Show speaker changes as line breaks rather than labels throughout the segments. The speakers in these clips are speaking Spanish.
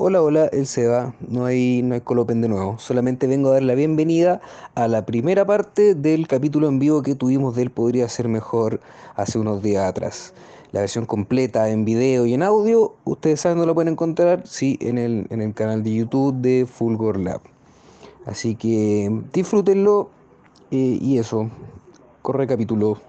Hola, hola, él se va, no hay, no hay colopen de nuevo, solamente vengo a dar la bienvenida a la primera parte del capítulo en vivo que tuvimos del Podría Ser Mejor hace unos días atrás. La versión completa en video y en audio, ustedes saben dónde la pueden encontrar, sí, en el, en el canal de YouTube de Fulgor Lab. Así que disfrútenlo eh, y eso, corre capítulo.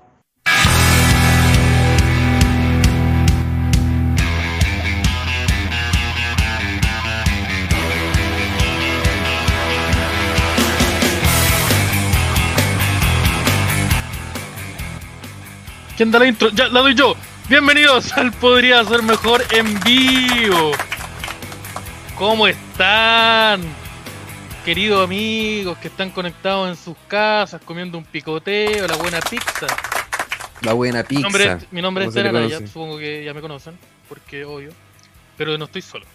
¿Quién da la intro? Ya, la doy yo. Bienvenidos al Podría Ser Mejor en vivo. ¿Cómo están? Queridos amigos que están conectados en sus casas, comiendo un picoteo, la buena pizza.
La buena
Mi nombre
pizza.
es, mi nombre es
¿Cómo se le
Esteban Araya,
conoce?
supongo que ya me conocen, porque obvio. Pero no estoy solo.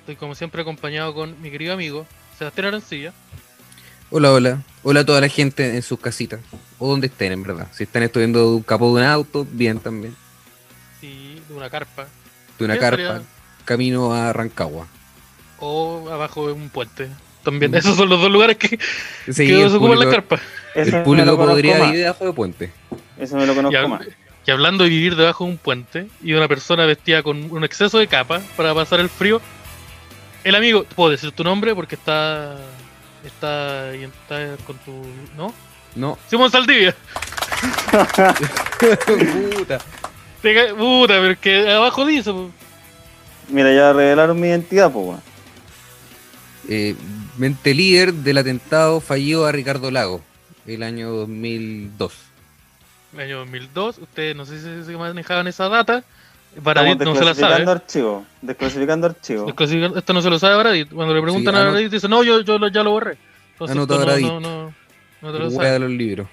Estoy como siempre acompañado con mi querido amigo, Sebastián Arancilla.
Hola, hola. Hola a toda la gente en sus casitas. O donde estén, en verdad. Si están estudiando de un capó de un auto, bien también.
Sí, de una carpa.
De una
Bien,
carpa,
sería-
camino a Rancagua.
O abajo de un puente. También, esos son los dos lugares que,
Mm. Sí,
que
el
se ocupan
público,
la carpa.
el
Eso me
público
lo conozco
podría
más.
vivir debajo de puente.
Eso me lo
Y,
conozco
hab-
más.
y hablando de vivir debajo de un puente y de una persona vestida con un exceso de capa para pasar el frío, el amigo, puedo decir tu nombre porque está está, ahí- está con tu, ¿no?
No.
Simón Saldivia.
Puta.
Te ca- Puta, pero es que abajo dice, po.
Mira, ya revelaron mi identidad, pues, weón.
Eh, mente líder del atentado fallido a Ricardo Lago el año 2002.
el año 2002, ustedes no sé si se manejaban esa data,
Estamos
Baradit no se la sabe.
desclasificando archivos. Desclasificando archivos.
Desclasificando- Esto no se lo sabe Baradit. Cuando le preguntan a
anota-
Baradit, dice, no, yo, yo lo- ya lo borré. Entonces,
Anota
esto
Baradit.
no, no, no, no te lo
Hueá
sabe.
de los libros.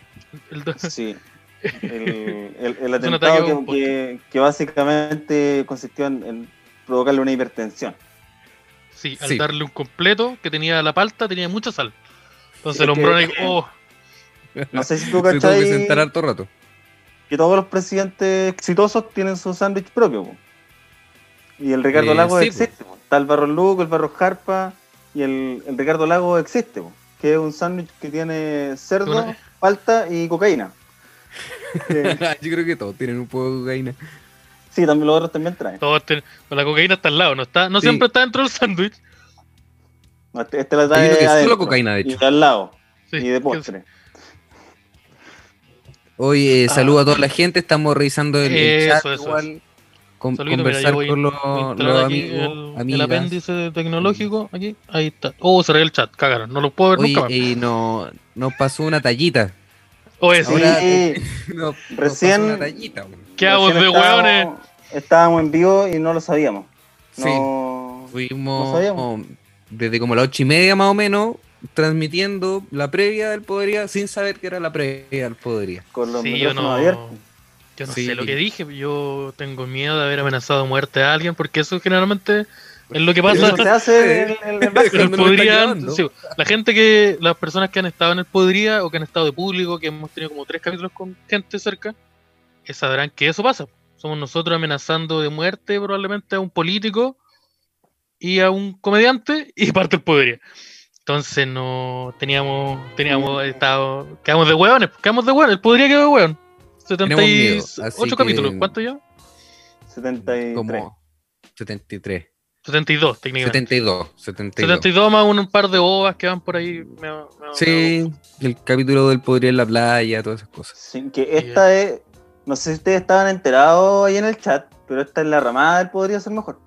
El do-
Sí. El, el- el
un ataque
atentado
a un
que,
puente.
que- que básicamente consistió en, en provocarle una hipertensión.
Sí, al
Sí.
darle un completo que tenía la palta, tenía mucha sal. Entonces
Es
el hombrón
que-
ahí, oh,
No sé si
Se
tú
tuvo que
cachai
sentar harto rato.
que todos los presidentes exitosos tienen su sándwich propio. po. Y el Ricardo
Eh,
Lago
sí,
existe. po. Está el Barros Luco, el Barros Jarpa y el, el Ricardo Lago existe. po, Que es un sándwich que tiene cerdo,
Una-
palta y cocaína. Que-
Yo creo que todos tienen un poco de cocaína.
sí, también los otros también traen.
todo este- con la cocaína está al lado, no está, no
Sí.
siempre está dentro del sándwich.
No, Este, este la
Hay
trae
uno que es
adentro,
solo cocaína, de
Y
hecho.
de al lado.
Sí,
y de
que-
postre.
Hoy eh,
Ah.
saludo a toda la gente, estamos revisando el, el
Eso,
chat
eso,
igual. con-
Saludito, mira,
conversar
yo voy-
con los,
voy a instalar
los
aquí
amigos,
el, el
amigas.
apéndice tecnológico, aquí, ahí está. Oh, cerré el chat, cagaron, no lo puedo ver
Oye,
pues, nunca más.
eh, no, nos pasó una tallita.
O es,
ahora-
Sí,
No,
Recién-
Nos pasó una tallita. güey.
¿qué hago de
recién
hueones?
estábamos- Estábamos en vivo y no lo sabíamos.
Sí,
No, no
fuimos
sabíamos.
desde como las ocho y media más o menos, transmitiendo la previa del Podría, sin saber que era la previa del Podría.
con los
Sí, yo
micrófonos
no.
abiertos.
Yo no
Sí.
sé lo que dije, yo tengo miedo de haber amenazado a muerte a alguien, porque eso generalmente es lo que pasa.
Eso se hace en, en- en
Pero
Cuando nos
podrían-
están grabando.
sí, la gente que, las personas que han estado en el Podría o que han estado de público, que hemos tenido como tres capítulos con gente cerca, que sabrán que eso pasa. Somos nosotros amenazando de muerte probablemente a un político y a un comediante y parte el Podría. Entonces no teníamos, teníamos
Mm.
estado, quedamos de hueones, quedamos de hueones, el Podría quedó de hueón.
Tenemos miedo,
78
así que-
capítulos, ¿cuánto ya?
73.
Como 73,
72 técnicamente.
72, 72.
72 más un, un par de ovas que van por ahí. me- me- me-
Sí, el capítulo del Podría en la playa, todas esas cosas.
Sí, que esta es. No sé si ustedes estaban enterados ahí en el chat, pero esta es la ramada del podría ser mejor.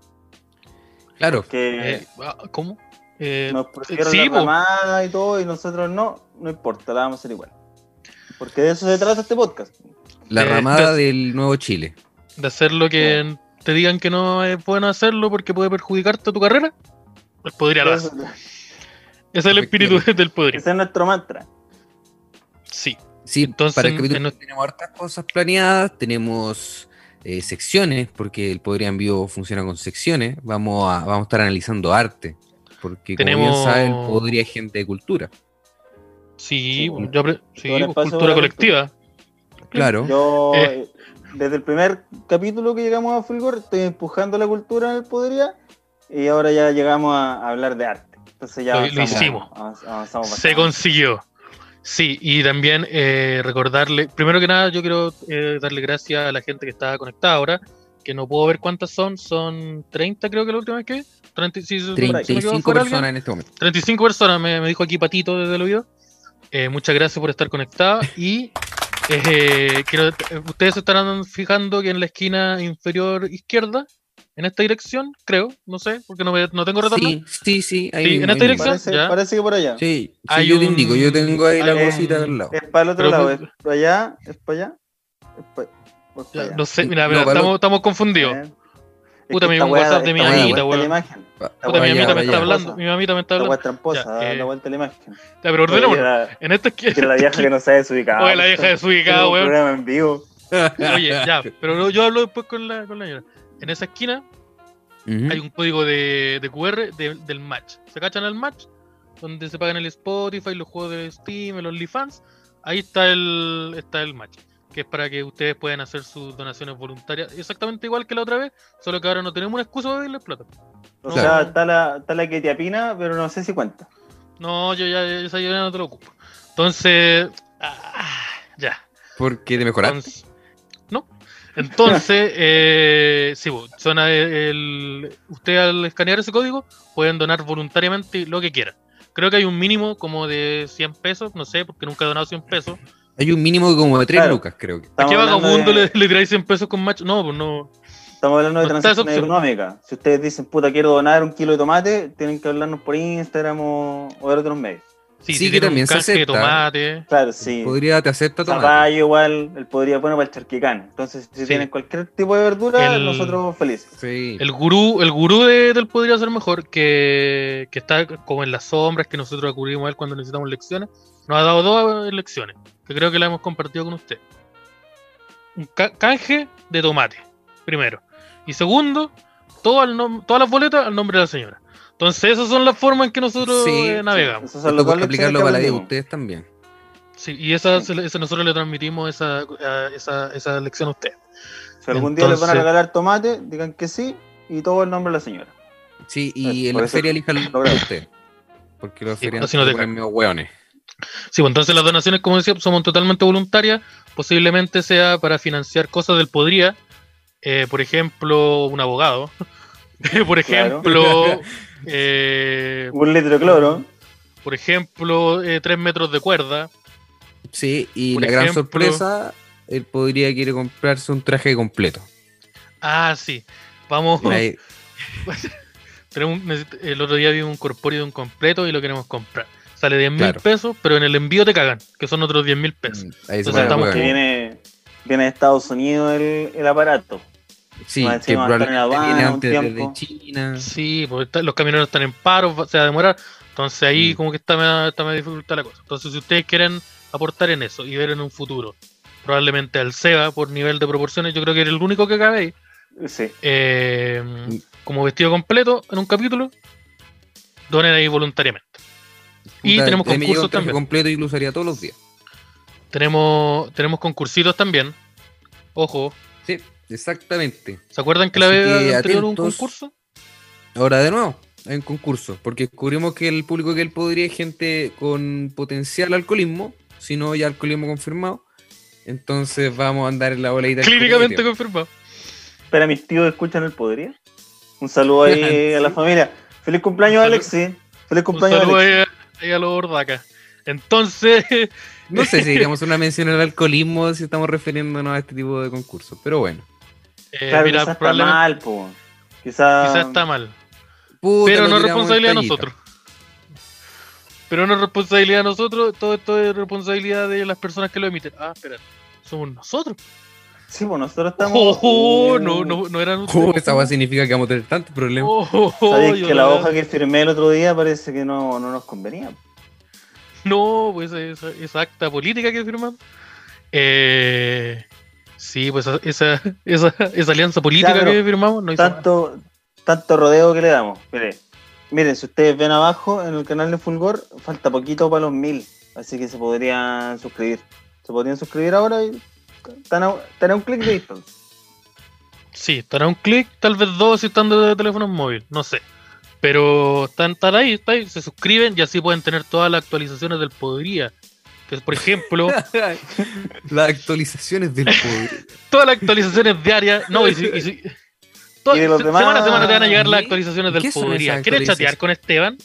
Claro,
Que
Eh, ah, ¿Cómo? Eh,
nos pusieron
sí,
la
po.
ramada y todo, y nosotros no, no importa, la vamos a hacer igual. Porque de eso se trata este podcast.
la
eh,
ramada
entonces-
del Nuevo Chile.
de hacer lo que te digan que no es bueno hacerlo porque puede perjudicarte tu carrera, pues podría lo hace.
Eso-
Ese es el espíritu del podría.
Ese es nuestro mantra.
Sí.
Sí,
Entonces,
para el capítulo
en-
tenemos hartas cosas planeadas, tenemos eh, secciones, porque el Podría en Vivo funciona con secciones. Vamos a, vamos a estar analizando arte, porque como
Tenemos-
bien saben, el Podría es gente de cultura.
Sí,
Sí,
bueno,
bueno.
yo apre- sí,
Todo el
pues,
espacio
cultura
para la
colectiva.
Claro,
Yo,
Eh.
desde el primer capítulo que llegamos a Fulgor, estoy empujando la cultura en el Podería y ahora ya llegamos a, a hablar de arte. Entonces ya
Lo- lo
avanzamos,
hicimos.
avanz- avanzamos
Se
bastante.
consiguió. Sí, y también eh, recordarle, primero que nada, yo quiero eh, darle gracias a la gente que está conectada ahora, que no puedo ver cuántas son, son 30 creo que la última vez que, 30, sí, sí, si no me equivoco,
35
¿fuera alguien?
personas en este momento.
35 personas, me, me dijo aquí Patito desde el oído. Eh, muchas gracias por estar conectada. Y eh, quiero- eh, ustedes se estarán fijando que en la esquina inferior izquierda, en esta dirección, creo, no sé, porque no, me- no tengo retorno.
Sí, sí, sí. ahí
Sí, en
mismo, ahí
esta
mismo.
dirección.
Parece,
ya.
parece que por allá.
Sí, sí,
Hay
yo te
un-
indico, yo tengo ahí la
hay un-
cosita al lado.
Es para el otro
Pero-
lado, es para allá, es para allá, es para, es para
Ya,
allá.
no sé, mira, mira,
No, pero-
estamos, estamos confundidos.
Eh.
Puta,
Es
me dio
que esta
un
weá-
WhatsApp de mi
esta weá da
amiguita,
vuelta a la
weón.
imagen.
Pa-
Puta,
Puta, mi
vaya,
mamita me
vaya.
está hablando, mi mamita me está
Esta
hablando.
weá tramposa,
Ya,
da
eh,
la vuelta a la imagen.
Ya, pero
Oye,
ordenémonos.
era-
En esta
era
esquina.
la vieja que no se ha desubicado.
Oye, la vieja desubicada,
Tengo un
weón.
programa en vivo.
Oye, ya, pero yo hablo después con la, con la señora. En esa esquina
Ujú.
hay un código de, de QR de- del match. ¿Se cachan al match? Donde se pagan el Spotify, los juegos de Steam, los OnlyFans. Ahí está el, está el match. Que es para que ustedes puedan hacer sus donaciones voluntarias. Exactamente igual que la otra vez, solo que ahora no tenemos una excusa para pedirles plata.
O
Claro.
sea, está la, está la que te apina, pero no sé si cuenta.
No, yo ya, esa idea no te lo ocupo. Entonces, ah, ya.
Porque te mejoraste.
Entonces- no. Entonces, eh, sí, bo, suena el, usted al escanear ese código pueden donar voluntariamente lo que quieran. Creo que hay un mínimo como de 100 pesos, no sé, porque nunca he donado 100 pesos.
Hay un mínimo como de 3
Claro.
lucas, creo que.
¿A qué
hablando
vagabundo
de-
le, le tiráis 100 pesos con match? No, pues no.
Estamos hablando de
No está esa
transacciones
opción.
económicas. Si ustedes dicen, puta, quiero donar un kilo de tomate, tienen que hablarnos por Instagram o, o de otros medios.
Sí,
Sí, si
que
tiene un
también se
canje de
acepta.
tomate.
Claro, sí.
Podría, te acepta tomar.
Zapallo igual, el podría bueno para el charquicán. Entonces, si
Sí.
tienen cualquier tipo de verdura,
El-
nosotros felices.
Sí.
El gurú, el gurú de, del podría ser mejor, que, que está como en las sombras, que nosotros acudimos a él cuando necesitamos lecciones. Nos ha dado dos eh, lecciones, que creo que la hemos compartido con usted. Un ca- canje de tomate, primero. Y segundo, todo al nom- todas las boletas al nombre de la señora. Entonces, esas son las formas en que nosotros
Sí,
eh,
sí,
navegamos.
Eso
Esto puede aplicarlo para la vida de ustedes también.
Sí, y esa,
Sí.
se le- esa nosotros le transmitimos esa, a- esa, esa lección a usted.
Si algún día les van a
Entonces-
regalar tomate, digan que sí y todo el nombre de la señora.
Sí, y
Eh,
en
por
la
eso
feria elijan
logramos.
usted. Porque los
Sí,
feriantes
así no
se
te
ponen medio hueones.
Sí, pues entonces las donaciones, como decía, son totalmente voluntarias. Posiblemente sea para financiar cosas del podría. eh, por ejemplo, un abogado. por
Claro.
ejemplo, eh,
Un litro de cloro.
por ejemplo, eh, tres metros de cuerda.
Sí, y
Por
la gran
ejemplo-
sorpresa, él podría quiere comprarse un traje completo.
Ah, sí. Vamos.
Y ahí-
tenemos un- necesit- el otro día vi un corpóreo de un completo y lo queremos comprar. Sale 10 mil
Claro.
pesos, pero en el envío te cagan, que son otros 10 mil pesos.
ahí se
Entonces
ponen
estamos
hueones.
Pues, que viene, viene de Estados Unidos el, el aparato.
Sí,
más
que
encima van a estar en
probablemente viene
Habana un
antes desde
tiempo.
China.
Sí, porque está- los camioneros están en paro, va- se va a demorar. Entonces ahí
Mm.
como que está, me- está más dificultad la cosa. Entonces si ustedes quieren aportar en eso y ver en un futuro, probablemente al SEBA por nivel de proporciones, yo creo que era el único que cabe ahí,
Sí.
eh,
Mm.
como vestido completo en un capítulo, donen ahí voluntariamente. Y
Puta,
tenemos
a mí me llega
concursos
un traje
también.
completo y lo usaría todos los días.
Tenemos, tenemos concursitos también. Ojo,
Sí, exactamente.
¿se acuerdan que la
Así
vez
que
anterior hubo un
atentos.
concurso?
Ahora de nuevo, hay un concurso, porque descubrimos que el público que él podría es gente con potencial alcoholismo, si no ya alcoholismo confirmado. Entonces vamos a andar en la boleita. del
Clínicamente
comité.
confirmado.
Espera, mis tíos escuchan el podría. Un saludo ahí
Sí.
a la familia. Feliz cumpleaños,
Un saludo.
Alexi. Feliz
Un
cumpleaños,
saludo
Alexi.
ahí a, ahí a los Ordacas. Entonces, eh,
No sé si digamos una mención al alcoholismo si estamos refiriéndonos a este tipo de concursos, pero bueno.
eh,
Claro,
mira,
quizás está
probablemente-
mal, po. Quizás.
Quizás está mal.
Puta,
Pero
lo
no
tiramos
es responsabilidad de
en tallita.
nosotros. Pero no es responsabilidad de nosotros, todo esto es responsabilidad de las personas que lo emiten. Ah, espera, somos nosotros.
Sí, pues nosotros estamos.
Oh, oh, oh, no, no, no eran ustedes.
Oh, esa weá significa que vamos a tener tantos problemas.
Oh, oh, oh,
Sabéis
yo
que la
no-
hoja que firmé el otro día parece que no, no nos convenía.
No, pues esa, esa acta política que firmamos. Eh, sí, pues esa, esa, esa alianza política
pero
que firmamos no hizo nada.
Tanto, tanto rodeo que le damos. Mire, miren, si ustedes ven abajo en el canal de Fulgor, falta poquito para los mil. Así que se podrían suscribir. Se podrían suscribir ahora y Están a, están a un clic de distancia.
Sí, estará un clic, tal vez dos si están de teléfono móvil, no sé. Pero están, están ahí, están ahí, se suscriben y así pueden tener todas las actualizaciones del Podría. Que, por ejemplo,
Las actualizaciones del poder.
todas las actualizaciones diarias. No, y si. y si- todas-
de los
se-
demás-
Semana a semana te van a llegar las
¿Qué?
actualizaciones
¿Qué
del
son
Podría.
esas
¿Quieres chatear
actualizaciones?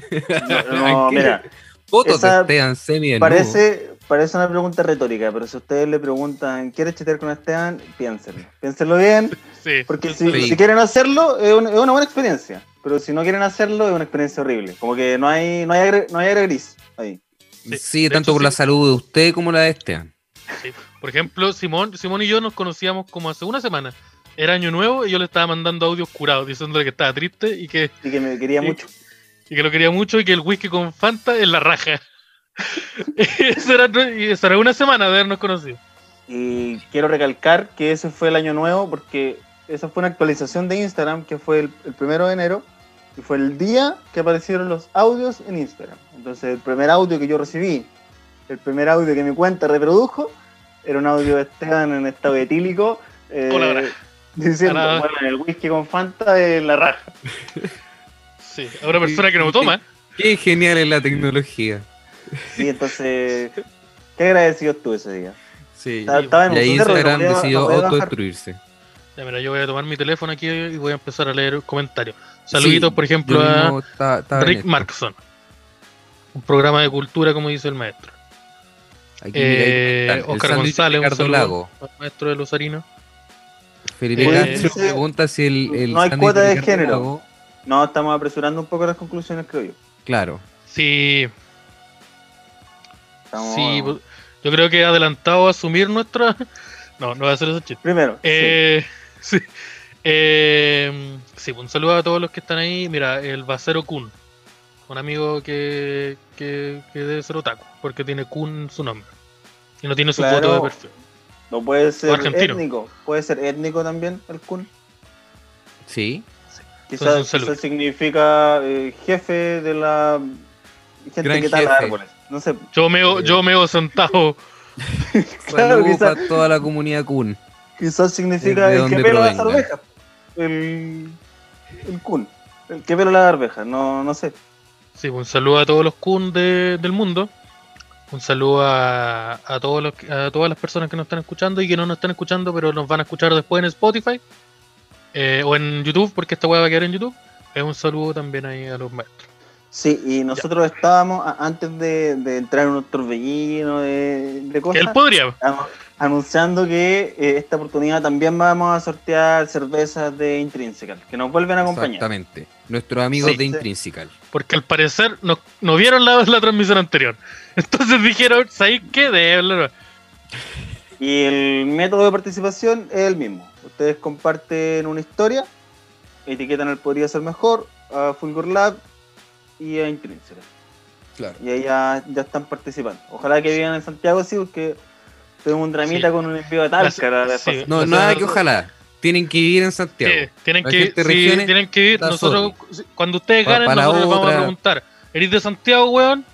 con Esteban?
No,
¿Qué?
mira,
Fotos
Esa-
de Esteban semi
parece, parece una pregunta retórica, pero si ustedes le preguntan, ¿quieres chatear con Esteban? Piénsenlo. Piénsenlo bien,
Sí.
porque si,
Sí.
si quieren hacerlo, es una, es una buena experiencia. Pero si no quieren hacerlo, es una experiencia horrible. Como que no hay, no hay, agre- no hay área gris ahí.
Sí,
de
tanto
hecho,
por
sí.
la salud de usted como la de Esteban.
Por ejemplo, Simón, Simón y yo nos conocíamos como hace una semana. Era año nuevo y yo le estaba mandando audios curados diciéndole que estaba triste y que,
Así que me quería
Sí.
mucho.
y que lo quería mucho y que el whisky con Fanta es la raja. Eso era, y eso era una semana de habernos conocido.
Y quiero recalcar que ese fue el año nuevo porque esa fue una actualización de Instagram que fue el, el primero de enero y fue el día que aparecieron los audios en Instagram. Entonces el primer audio que yo recibí, el primer audio que mi cuenta reprodujo, era un audio de Esteban en estado etílico. eh,
Hola, hola.
Diciendo,
Hola.
bueno, el whisky con Fanta es la raja.
Sí, a una persona que no toma.
Qué genial es la tecnología.
Y entonces, qué agradecido estuve ese día.
Sí.
Estaba, estaba en
Y
un
ahí
cerro, no
Instagram
podía- no
decidió
podía bajar.
autodestruirse.
Ya, mira, yo voy a tomar mi teléfono aquí y voy a empezar a leer comentarios. Saluditos, por ejemplo,
Yo
a
mismo estaba- estaba en
Rick
esto.
Markson. Un programa de cultura, como dice el maestro.
Aquí, mira, ahí
Eh,
está, el sándwich
Oscar
de
González, un
Ricardo
saludo
Lago.
al maestro de Lozarino.
Felipe
Eh,
Castro
dice-
pregunta si el, el
No hay
sándwich
cuota de
Ricardo
género.
Lago-
No, estamos apresurando un poco las conclusiones, creo yo.
claro.
Sí,
Estamos-
sí, pues, yo creo que adelantado a asumir nuestra. No, no voy a hacer ese chiste.
Primero, sí.
Eh, sí. Eh, sí, un saludo a todos los que están ahí. Mira, el Vacero Kun, un amigo que, que, que debe ser otaku, porque tiene Kun en su nombre. Y no tiene su
Claro.
foto de perfil.
No puede ser
argentino.
étnico. Puede ser étnico también el Kun.
Sí.
Entonces, un
Quizás,
saludo.
quizás significa eh, jefe de la gente
Gran
que tala
jefe.
árboles. No sé.
Yo me, yo me he sentado.
Claro,
Saludos
quizás,
para toda la comunidad Kun.
quizás significa
de
el
dónde
que pela las
provenga.
arvejas. El, el Kun. El que pela las arvejas. No, no sé.
Sí, un saludo a todos los Kun de- del mundo. Un saludo a, a todos los, que- a todas las personas que nos están escuchando y que no nos están escuchando, pero nos van a escuchar después en Spotify eh, o en YouTube, porque esta weá va a quedar en YouTube. Es un saludo también ahí a los maestros.
Sí, y nosotros estábamos a- antes de, de entrar en un torbellino de, de
Que
cosas.
él podría.
anu- Anunciando que eh, esta oportunidad también vamos a sortear cervezas de Intrinsical, que nos vuelven a acompañar.
Exactamente. Nuestros amigos
Sí.
de Intrinsical.
Porque al parecer no, no vieron la, la transmisión anterior. Entonces dijeron, ¿sabéis qué? De bla, bla".
Y el método de participación es el mismo. Ustedes comparten una historia, etiquetan al Podría Ser Mejor, a Fulgor Lab y a Intrínseca.
Claro.
Y ahí ya, ya están participando. Ojalá que vivan en Santiago, sí, porque tuvimos un dramita
Sí.
con un envío de Talca. la vez
sí.
pasada.
No,
O sea,
nada que ojalá. Tienen que vivir en Santiago.
Sí, eh, tienen,
La
que,
gente
sí,
regiones,
tienen que ir.
está
Nosotros, si- cuando ustedes
Pa-
ganen,
pa' la
nosotros les vamos a
otra.
preguntar: ¿Eres de Santiago, weón?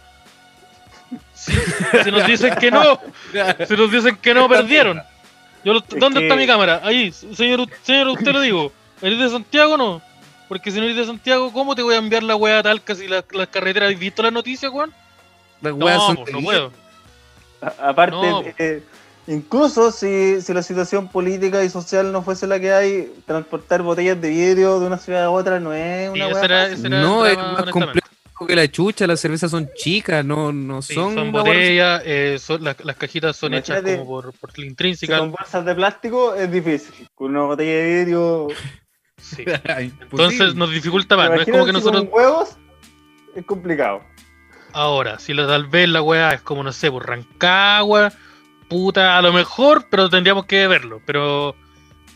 Si, si nos dicen que no, si nos dicen que no, perdieron. Yo lo- ¿Dónde
que-
está mi cámara? Ahí, señor, señor, usted lo digo. ¿Eres de Santiago o no? Porque si no eres de Santiago, ¿cómo te voy a enviar la weá a Talca si las las carreteras. ¿Has visto las noticias, weón?
Las
No,
weas son
po,
de
no
mierda.
puedo.
A- Aparte,
No.
eh, incluso si, si la situación política y social no fuese la que hay, transportar botellas de vidrio de una ciudad a otra no es
Sí,
una
ese
hueá
era-
fácil.
ese era el
No, es
drama,
más
honestamente.
complejo. que la chucha, las cervezas son chicas, no, no
Sí,
son.
son,
una wea-
botellas, eh, son- las, las cajitas son hechas
Imagínate.
como por, por la
Si
intrínseca.
con bolsas de plástico es difícil. Con una botella de vidrio
Sí. Entonces
Imposible.
nos dificulta más. No es
Imagínate
como que
si
nosotros
Con huevos es complicado.
Ahora, si la, tal vez la weá es como, no sé, por Rancagua, puta, a lo mejor, pero tendríamos que verlo. Pero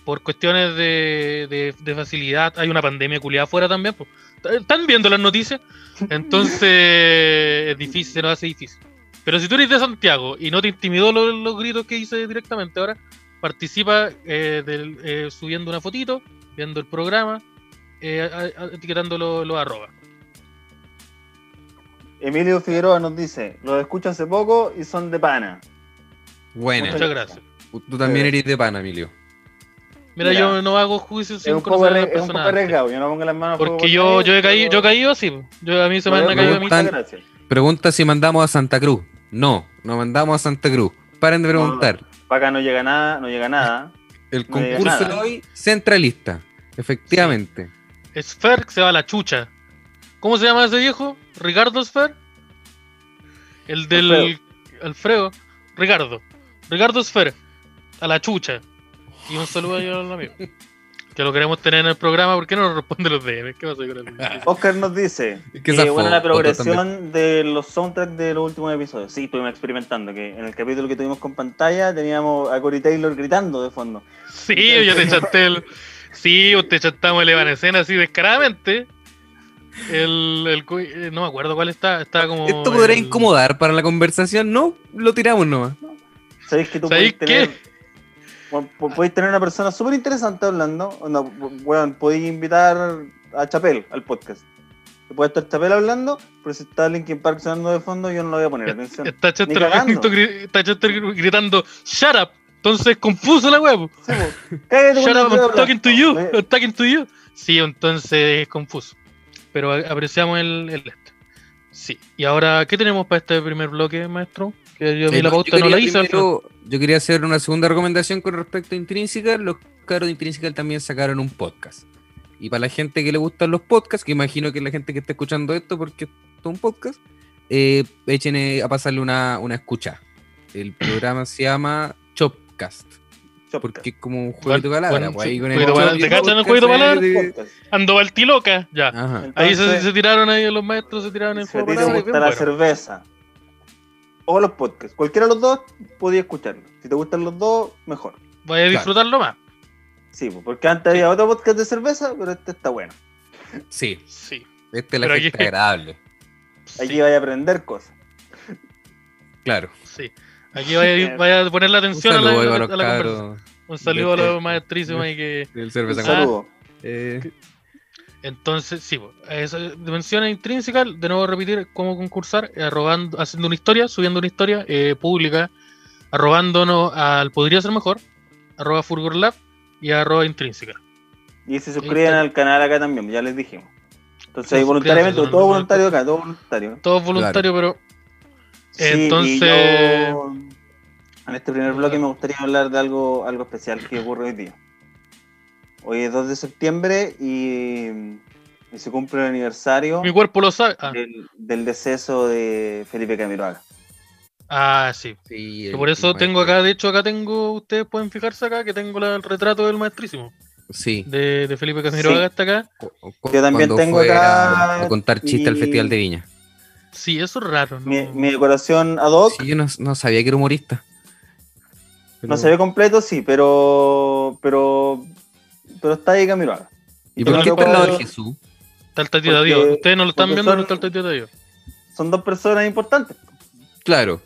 por cuestiones de, de- de facilidad, hay una pandemia culiada afuera también. po. Están viendo las noticias, entonces es difícil, se nos hace difícil. Pero si tú eres de Santiago y no te intimidó lo- los, gritos que hice directamente ahora, participa eh, del- eh, subiendo una fotito, viendo el programa, eh, a- a- etiquetando los los arroba.
Emilio Figueroa nos dice, los escucho hace poco y son de pana.
Buena.
Muchas Eh. gracias.
Tú también eres de pana, Emilio.
Mira,
Mira.
yo no hago juicio
Es
sin
un, poco
conocer a la
arre- es un poco
persona. antes.
arriesgado, yo no pongo las manos a fuego
Porque
por
yo,
nadie,
yo he caído,
pero-
yo he caído así. po. Yo, a mí se me
pero
han
me
caído a mí.
gusta,
mí.
gracias.
Pregunta si mandamos a Santa Cruz. No, no mandamos a Santa Cruz. Paren de
No,
preguntar.
Para acá no llega nada, no llega nada.
El
no digas
concurso de
nada.
hoy, centralista. Efectivamente.
Sfer que se va a la chucha. ¿Cómo se llama ese viejo? ¿Ricardo Sfer? El del. Alfredo.
Alfredo.
Ricardo. Ricardo Sfer. A la chucha. Y un saludo ahí al amigo. Que lo queremos tener en el programa. ¿Por qué no nos responde los DMs? ¿Qué pasa con el-
Oscar nos dice
Que
que
zafó,
buena la
otro
progresión de los soundtracks de los últimos episodios. Sí, estuvimos experimentando, que en el capítulo que tuvimos con pantalla teníamos a Corey Taylor gritando de fondo.
Sí, yo te chanté el. Sí, o te chantamos el Evanescence así descaradamente. El, el cu- eh, no me acuerdo cuál está. Está como.
Esto podrá
el-
incomodar para la conversación. No, lo tiramos nomás.
¿Sabéis que tú
¿Sabéis
podéis tener, po- po- podéis tener una persona súper interesante hablando? Onda, po- weón, podéis invitar a Chapel al podcast. Que Puede estar Chapel hablando, pero si está Linkin Park sonando de fondo, yo no lo voy a poner atención.
Está Chester,
cagando.
gri- está Chester gri- gritando Shut up. Entonces compuso la web.
Sí, po.
Shut up,
Cállate cuando estoy
I'm
hablando.
talking to you.
Oye,
I'm talking to you. Sí, entonces es confuso. Pero a- apreciamos el, el este. Sí. Y ahora, ¿qué tenemos para este primer bloque, maestro? Que yo vi
Eh,
la
no,
pauta, no
quería
la hice. al final.
primero- yo quería hacer una segunda recomendación con respecto a Intrínseca. Los caros de Intrínseca también sacaron un podcast. Y para la gente que le gustan los podcasts, que imagino que la gente que está escuchando esto, porque esto es un podcast, eh, echen eh, a pasarle una, una escucha. El programa se llama Chopcast.
Chopper.
Porque es como un jueguito de palabras.
bueno,
pues, ahí
sí,
con
jueguito de
chop
palabras.
y
¿Te cachan el
podcast,
jueguito de palabras?
eh,
Podcast.
Andoval Tiloca. Ya.
Ajá.
Ahí se,
Entonces,
se tiraron ahí los maestros, se tiraron en
Si a ti te
palabras,
gusta
bien
la
bueno.
cerveza o los podcasts, cualquiera de los dos, podía escucharlo. Si te gustan los dos, mejor.
Vaya a disfrutarlo más.
Sí, po, porque antes había otro podcast de cerveza, pero este está bueno.
Sí,
Sí.
este es la
Pero
gente
aquí-
agradable.
Aquí
Sí,
vais a aprender cosas.
Claro.
sí. Aquí vaya, vaya a poner la
Un
atención a la,
saludo ahí
a
para
la-
los
a la conversación.
cabros
Un saludo a
Del-
los maestrísimos ahí que.
del
Un
cerveza.
Saludos.
saludo.
Eh,
Entonces, sí, pues, po. Eso, dimensiones intrínsecas, de nuevo repetir cómo concursar, eh, arrobando- haciendo una historia, subiendo una historia eh, pública, arrobándonos al Podría Ser Mejor, arroba Fulgor Lab y arroba intrínseca.
Y se suscriben al canal acá también, ya les dijimos. Entonces,
Sí,
ahí voluntariamente,
suscríbanse,
todo
no, no,
voluntario acá, todo voluntario.
Todo voluntario, pero
Sí,
Entonces-
y yo, en este primer bloque me gustaría hablar de algo, algo especial que ocurre hoy día. Hoy es 2 de septiembre y, y se cumple el aniversario
mi cuerpo lo sabe. Ah,
del, del deceso de Felipe Camiroaga.
ah, sí.
sí,
Que
el-
por eso
el
tengo
maestro.
acá, de hecho, acá tengo, ustedes pueden fijarse acá, que tengo la- el retrato del maestrísimo,
Sí.
de, de Felipe Camiroaga
Sí.
hasta acá.
cu- cu-
Yo también
cuando
tengo
fue
acá
A, a contar chiste al
y-
Festival de Viña.
Sí, eso es raro. ¿no?
Mi, mi decoración ad hoc
Sí, yo no, no sabía que era humorista. Pero-
no se ve completo, sí, pero pero pero está ahí Camiroaga.
¿Y por
no
qué
lo
está al lado de
puedo-
Jesús?
Está el tatito de
porque-
Dios. Ustedes no lo están
porque
viendo,
son-
pero está el tatito de Dios.
Son dos personas importantes.
Claro.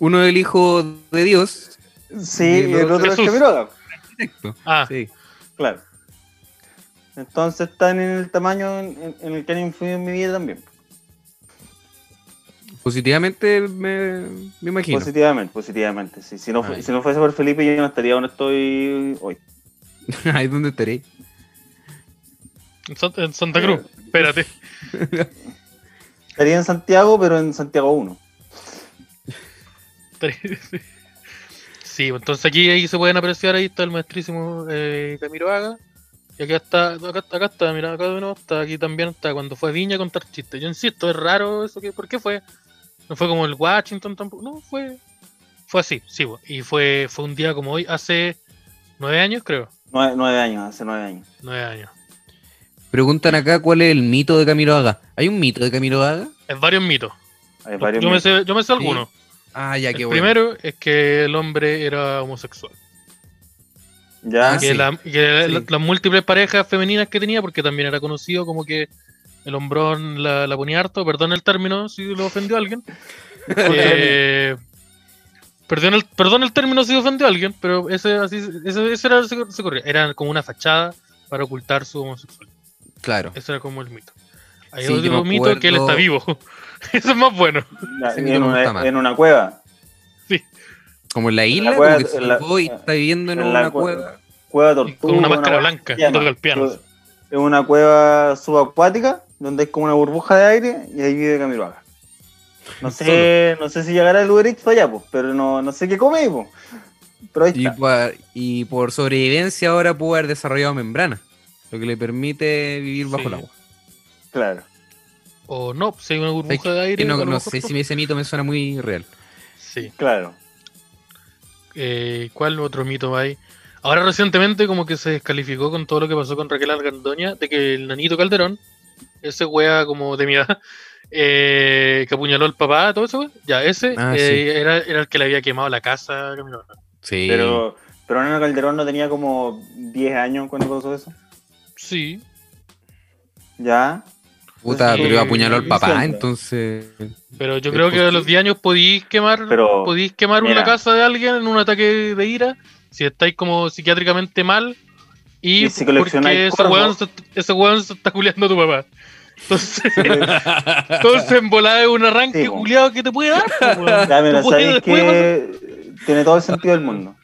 Uno es el hijo de Dios.
Sí,
Y el
y el
otro-
otro es
Jesús.
Camiroaga.
Ah,
Sí.
Claro. Entonces están en el tamaño en, en- en el que han influido en mi vida también.
Positivamente me, me imagino.
Positivamente, positivamente. sí. Si, no,
Ah,
fu-
Ay.
si no fuese por Felipe, yo no estaría donde estoy hoy.
Ahí es donde estaré.
en San- en Santa Cruz. Espérate.
Estaría en Santiago, pero en Santiago 1.
Sí, entonces aquí ahí se pueden apreciar, ahí está el maestrísimo eh, Camiroaga. Y acá está, acá, está- acá está, mira, acá de nuevo está, aquí también está, cuando fue a Viña a contar chistes. Yo insisto, es raro eso, que, ¿por qué fue? No fue como el Washington tampoco, no, fue fue así, sí, po. y fue fue un día como hoy, hace nueve años creo,
Nueve, nueve años, hace nueve años.
nueve años.
Preguntan acá cuál es el mito de Camiroaga. ¿Hay un mito de Camiroaga?
Es varios mitos,
Hay
yo
varios
yo me
meses.
sé, yo me sé
Sí,
algunos.
Ah, ya que
el
bueno.
primero es que el hombre era homosexual.
Ya,
Ah,
que
sí.
la- que
Sí.
la- las múltiples parejas femeninas que tenía, porque también era conocido como que el hombrón la, la ponía harto, perdón el término si lo ofendió a alguien. Eh, perdón, el, perdón el término si ofendió a alguien, pero ese, así, ese, ese era, se, se corría. Era como una fachada para ocultar su homosexualidad.
Claro.
Ese era como el mito. Hay
Sí, yo
otro
me
mito que él está
acuerdo-
vivo. Eso es más bueno.
ya,
ese mito
en,
me gusta
una,
más.
en una cueva.
Como en la isla,
cueva-
como que se
en la-
escapó y está viviendo en,
en la
una
cue-
cueva.
Cueva
Y
tortuga.
con una máscara
cueva-
blanca,
piano.
toca el piano.
Es una cueva subacuática donde hay como una burbuja de aire y ahí vive Camiroaga. No sé, no sé si llegará el Uber Eats para allá, pues, pero no, no sé qué come, pues. Pero ahí
Y,
está.
pa- y por sobrevivencia ahora pudo haber desarrollado membrana, lo que le permite vivir bajo
Sí.
el agua.
Claro.
O no, si hay una
¿Sabes
burbuja de
qué?
aire. a
no,
lo
no
mejor
sé
no.
si ese mito me suena muy real.
Sí.
Claro.
Eh, ¿Cuál otro mito hay? Ahora recientemente como que se descalificó con todo lo que pasó con Raquel Argandoña de que el nanito Calderón, ese wea como de mi edad, eh, que apuñaló al papá, todo eso, wea, ya ese
Ah,
eh, era, era el que le había quemado la casa. a Camilo.
Sí.
Pero, pero Nano Calderón no tenía como 10 años cuando pasó eso.
Sí,
Ya.
Puta,
Sí,
pero apuñaló al papá,
diciendo.
entonces.
pero yo
Es
creo que a los
posible.
10 años podéis quemar,
Pero,
podéis quemar
mira.
una casa de alguien en un ataque de ira si estáis como psiquiátricamente mal y,
Y si coleccionáis
ese
corvo.
weón, se- ese weón se está culeando a tu papá. Entonces... Entonces, en volada es un arranque
Sí, po.
culiado que te puede dar. po, weón.
Ya, mira,
Tú podías
sabéis
después
que tiene todo el sentido del mundo.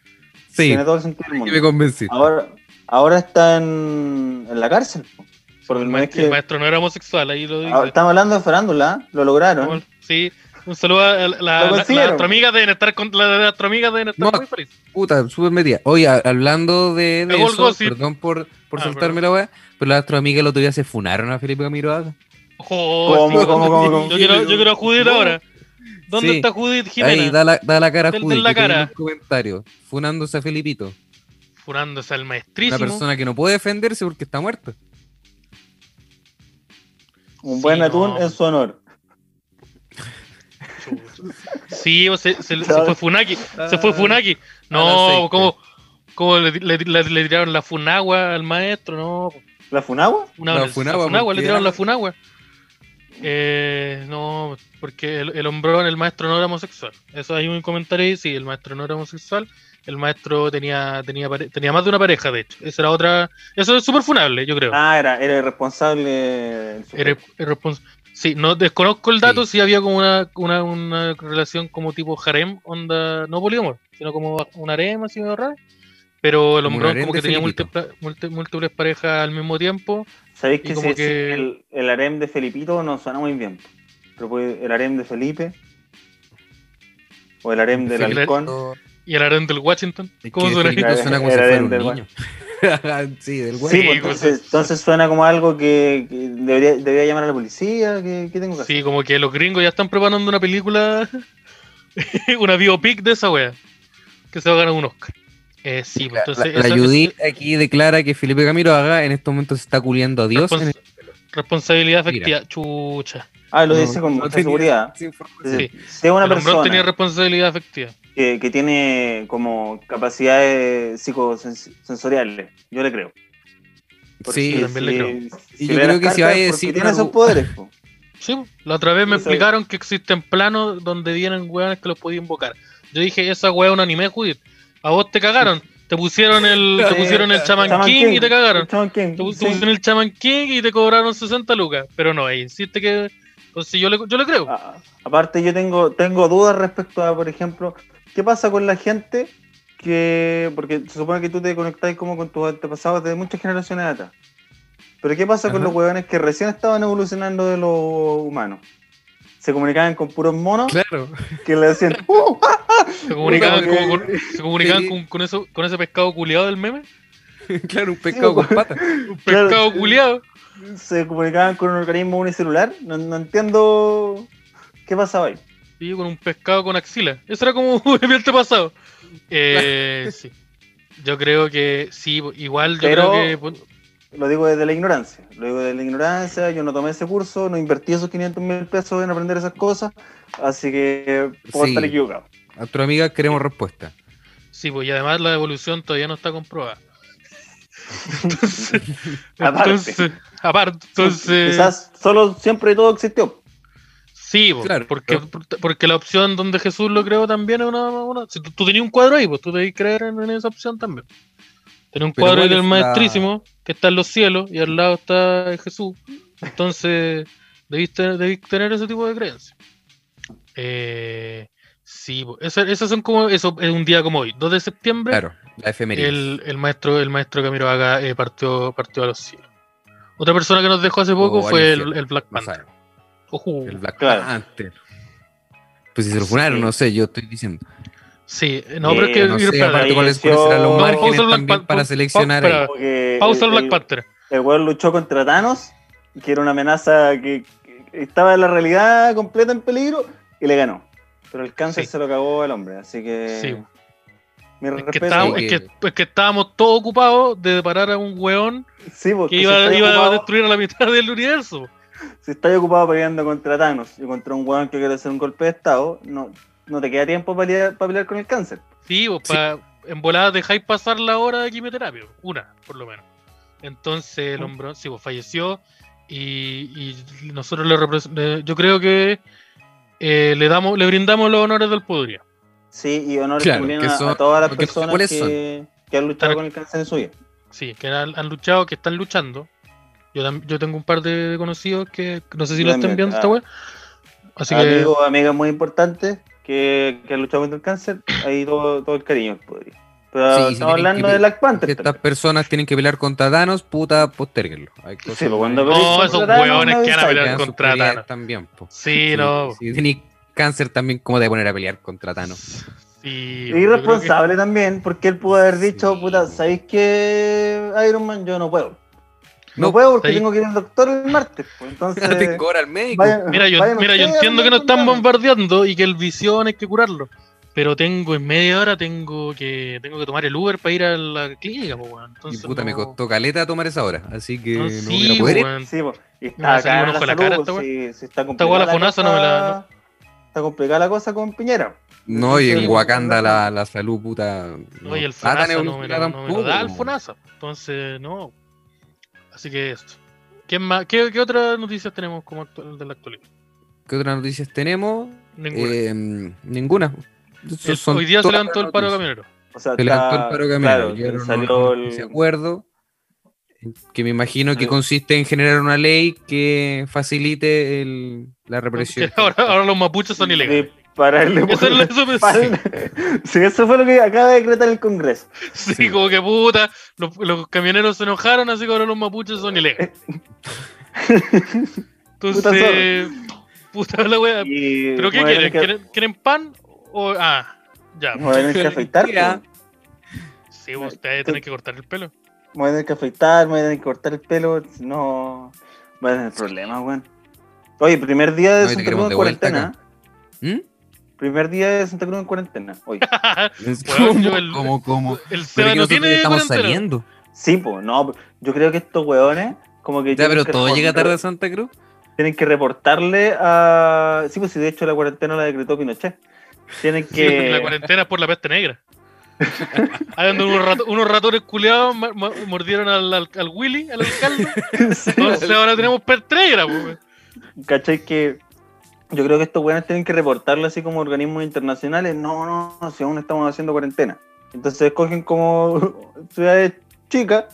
sí,
Tiene todo el sentido del
que me
mundo. Ah.
convencí.
Ahora, ahora está en, en la cárcel. po. Por el
El,
mes
maestro, el
que,
maestro no era homosexual, ahí lo dice.
Ah, Estamos hablando de farándula, ¿eh? lo lograron.
Sí, un saludo a la, la,
Lo
la,
consiguieron.
las amigas deben estar con, la- las amigas deben estar
No.
muy felices.
Puta, súper metida. Oye, a- hablando de, de
Pegó el
eso,
gossip.
perdón por, por
Ah,
saltarme la weá, pero las otras amigas el otro día se funaron a Felipe Camiroaga.
Ojo,
¿Cómo,
sí,
cómo,
sí,
cómo, cómo?
Yo quiero, yo quiero a Judith
No.
ahora. ¿Dónde
Sí.
está Judith
Ahí,
Jimena?
da la, da la cara a
Del-
Judy,
del la
que tiene
cara.
un comentario, funándose a Felipito.
Furándose al maestrísimo.
Una persona que no puede defenderse porque está muerta.
Un
Sí,
buen atún
no.
en su honor.
Chucha. Sí, o se, se- se
Chao.
fue Funaki. Se fue Funaki.
al
No,
aceite.
como como le, le- le- le tiraron la funagua al maestro? No,
¿La Funagua?
Una
La
la
Funagua,
funagua,
porque
le tiraron
era-
la funagua. Eh, no, porque el, el hombrón, el maestro no era homosexual. Eso hay un comentario ahí, sí, el maestro no era homosexual. El maestro tenía tenía pare- tenía más de una pareja, de hecho. Esa era otra. Eso es súper funable, yo creo.
Ah, era, era irresponsable. el sujeto.
Era- era respons- sí, no desconozco el dato si había como una, una, una relación como tipo harem, onda, no poliamor, sino como un harem así medio raro. Pero el
Como un
hombrón
harem
como que
de
tenía
Felipito.
múltipla- múlti- múltiples parejas al mismo tiempo.
¿Sabéis
y
que,
como
si-
que-
el, el harem de Felipito no suena muy bien? Pero puede- el harem de Felipe. O el harem del
Sí, claro.
halcón.
Y el harem del Washington. ¿Cómo
que
suena?
Felipito
Era-
suena como si
era
fuera
del-
un
del
niño. sí, del
Sí,
güey.
pues,
pues,
entonces, entonces suena como algo que, que debería, debería llamar a la policía. que que tengo que hacer?
Sí, como que los gringos ya están preparando una película, una biopic de esa wea, que se va a ganar un Oscar. Eh, sí, pues, entonces.
la la
esa-
Judy
esa
aquí declara que Felipe Camiroaga en estos momentos está culiando a Dios. en
respons-
el-
responsabilidad afectiva, chucha.
Ah, lo
No,
dice con
no
mucha
tenía-
seguridad.
Sí, información.
Entonces,
sí.
Si es una
el hombrón
persona
tenía responsabilidad afectiva.
que, que tiene como capacidades psicosensoriales, yo le creo. Porque
Sí,
yo también le creo.
si
Y yo
lee
creo
las
que si
cartas,
vaya a
porque
decir
Tiene
algo-
esos poderes, po.
Sí, pues, la otra vez me
Sí, sí.
explicaron que existen planos donde vienen weones que los podía invocar. Yo dije, esa wea es un anime, Judith. A vos te cagaron. Te pusieron el,
Sí,
te pusieron el Shaman
eh, Shaman
King y te cagaron.
Shaman King,
Te
sí.
pusieron el Chaman King y te cobraron 60 lucas. Pero no, ahí insiste que. Entonces yo le, yo le creo.
A- Ah, Aparte, yo tengo, tengo dudas respecto a, por ejemplo, ¿qué pasa con la gente que. Porque se supone que tú te conectás como con tus antepasados de muchas generaciones atrás. Pero ¿qué pasa con
Ajá.
los huevones que recién estaban evolucionando de los humanos? Se comunicaban con puros monos
Claro.
que le decían. "Uh, ah",
Se comunicaban,
Puta,
como
porque-
con, se comunicaban
Sí.
con, con eso, con ese pescado culiado del meme.
claro, un pescado con
pues.
patas.
Un
Claro.
pescado culiado.
Se comunicaban con un organismo unicelular. No, no entiendo qué pasaba ahí.
Y con un pescado con axila. Eso era como el antepasado. Eh, sí. Yo creo que sí, igual yo
Pero-
creo que. pon-
Lo digo desde la ignorancia. Lo digo desde la ignorancia. Yo no tomé ese curso, no invertí esos 500 mil pesos en aprender esas cosas. Así que puedo
Sí.
estar equivocado.
A tu amiga queremos respuesta.
Sí, pues y además la evolución todavía no está comprobada. Entonces,
Aparte.
entonces, aparte, entonces,
Quizás solo siempre todo existió.
Sí, po,
Claro,
porque, porque la opción donde Jesús lo creó también es una... una- si tú, tú tenías un cuadro ahí, pues tú debes creer en, en esa opción también. Tenés un
Pero
cuadro ahí
¿cuál es
del
la-
maestrísimo que está en los cielos y al lado está Jesús. Entonces, debiste, debís tener ese tipo de creencias. Eh, Sí, po. Esa- esas son como eso, es un día como hoy, 2 de septiembre.
Claro, la efeméride.
el, el maestro el maestro Camilo Haga eh, partió, partió a los cielos. Otra persona que nos dejó hace poco
al
fue el,
infierno.
el Black
Oh, No
Panther.
sabemos.
Ojo.
El Black
Claro.
Panther. Pues si se lo
Sí.
funaron, no sé, yo estoy diciendo.
Sí, eh, no, pero es
Eh,
que.
no sé,
espérate,
aparte
ahí
cuáles
venció-
cuáles serán los
No,
pausa el
márgenes
Black
también
Pan-
para
pausa-
seleccionar
espera.
ahí.
Porque
pausa
el-
al Black
el-
Panther.
El weón luchó contra Thanos, que era una amenaza que, que estaba en la realidad completa en peligro, y le ganó. Pero el cáncer
Sí.
se lo cagó al hombre, así que.
Sí.
Mi
Es
respeto.
que, estábamos, es, que, es que estábamos todos ocupados de parar a un weón
Sí, porque
que iba,
si,
iba
estáis
a
ocupado,
destruir a la mitad del universo.
si estáis ocupado peleando contra Thanos y contra un weón que quiere hacer un golpe de estado, no, no te queda tiempo para lidiar- para pelear con el cáncer.
Sí, pues
Sí.
pa- en volada dejáis pasar la hora de quimioterapia, una, por lo menos. Entonces el
Mm.
hombre, sí, pues falleció y, y nosotros le repres- le- yo creo que eh, le damos, le brindamos los honores del podría.
Sí, y honor
Claro,
también
que
a,
son-
a todas las
porque no sé
personas
cuáles
que, que han luchado
Claro.
con el cáncer en su vida.
Sí, que han, han luchado, que están luchando. Yo, tam- yo tengo un par de, de conocidos que no sé si
Yo
lo
también,
están viendo esta
ah.
web. Así que
Amigos, amigas muy importantes que, que han luchado contra el cáncer, ahí todo, todo el cariño podría. Pero
Sí, sí, tienen
estamos hablando
que-
de Black
Que
Panther.
estas
también.
personas tienen que pelear contra Thanos, puta, postérguenlo. Hay cosas
pero cuando
que-
pelean
No,
contra
esos
Thanos,
hueones que
no
van a
avisáis.
pelear
Vean sus
contra
prioridades
Thanos.
También, po.
sí, no.
Si tenéis cáncer también, ¿cómo te voy a poner a pelear contra Thanos?
Sí, yo creo que-
Irresponsable también, porque él pudo haber dicho,
Sí.
puta, ¿sabéis qué, Iron Man? Yo no puedo. No,
No,
puedo porque
¿sabéis?
tengo que ir al doctor el martes. pues, entonces,
No tengo hora al médico.
vayan-
Mira, yo,
vayan
mira, yo
ustedes a
entiendo que no
pelear
están
con Thanos.
bombardeando y que el visión hay que curarlo. Pero tengo en media hora tengo que tengo que tomar el Uber para ir a la clínica, po, weón.
Y
Entonces,
puta, me
no-
costó caleta tomar esa hora. Así que
no,
no,
sí,
voy a poder ir.
weón.
Sí, po, y
Me va
está
a salir
acá
un ojo
la
en la
salud,
cara esta
po,
wea.
si, si está
wea
complicada
la
la
FONASA
cosa,
no me la-
está complicada la cosa con Piñera.
No, y
Sí,
en Wakanda la, la salud, puta.
No, y el
está tan
FONASA no me,
evolucionada
lo, no me lo
tampoco,
da el
po.
FONASA. Entonces, no. Así que esto. ¿Quién más? ¿Qué, qué otras noticias tenemos como actual- de la actualidad?
¿Qué otras noticias tenemos?
Ninguna.
Eh, ninguna. Esos
El-
son
hoy día se
todas
levantó el
las
paro
noticias.
camionero.
O sea,
Se levantó el
está-
paro caminero.
claro,
Llegaron a
salió
un-
el-
ese acuerdo que me imagino que
Salió.
consiste en generar una ley que facilite el- la represión.
Ahora, ahora los mapuches son ilegales.
dispararle por
Eso es lo
la
eso me-
espalda. Sí, eso fue lo que acaba de decretar el Congreso.
Sí,
Sí.
como que puta, los, los camioneros se enojaron, así que ahora los mapuches son ilegales. Entonces, puta, la wea.
Y
Ah, ¿Pero qué quieren?
me voy a tener
¿Quieren, quieren pan? O, ah, ya.
que- me voy a tener que afeitar.
Mira.
pues.
Sí, vos te vas a tener que cortar el pelo.
Me voy a tener que afeitar, me voy a tener que cortar el pelo. si No. Voy a tener problemas, weón. Oye, primer día de
No, y te
Santa
queremos
Cruz
de
en
vuelta
cuarentena.
¿Mm?
¿eh? Primer día de Santa Cruz en cuarentena. Oye.
Weón, yo
¿Cómo?
el-
¿Cómo? ¿Cómo?
El
Pero
Seba
es que
no
nosotros
tiene
ya estamos
cuarentena.
saliendo.
Sí, pues, no. Yo creo que estos weones, como que.
Ya,
tienen
pero
que
todo llega
reportar-
tarde a Santa Cruz.
Tienen que reportarle a. Sí, pues, si de hecho la cuarentena la decretó Pinochet. Tienen
Sí, porque La
que.
cuarentena es por la peste negra. Ahí donde unos, rat- unos ratones culeados ma- ma- mordieron al, al- al Willy, al alcalde.
Sí,
Entonces ahora tenemos peste negra. pues.
¿Cachai? Que yo creo que estos weones tienen que reportarlo así como organismos internacionales. No, no, no, si aún estamos haciendo cuarentena. Entonces cogen como ciudades chicas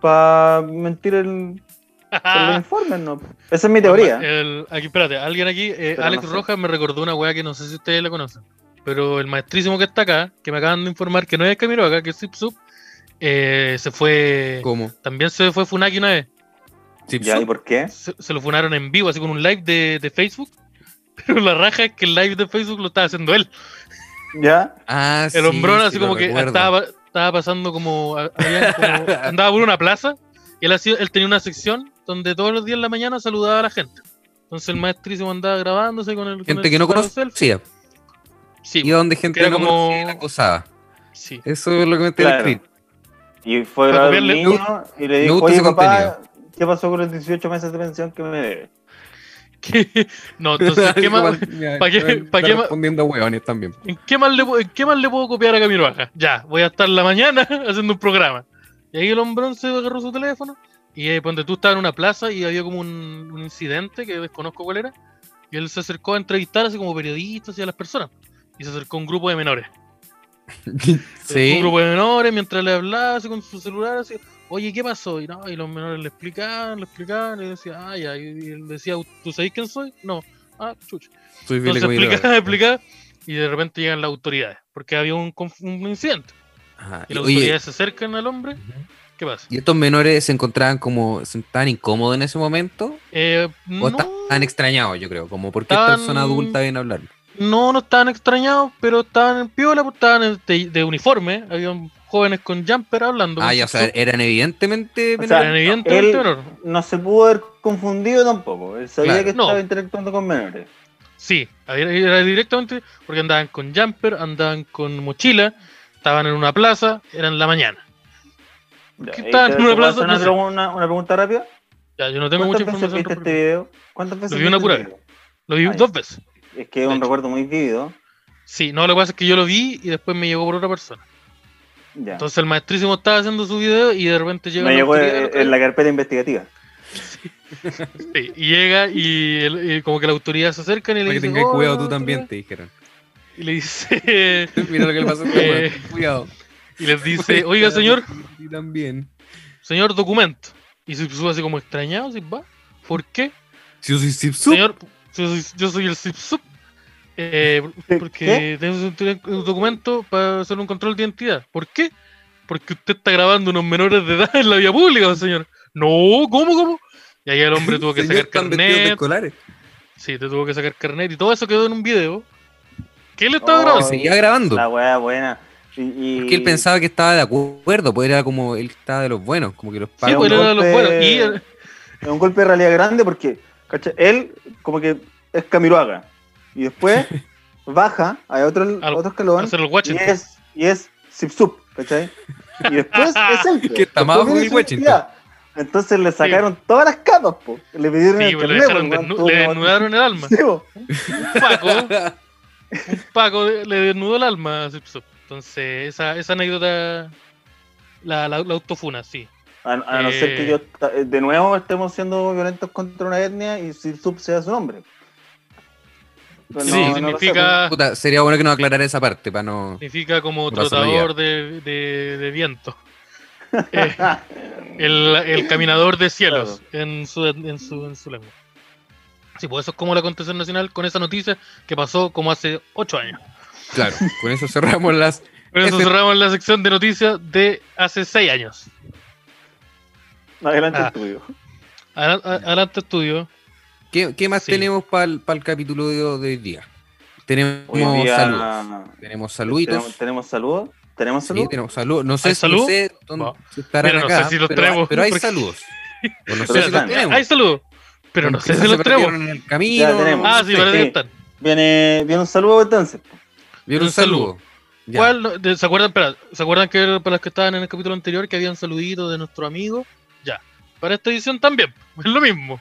para mentir el, por
Ah.
los informes, ¿no? Esa es mi teoría.
El- aquí, espérate, alguien aquí, eh,
Pero
Alex
no sé.
Rojas me recordó una weá que no sé si ustedes la conocen. Pero el maestrísimo que está acá, que me acaban de informar que no es Camilo acá, que es Zip Sup, eh, se fue.
¿Cómo?
También se fue Funaki una vez.
Ya, ¿y
Simpson.
por qué?
Se, se lo funaron en vivo, así con un live de, de Facebook. Pero la raja es que el live de Facebook lo estaba haciendo él.
¿Ya?
Ah,
El
sí,
hombrón,
sí
así
lo
como que
recuerdo.
estaba, estaba pasando como, a- habían como- Andaba por una plaza y él, hacía- él tenía una sección donde todos los días en la mañana saludaba a la gente. Entonces el maestrísimo andaba grabándose con el. con
Gente
el
que no
celular selfie.
conocía.
Sí,
Y donde gente
era
no
como-
conocía y la acosaba.
sí.
Eso es lo que me está
Claro.
escrito.
Y fue
Para
a un
copiarle-
niño y le
me
dijo,
gusta
oye
ese
papá, ¿qué pasó con los 18 meses de pensión que me debe?
¿Qué? No, entonces, ¿qué más, pa' qué- pa' qué más-
respondiendo a hueones también.
¿en qué más le, pu- en qué más le puedo copiar a Camilo Baja? Ya, voy a estar la mañana haciendo un programa. Y ahí el hombrón se agarró su teléfono y eh, ponte tú estaba en una plaza y había como un, un incidente que desconozco cuál era. Y él se acercó a entrevistar así como periodistas y a las personas. Y se acercó a un grupo de menores.
Sí.
Un grupo de menores mientras le hablaba así con su celular, así, oye, ¿qué pasó? Y, no, y los menores le explicaban, le explicaban, y decía, ah, ya, y y él decía, ¿tú sabés quién soy? No, ah, chucha.
Soy Felipe
Entonces
Camilo.
explicaba, explicaba, y de repente llegan las autoridades, porque había un, conf- un incidente.
Ajá.
Y
Y,
las
oye,
autoridades se acercan al hombre, ¿qué pasa?
¿y estos menores se encontraban como, se estaban incómodos en ese momento?
Eh,
¿O
no,
estaban extrañados, yo creo? Como, ¿por qué esta
Estaban-
persona adulta viene a hablar?
no, no estaban extrañados, pero estaban en piola, porque estaban en- de, de uniforme, habían jóvenes con jumper hablando.
Ah,
con
ya, o
su-
sea, eran evidentemente
O
menores.
sea,
eran evidentemente
él-
menor.
No se pudo haber confundido tampoco. Él sabía
Claro.
que
No.
estaba interactuando con menores.
Sí, era, era directamente porque andaban con jumper, andaban con mochila, estaban en una plaza, era en la mañana.
Ya,
¿Qué
ahí
tal?
te-
Un
te
aplauso,
paso Una,
no sé.
pregunta- una pregunta rápida.
Ya, yo no tengo mucha
¿Cuántas
información.
veces viste
respecto-
este video? ¿Cuántas veces
vi una
viste
pura
este
vez.
video?
Lo vi
Ah, ya.
dos veces.
Es que es un
hecho.
recuerdo muy vívido.
Sí, no, lo que pasa es que yo lo vi y después me llegó por otra persona.
Ya.
Entonces el maestrísimo estaba haciendo su video y de repente llega.
Me
la
llegó
autoridad,
en, en la carpeta investigativa.
sí, y llega y, el- y como que la autoridad se acerca y le
Para que
dice.
tengáis
"Oh,
cuidado tú
autoridad",
también, te dijeron.
Y le dice.
Mira lo que le pasó a este
Eh,
weón. Cuidado.
y les
pues,
dice, oiga señor,
Y también.
señor documento. Y se puso así como extrañado, así, va. ¿Por qué?
Si yo soy Sipsu,
Señor, yo soy, yo soy el SIPSUP. eh,
¿Qué?
porque tenemos un, un documento para hacer un control de identidad. ¿Por qué? Porque usted está grabando unos menores de edad en la vía pública, señor. No, ¿cómo, cómo? Y ahí el hombre tuvo que
señor,
sacar
están vestidos de
carnet.
escolares.
Sí, te tuvo que sacar carnet y todo eso quedó en un video. ¿Qué le
Oh,
estaba
Que
grabando?
seguía grabando.
La weá buena. Y, y-
Porque él pensaba que estaba de acuerdo, pues era como él estaba de los buenos, como que los
Sí,
pagos.
pues
un
era de los
golpe-
buenos. Y el-
Es un golpe de realidad grande porque, ¿cacha? Él, como que es Camiroaga. Y después baja a otro,
Al-
otro escalón.
hacer el
Y
Washington.
es, y es Sipsup, ¿cachai? Y después es él. pues, po.
Que está más
Después
abajo
viene
que
su
Washington.
identidad. Entonces le sacaron todas las capas, po. Le pidieron
Sí,
el
pues, le, dejaron
carnet, po,
desnu-
weón,
le
tuvo que-
desnudaron el alma.
Sí, po.
Un Paco, Paco de- le desnudó el alma a Zipzop. Entonces, esa, esa anécdota, la, la, la autofuna, sí.
A, a no ser que
Eh.
yo ta- de nuevo estemos siendo violentos contra una etnia y Sipsup sea su nombre. Pero
Sí,
no- no lo sé,
significa,
Puta, sería bueno que nos aclarara esa parte para no.
significa como
Brazo
trotador de, de- de viento.
po.
Eh, el, el caminador de cielos en, su, en, su, en su lengua. Sí, pues eso es como la contención nacional con esa noticia que pasó como hace ocho años.
Claro, con eso cerramos las.
Con eso
Ese-
cerramos la sección de noticias de hace seis años.
Adelante
Ah.
el tuyo.
Adela- a- Adelante, estudio.
¿Qué, qué más
Sí.
tenemos para el capítulo de, de hoy día? Tenemos
Hoy día-
saludos. Tenemos saluditos.
¿Tenemos, tenemos saludos? ¿Tenemos
Sí,
saludos?
tenemos saludos. No sé,
¿Hay
no
salud?
sé dónde
No.
estarán
Mira, no sé
acá,
si los
pero,
traemos,
pero hay
porque-
saludos. O no sé
Pero
si
sí
los
están.
tenemos.
Hay saludos, pero no
Porque
sé si
se
los
perdieron
tenemos.
en el camino.
Ya tenemos.
Ah, sí,
Sí.
parece que están.
Viene, viene un saludo entonces.
Vieron un
Un saludo.
saludo. Ya.
¿Cuál? no- de- ¿Se acuerdan? espera, ¿se acuerdan que era para las que estaban en el capítulo anterior que habían saluditos de nuestro amigo? Ya. Para esta edición también. Es lo mismo.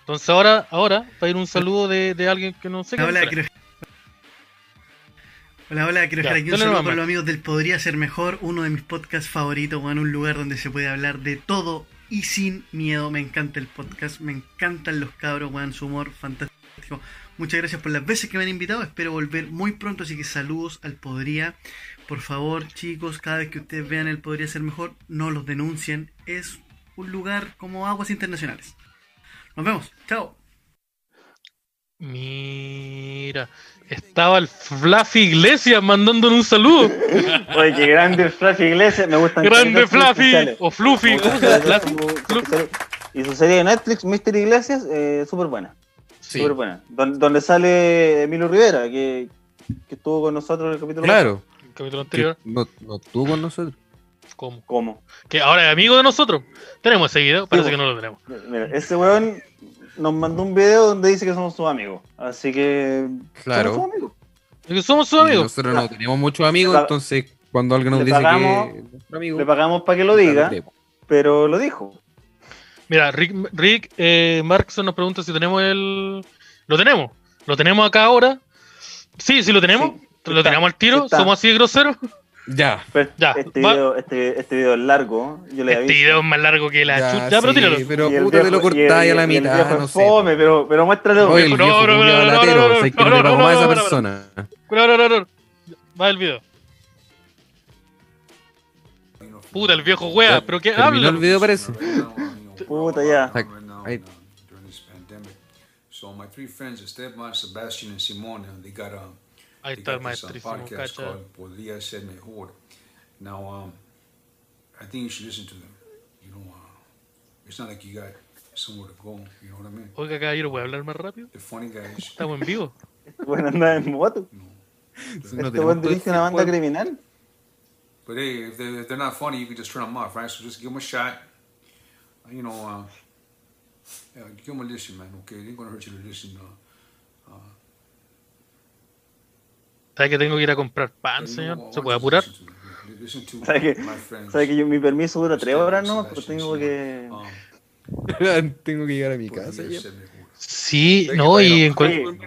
Entonces ahora, ahora va a ir un saludo de, de alguien que no sé qué.
Hola, hola, quiero... Hola, hola,
Ya,
quiero dejar aquí un
dale
saludo
nomás,
con
Max.
los amigos del Podría Ser Mejor, uno de mis podcasts favoritos, bueno, un lugar donde se puede hablar de todo y sin miedo. Me encanta el podcast, me encantan los cabros, weón, su humor fantástico. Muchas gracias por las veces que me han invitado, espero volver muy pronto, así que saludos al Podría. Por favor, chicos, cada vez que ustedes vean el Podría Ser Mejor, no los denuncien. Es un lugar como aguas internacionales. Nos vemos, chao.
Mira, estaba el Fluffy Iglesias mandándole un saludo.
Oye, qué grande el Fluffy Iglesias. Me gustan
Grande
caleta sus
Fluffy
especiales.
o Fluffy.
Me
¿Cómo
gustan
se llama?
caleta
Fluffy.
sus- sus especiales. Y su serie de Netflix, Mister Iglesias, eh, súper buena.
Sí.
Súper buena. Don- donde sale Emilio Rivera, que, que estuvo con nosotros en el capítulo.
Claro.
El capítulo
que
anterior.
No, no estuvo con nosotros.
¿Cómo?
¿Cómo?
Que ahora es amigo de nosotros. Tenemos ese video, parece
Sí,
que no lo tenemos.
Mira, ese weón nos mandó un video donde dice que somos sus amigos. Así que.
Claro.
Somos sus amigos.
Es que Somos sus
Y
amigos.
Nosotros no tenemos muchos amigos,
Le-
entonces cuando alguien nos
le
dice
pagamos-
que es nuestro amigo,
Le pagamos para que lo diga,
creemos.
pero lo dijo.
Mira, Rick, Rick eh, Markson nos pregunta si tenemos el. Lo tenemos. Lo tenemos acá ahora. Sí, sí lo tenemos.
Sí,
lo
está,
tenemos al tiro.
está.
Somos así de groseros.
Ya.
Pero
Ya,
este,
va.
video, este, este video es largo. Yo le
Este
aviso.
video es más largo que la chucha. Ya, pero
sí,
tíralo.
pero
Y el
puta, te lo
viejo- y el-
cortáis a
y
la
el viejo
mitad, no
es
sé.
Fome, pero, pero muéstralo.
Oye, el
No, no,
viejo
no,
culiao
no, no,
latero,
no, no,
o sea, que
no,
no le
no,
pago más a
no,
esa
no,
persona.
No, no, no, no. Va el video. Puta, el viejo wea.
Ya,
Pero que
terminó
habla.
el video parece.
Puta, ya.
Ahí.
So my three friends, Esteban, Sebastian, and Simone, they got a
Ahí está el maestrísimo,
podcast
cacha.
called Podría Ser Mejor. Now, um, I think you should listen to them. You know, uh, it's not like you got somewhere to go. You know what I mean?
Oiga, caballero, ¿voy a hablar más rápido?
The funny guys,
Estamos en vivo.
Bueno, anda en moto.
you know.
este buen dirige una banda criminal.
But hey, if they're, if they're not funny, you can just turn them off, right? So just give them a shot. Uh, You know, uh, yeah, give them a listen, man. Okay, it ain't gonna hurt you to listen. Uh,
¿Sabes que tengo que ir a comprar pan,
you know,
señor?
why
¿Se
don't
puede
you
apurar?
Listen to, them, yeah. listen to
¿Sabes
my
que,
friends.
sabe que yo, mi permiso dura tres horas,
Sebastian,
¿no? Pero tengo que.
um,
Tengo que llegar a
Pues,
mi
Podría
casa ya.
Ser Mejor.
Sí, no, y en cual-
Sí.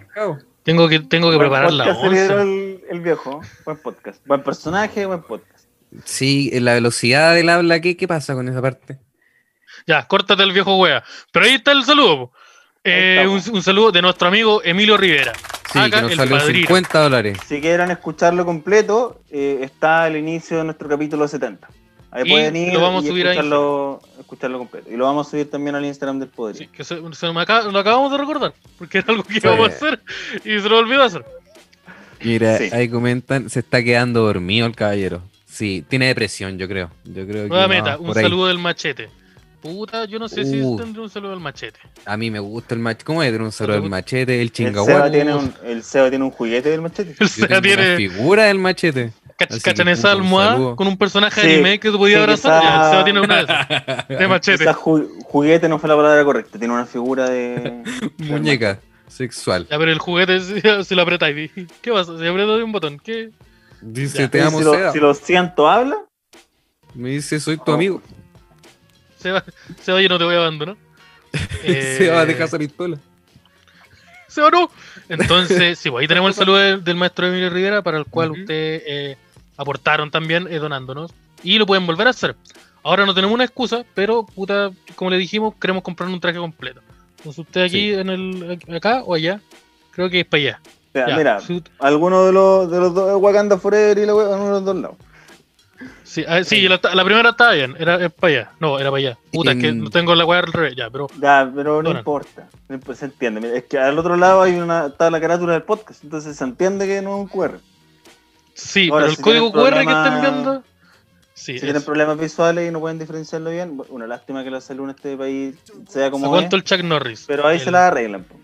tengo que, tengo que
Buen
preparar la
podcast se lideró
once.
el, el viejo. Buen podcast. Buen personaje, buen podcast.
Sí, en la velocidad del habla, ¿qué, qué pasa con esa parte?
Ya, córtate el viejo wea. Pero ahí está el saludo. po. Eh, un,
estamos.
un saludo de nuestro amigo Emilio Rivera.
Sí,
Ah, Acá
que nos
el
salió en
padrino.
50 dólares.
Si quieren escucharlo completo, eh, está al inicio de nuestro capítulo 70. Ahí
Y
pueden ir
lo vamos a
y
subir a
escucharlo, escucharlo completo. Y lo vamos a subir también al Instagram del Poder.
Sí, que se, se me acaba- lo acabamos de recordar, porque era algo que íbamos a hacer y se lo olvidó hacer.
Mira,
Sí.
ahí comentan, se está quedando dormido el caballero. Sí, tiene depresión, yo creo. Yo creo que
Nueva
va
meta, un
por ahí.
saludo del machete. Puta, yo no sé si
Uh.
tendré un saludo del machete.
A mí me gusta el machete. ¿Cómo es? Un saludo del machete, el
El
chingahuá.
Seba, tiene un, el Seba tiene un juguete del machete.
O
Yo
sea,
tengo una
tiene.
figura del machete.
cach-
así que
¿Cachan esa
puta, un
almohada
saludo.
con un personaje
Sí,
de anime que te podía
sí,
abrazar?
quizá-
Ya, el Seba tiene una de esas. De machete.
Quizás ju- juguete no fue la palabra correcta. Tiene una figura de.
Muñeca sexual.
Ya, pero el juguete se, se lo apretáis. y- ¿Qué pasa? Se aprieta de un botón. ¿Qué?
Dice,
Ya.
te
Si
amo, Seba.
lo, si lo siento, habla.
Me dice, soy tu
Oh.
amigo.
Seba, Seba, yo no te voy a abandonar. Eh,
Seba, deja esa pistola.
¿Sí o no? Entonces, sí, pues ahí tenemos el saludo del, del maestro Emilio Rivera, para el cual
Ujú.
ustedes eh, aportaron también eh, donándonos. Y lo pueden volver a hacer. Ahora no tenemos una excusa, pero puta, como le dijimos, queremos comprar un traje completo. Entonces usted aquí en el acá o allá, creo que es para allá.
O sea,
Ya,
mira,
si-
alguno de los, de los dos, Wakanda Forever y la wea, uno de los dos lados.
sí, ah, sí, la, la primera estaba bien, era para allá. No, era para allá. Puta, es que
En-
no tengo la weá al revés, ya, pero
Ya, pero no
Bueno.
importa. No imp- Se entiende. Mira, es que al otro lado hay una, está la carátula del podcast. Entonces se entiende que no es un QR.
sí,
Ahora,
pero el
si
código QR
tienen
que estén
problemas-
viendo. Sí,
Si
es-
tienen problemas visuales y no pueden diferenciarlo bien, bu- una lástima que la salud en este país sea
se
como es,
aguantó el Chuck Norris.
pero ahí
El-
se la arreglan. po.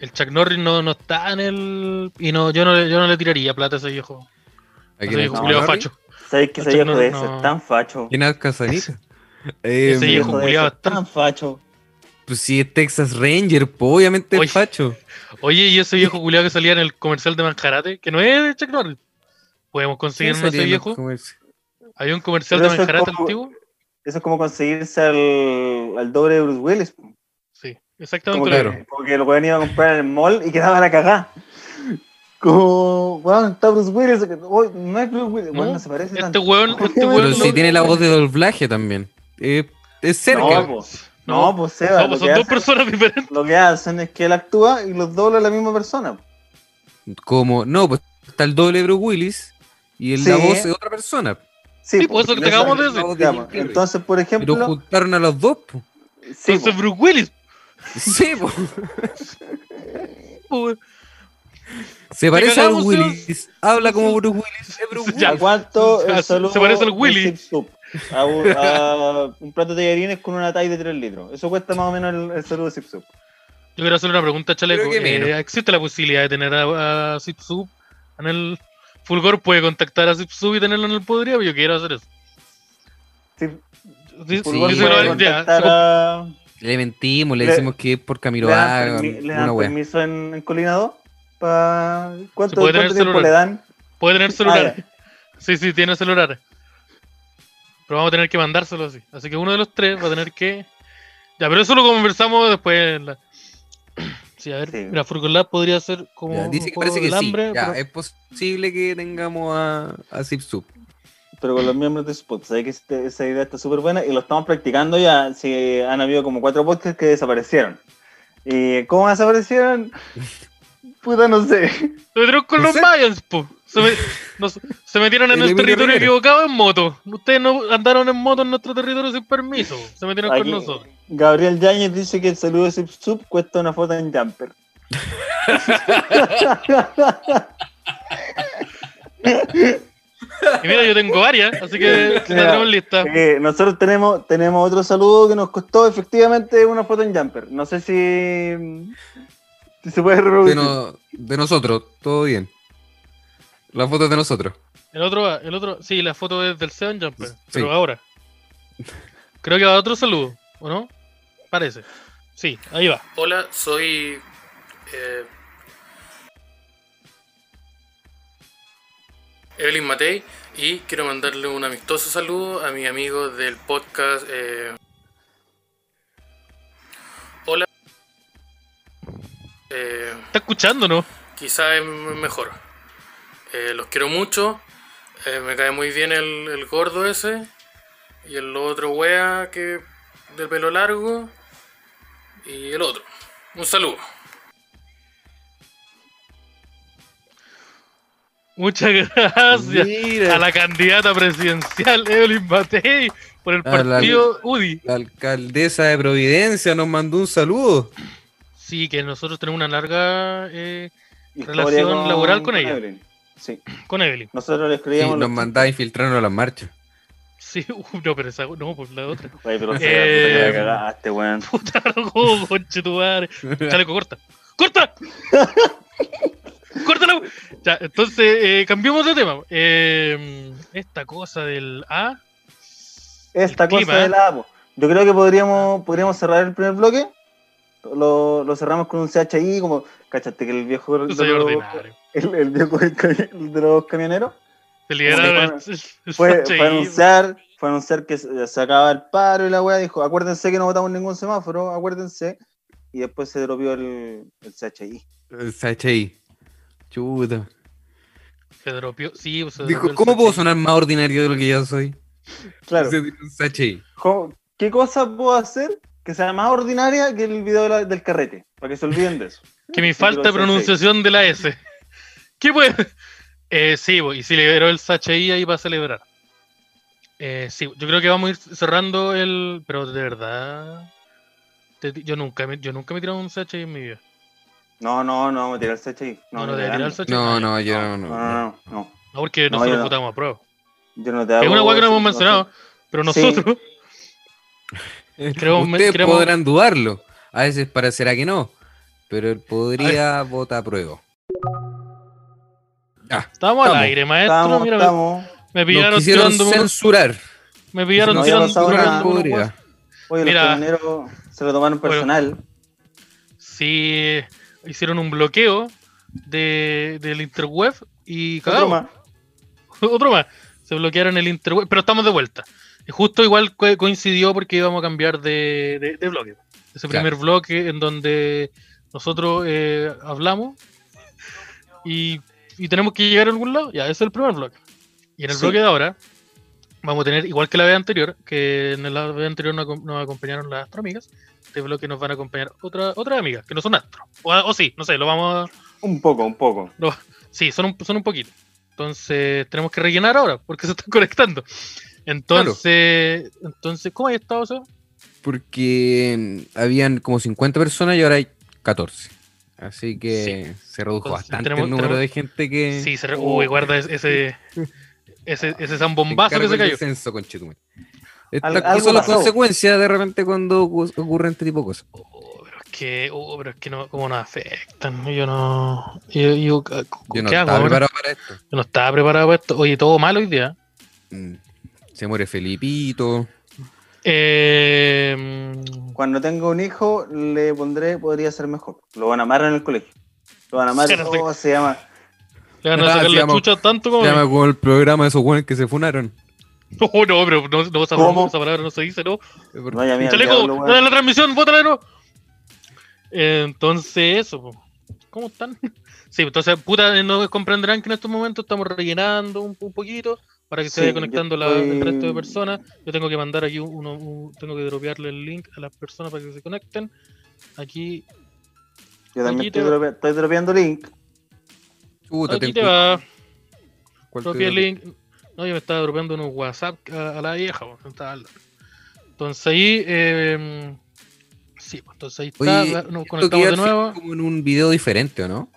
El Chuck Norris no, no está en el. Y no, yo no, le- yo no le tiraría plata a ese viejo. A
Aquí
ese
en
viejo
el
no,
culiado
Norris.
facho.
¿Sabéis que
El
ese viejo
Chuck
de
Norris
ese
no-
es tan facho?
¿Quién es Casanica? Eh,
Ese
Ese
este viejo
viejo de
culiao
ese es
tan-
tan facho.
Pues sí, es Texas Ranger, po, obviamente
Oye.
es facho.
Oye, y ese viejo culiado que salía en el comercial de Manjarate, que no es de Chuck Norris. Podemos
¿Quién
conseguirnos
salía
ese
en los
viejo.
comercios?
Había un comercial de
Pero eso es
Manjarate
como-
antiguo.
Eso es como conseguirse al, al doble de Bruce Willis. po.
Sí,
Como,
exactamente.
que,
lo
Claro.
mismo.
como que lo pueden ir a comprar en el mall y quedaba la cagada. Como, weón, está Bruce Willis. Uy, no es Bruce Willis.
No,
Weón, no se parece
Este
tanto.
weón, este
Pero
weón.
Pero
Bueno,
si
no-
tiene la voz de doblaje también. Eh, es cerca.
No, po.
No,
No, pues Seba,
no,
lo,
pues
que
son dos
hacen,
personas diferentes.
lo que hacen es que él actúa y los dobla la misma persona.
Como, no, pues está el doble de Bruce Willis y el- la
Sí.
voz de otra persona.
Sí, pues, eso que te
esa-
acabamos de
La voz de
ya,
Jim
pues,
Carrey.
Entonces, por
Y lo
ejemplo,
juntaron a los dos, po.
sí, pues.
Entonces,
po.
Bruce Willis.
Sí, po.
po, weón.
Se parece a
cagamos,
Bruce Willis. Habla como Bruce Willis. Es Bruce
Ya.
¿a
Willis.
cuánto
Se-
el
se
saludo
parece al
de
Willy.
Zip Zup? A, un- a un plato de tallarines con una talla de 3 litros. Eso cuesta más o menos el, el saludo de Zip Zup.
Yo quiero hacerle una pregunta, Chaleco.
Creo que
Eh,
menos.
¿Existe la posibilidad de tener a, a Zipsub en el Fulgor? ¿Puede contactar a Zipsub y tenerlo en el podría? Yo quiero hacer eso.
Zip-
Sí,
Fulgor
puede
sí, sí,
puede
lo- ya,
contactar a-
Le mentimos, le
Le-
decimos que es por
¿Le dan,
Camiroaga,
permi- le dan
una wea.
permiso en, en Colina 2? Pa- ¿Cuánto,
puede tener
cuánto tiempo
celular.
le dan?
se- puede tener celular.
Ah, ya.
sí, sí, tiene celular. Pero vamos a tener que mandárselo así. Así que uno de los tres va a tener que. Ya, pero eso lo conversamos después. en la- Sí, a ver,
Sí.
mira, Fulgor Lab podría ser como.
Ya, dice
un
que
juego
parece que
del
sí.
hambre,
Ya,
pero-
es posible que tengamos a, a Zip Zup.
Pero con los miembros de Spot, sabes que este- esa idea está súper buena y lo estamos practicando ya. Sí, han habido como cuatro podcasts que desaparecieron. ¿Y cómo desaparecieron? Puta, no sé.
Se metieron con
No
los
sé.
Mayans, po. Se, me- nos- se metieron en
El
el
Emilio
territorio
Rivera.
equivocado en moto. Ustedes no andaron en moto en nuestro territorio sin permiso. Se metieron
Aquí,
con nosotros.
Gabriel Yáñez dice que el saludo de Zip Sub cuesta una foto en jumper.
Y mira, yo tengo varias, así que la tenemos lista.
Eh, nosotros tenemos, tenemos otro saludo que nos costó efectivamente una foto en jumper. No sé si, si se puede
De,
reproducir.
no- de nosotros, todo bien. La foto es de nosotros.
El otro, va- el otro, sí, la foto es del Seven Jumper,
Sí.
pero ahora. Creo que va otro saludo, ¿o no? Parece. Sí, ahí va.
Hola, soy. eh, Evelyn Matei y quiero mandarle un amistoso saludo a mis amigos del podcast. eh, Hola. Eh,
Está escuchando, ¿no?
quizá es m- mejor. Eh, los quiero mucho. eh, me cae muy bien el, el gordo ese. Y el otro wea que del pelo largo. Y el otro. Un saludo.
Muchas gracias
Mira.
a la candidata presidencial Evelyn Matei por el
A Ah, la-
partido UDI.
La alcaldesa de Providencia nos mandó un saludo.
Sí, que nosotros tenemos una larga eh,
Historia
relación laboral con ella.
Evelyn. Sí,
con Evelyn.
nosotros le
Y
escribíamos.
nos
los-
mandaba a infiltrarnos a las marchas.
Sí, uh, no, pero esa, no, por la otra.
Oye, pero se
Eh,
la cagaste, este weón.
Puta, loco, conche tu madre. Chaleco, corta. ¡Corta! ¡Corta la- Ya, entonces, eh, cambiemos de tema. Eh, esta cosa del A.
Esta
el
cosa
clima.
de la APO. Yo creo que podríamos, podríamos cerrar el primer bloque. Lo, lo cerramos con un CHI, como, cachaste que el viejo de
No
los,
soy ordinario.
el, el viejo del cami- de los camioneros
Se liberaron el- el
fue,
Sanche
fue
y-
anunciar, fue anunciar que se, se acaba el paro y la weá dijo, acuérdense que no votamos ningún semáforo, acuérdense. Y después se dropió el, el CHI.
Eh, Sachei. Chuta.
Se dropió. Sí, se dropió
Dijo,
el
¿cómo puedo
Sanche.
sonar más ordinario de lo que ya soy?
Claro.
Se tiró un Sachei.
Jo- ¿Qué cosa puedo hacer que sea más ordinaria que el video de la- del carrete? Para que se olviden de eso.
Que mi falta de
Pero Sanche.
pronunciación de la S. ¿Qué puede? Eh, sí, bo, y si liberó el Sacheí ahí para celebrar. Eh, sí, yo creo que vamos a ir cerrando el. Pero de verdad. te ti- Yo nunca me, yo nunca me he tirado un Sacheí en mi vida.
No, no, no, me tiré el CHI.
No,
No, no,
no,
ni
de tirar el
cagando.
Sacheí.
No, no, yo no.
no,
no.
Ah.
no, no, no.
No, porque
No,
nosotros
yo no.
votamos a prueba.
Yo no te
Es
hago-
una hueá que no hemos
no sé.
mencionado, pero
Sí.
nosotros. Creo-
Eh, Ustedes
creo-
podrán dudarlo. A veces parecerá que no. Pero él podría votar a prueba. Ah,
Estábamos al
Estamos,
aire, maestro.
Estamos,
mira, me-
estamos.
me
nos
pillaron
quisieron
tirando. unos-
censurar.
Me pillaron
No había
tirando.
pasado
unos-
nada.
Censurar
unos
podría.
hueás.
Oye,
Mira.
los camioneros se lo tomaron
Bueno.
personal.
Sí, hicieron un bloqueo de, del interweb y
Otro
cagamos.
más.
Otro más. Se bloquearon el interweb, pero estamos de vuelta. Y Justo igual co- coincidió porque íbamos a cambiar de, de, de bloque. Ese
Claro.
primer bloque en donde nosotros eh, hablamos y, y tenemos que llegar a algún lado. Ya, ese es el primer bloque. Y en el
Sí.
bloque de ahora vamos a tener, igual que la vez anterior, que en la vez anterior nos, acom- nos acompañaron las astroamigas, este bloque nos van a acompañar otra, otras amigas que no son astro. O, o sí, no sé, lo vamos a...
Un poco, un poco.
Sí, son un, son un poquito. Entonces, tenemos que rellenar ahora, porque se están conectando. Entonces, entonces ¿cómo hay estado eso?
Porque mm, habían como 50 personas y ahora hay 14. Así que se redujo
Entonces,
bastante
tenemos-
el número
tenemos-
de gente que.
Sí, se re-
Oh.
Uy, guarda es- ese, ese, ese
se
zambombazo que
encarga
se
del
cayó.
descenso, conchetumare.
Al-
Estas
algo
son las
pasó.
consecuencias de repente cuando ocu- ocurren este tipo de cosas.
Oh, pero es que, oh, pero es que no, cómo nos afectan. Yo no. Yo, yo-
Yo no
¿qué hago
estaba
ahora?
preparado para esto.
Yo no estaba preparado para esto. Oye, todo mal hoy día.
Mm. Se muere Felipito.
Eh, mm,
Cuando tenga un hijo, le pondré, podría ser mejor. Lo van a amar en el colegio. Lo van a amar,
Sí, no sé.
oh, se llama.
le van a
Ah,
sacar
sí,
la
vamos.
chucha tanto como.
Se llama como el programa de esos güeyes que se funaron.
No, no, pero no, no, esa,
¿Cómo?
esa palabra no se dice, ¿no?
No, ya, mira,
Chaleco,
diablo, weón.
dale la transmisión, bótala de nuevo. Entonces, eso, po. ¿cómo están? Sí, entonces, puta, eh, no comprenderán que en estos momentos estamos rellenando un, un poquito para que se
Sí,
vaya
yo
conectando la- el
estoy-
resto de personas. Yo tengo que mandar aquí un- uno, un- tengo que dropearle el link a las personas para que se conecten. Aquí,
Yo también
Poquito.
estoy, drope- estoy dropeando link.
Chuta,
aquí
ten
te
cu-
va,
¿cuál te
dropea el
dropea?
link. No, yo me estaba dropeando unos WhatsApp a, a la vieja, po, estaba al lado. Entonces ahí, eh, sí, pues, entonces ahí está,
Oye,
la- nos
Esto
conectamos
queda
de
al final
nuevo.
como en un video diferente, ¿o no?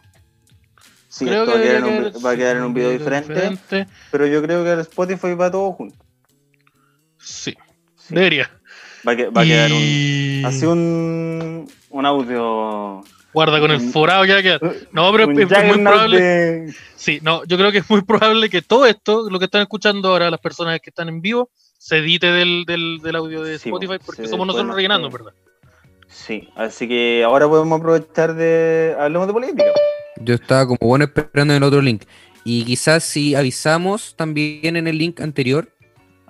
Sí,
Creo
esto
que
va a quedar en
debería
un-
quedar-
va a quedar en un video
sí,
diferente. Pero yo creo que el Spotify va todo junto.
Sí,
Sí.
debería.
Va a, que- va a quedar un.
Y-
Así un. Un audio.
Guarda con el
un-
forado que va a quedar. No, pero
un
es- es muy
juggernaut
probable.
de-
Sí, no, yo creo que es muy probable que todo esto, lo que están escuchando ahora las personas que están en vivo, se edite del, del, del audio de
Sí,
Spotify
bueno,
porque
se
somos
puede
nosotros rellenando,
mantener.
¿verdad?
Sí, así que ahora podemos aprovechar de. Hablemos de política.
Yo estaba como bueno esperando en el otro link. Y quizás si avisamos también en el link anterior,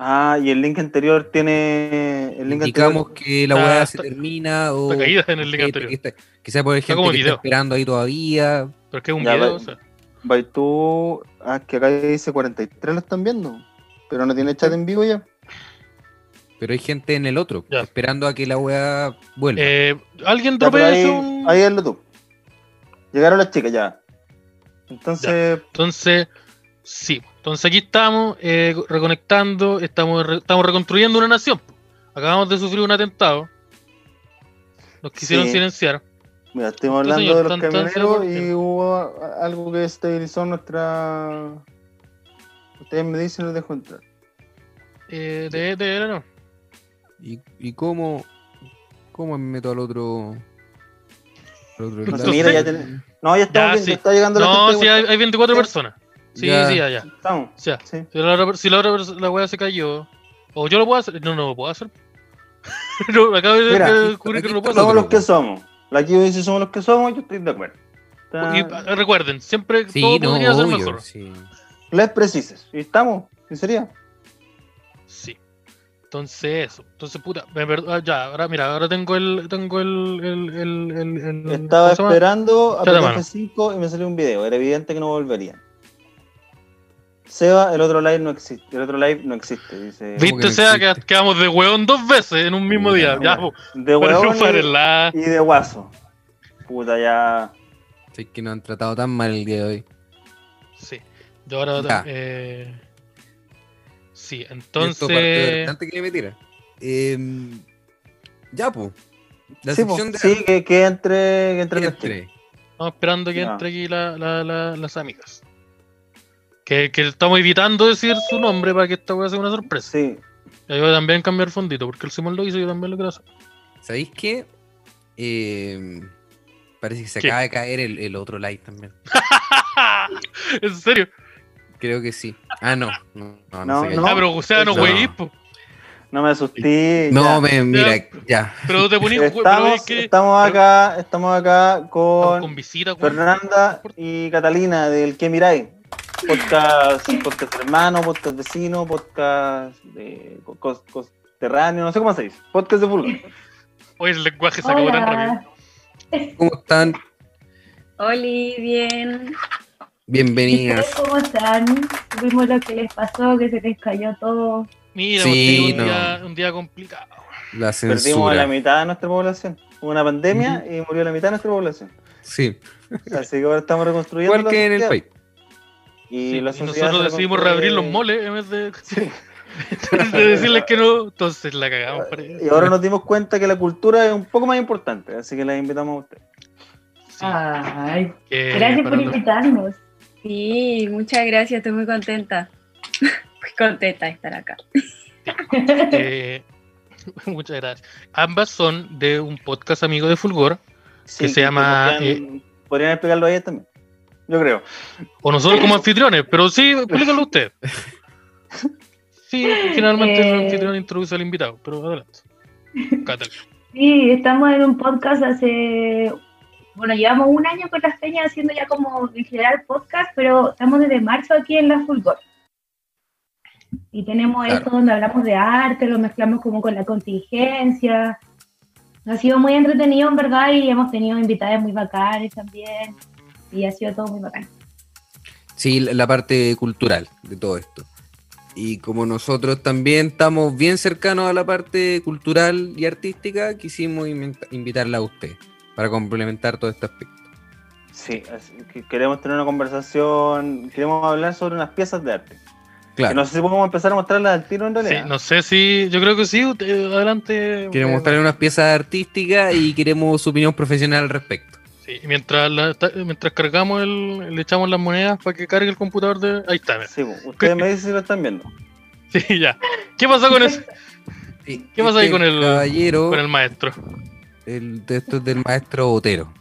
Ah, y el link anterior tiene. El link
indicamos que la
Está-
weá se
Ah, está-
termina o...
Está caída en el link
gente
anterior.
que está- Quizás por gente
como
que
el
está
video.
esperando ahí todavía.
Pero es que es un
Ya,
video,
va-
o sea,
anterior. Baitú. Ah, que acá dice 43 lo están viendo. Pero no tiene chat en vivo ya.
Pero hay gente en el otro,
Ya.
esperando a que la weá vuelva.
eh, ¿Alguien
Ya, pero
dropea
ahí,
eso? un-
ahí hazlo tú. Llegaron las chicas ya. Entonces,
Entonces, sí. Entonces aquí estamos eh, reconectando, estamos, re- estamos reconstruyendo una nación. Acabamos de sufrir un atentado. Nos quisieron
Sí.
silenciar.
mira, estuvimos
Sí,
hablando
señor,
de los
tan- tan
camioneros
seguro,
y
sí.
hubo a- algo que estabilizó nuestra. Ustedes me dicen, los dejo entrar.
Eh, de, de, de- no.
¿Y, y cómo, cómo me meto al otro? al otro
Pues
lado?
mira, ya
ten- No, ya estamos
Ya,
bien,
sí.
ya está llegando la
No,
gente.
sí, hay, hay 24
Sí.
personas. Sí,
Ya.
sí, ya, ya.
Estamos.
O sea,
Sí.
si la otra, per- si la otra pers- la wea se cayó, o yo lo puedo hacer. No, no lo puedo hacer. no, acabo de-
Mira,
de descubrir
aquí
que no lo puedo hacer.
Somos
otro,
los que
pues.
somos. La que dice somos los que somos, yo estoy de acuerdo. Está-
Y eh, recuerden, siempre
Sí,
todo
no,
podría ser
obvio,
mejor.
sí.
Les precises. Y estamos, ¿en serio?
Sí. Entonces, eso. Entonces, puta, me per- ah, ya, ahora mira, ahora tengo el. Tengo el. el, el, el, el-
Estaba
¿cómo se llama?
esperando a
Chata mano.
F5 y me salió un video. Era evidente que no volvería. Seba, el otro live no existe. El otro live no existe, dice.
¿Cómo que
Viste,
no
sea que
existe?
quedamos de hueón dos veces en un mismo
Puta,
día. Ya,
weón.
po,
De
para
huevón
no farela.
y, y de guaso. Puta, ya.
Sí, que nos han tratado tan mal el día de hoy.
Sí. Yo ahora.
Ya.
Eh... Sí,
Y esto partió de-
entonces.
antes que me tira. Em, ya, pues. La
sí, po.
sección de
Sí, que, que entre. Que entre los chicos.
entre.
Estamos esperando que
Ya.
entre aquí la- la- la- las amigas. Que, que estamos evitando decir su nombre para que esta weá sea una sorpresa.
Sí.
Ya Yo voy a también cambiar fondito, porque el Simón lo hizo y yo también lo quiero hacer.
¿Sabéis qué? Em, parece que se
¿Qué?
acaba de caer el, el otro live también.
¿En serio?
Creo que sí. Ah, no. No, no,
No,
se cayó.
no.
Ah, pero o sea, no,
No.
güey, po.
No me asusté.
No,
ya.
me- mira, ya.
Pero tú te pones pero
Estamos,
es que
estamos
pero-
acá, estamos acá
estamos
con,
con visita, güey.
Fernanda y Catalina del Que Miráis. Podcast, podcast hermano, podcast vecino, podcast de co- cos- costerráneo, no sé cómo se dice. Podcast de fútbol.
Oye, el lenguaje se acabó tan rápido.
¿Cómo están?
Oli, bien. ¿Y
Bienvenidas.
ustedes ¿Cómo están? Vimos lo que les pasó, que se les cayó todo.
Mira,
Sí,
porque un,
no.
día, un día complicado.
La
Perdimos a
censura.
la mitad de nuestra población. Hubo una pandemia y murió la mitad de nuestra población.
Sí,
Así que ahora estamos reconstruyendo.
igual
la
que en el
sociedad.
país.
Y,
Sí, Y,
la sociedad
nosotros
se
decidimos
reconstruye.
reabrir los moles en vez de, de decirles que no. Entonces la cagamos. parece.
Y ahora nos dimos cuenta que la cultura es un poco más importante, así que la invitamos a usted.
Sí,
Ay,
que
gracias
para
por
los-
invitarnos.
Sí, muchas gracias, estoy muy contenta. Muy contenta de estar acá.
que- Muchas gracias. Ambas son de un podcast amigo de Fulgor.
Sí,
Que se llama,
Podrían, podrían explicarlo a ella también. Yo creo.
O nosotros como anfitriones, pero sí, explícalo usted. Sí, generalmente el
Eh.
anfitrión introduce al invitado, pero adelante. Cátal.
Sí, estamos en un podcast hace, bueno, llevamos un año con las peñas haciendo ya como en general podcast, pero estamos desde marzo aquí en la Fulgor. Y tenemos
Claro.
esto donde hablamos de arte, lo mezclamos como con la contingencia. Ha sido muy entretenido en verdad y hemos tenido invitadas muy bacanes también. Y ha sido todo muy bacán.
Sí, la la parte cultural de todo esto. Y como nosotros también estamos bien cercanos a la parte cultural y artística, quisimos inventa- invitarla a usted para complementar todo este aspecto.
Sí, así que queremos tener una conversación, queremos hablar sobre unas piezas de arte. Que
Claro,
no sé si podemos empezar a mostrarlas al tiro en
Sí,
realidad.
no sé si. Yo creo que sí, usted- adelante.
queremos mostrarle unas piezas artísticas y queremos su opinión profesional al respecto.
Sí, y mientras, la- ta- mientras cargamos, el, le echamos las monedas para que cargue el computador de... Ahí está, mira.
Sí, pues, ustedes me dicen si lo están viendo.
Sí, ya. ¿Qué pasó con, ese- ¿Qué pasa ahí con el-
caballero?
con el maestro?
el- de esto es del maestro Botero.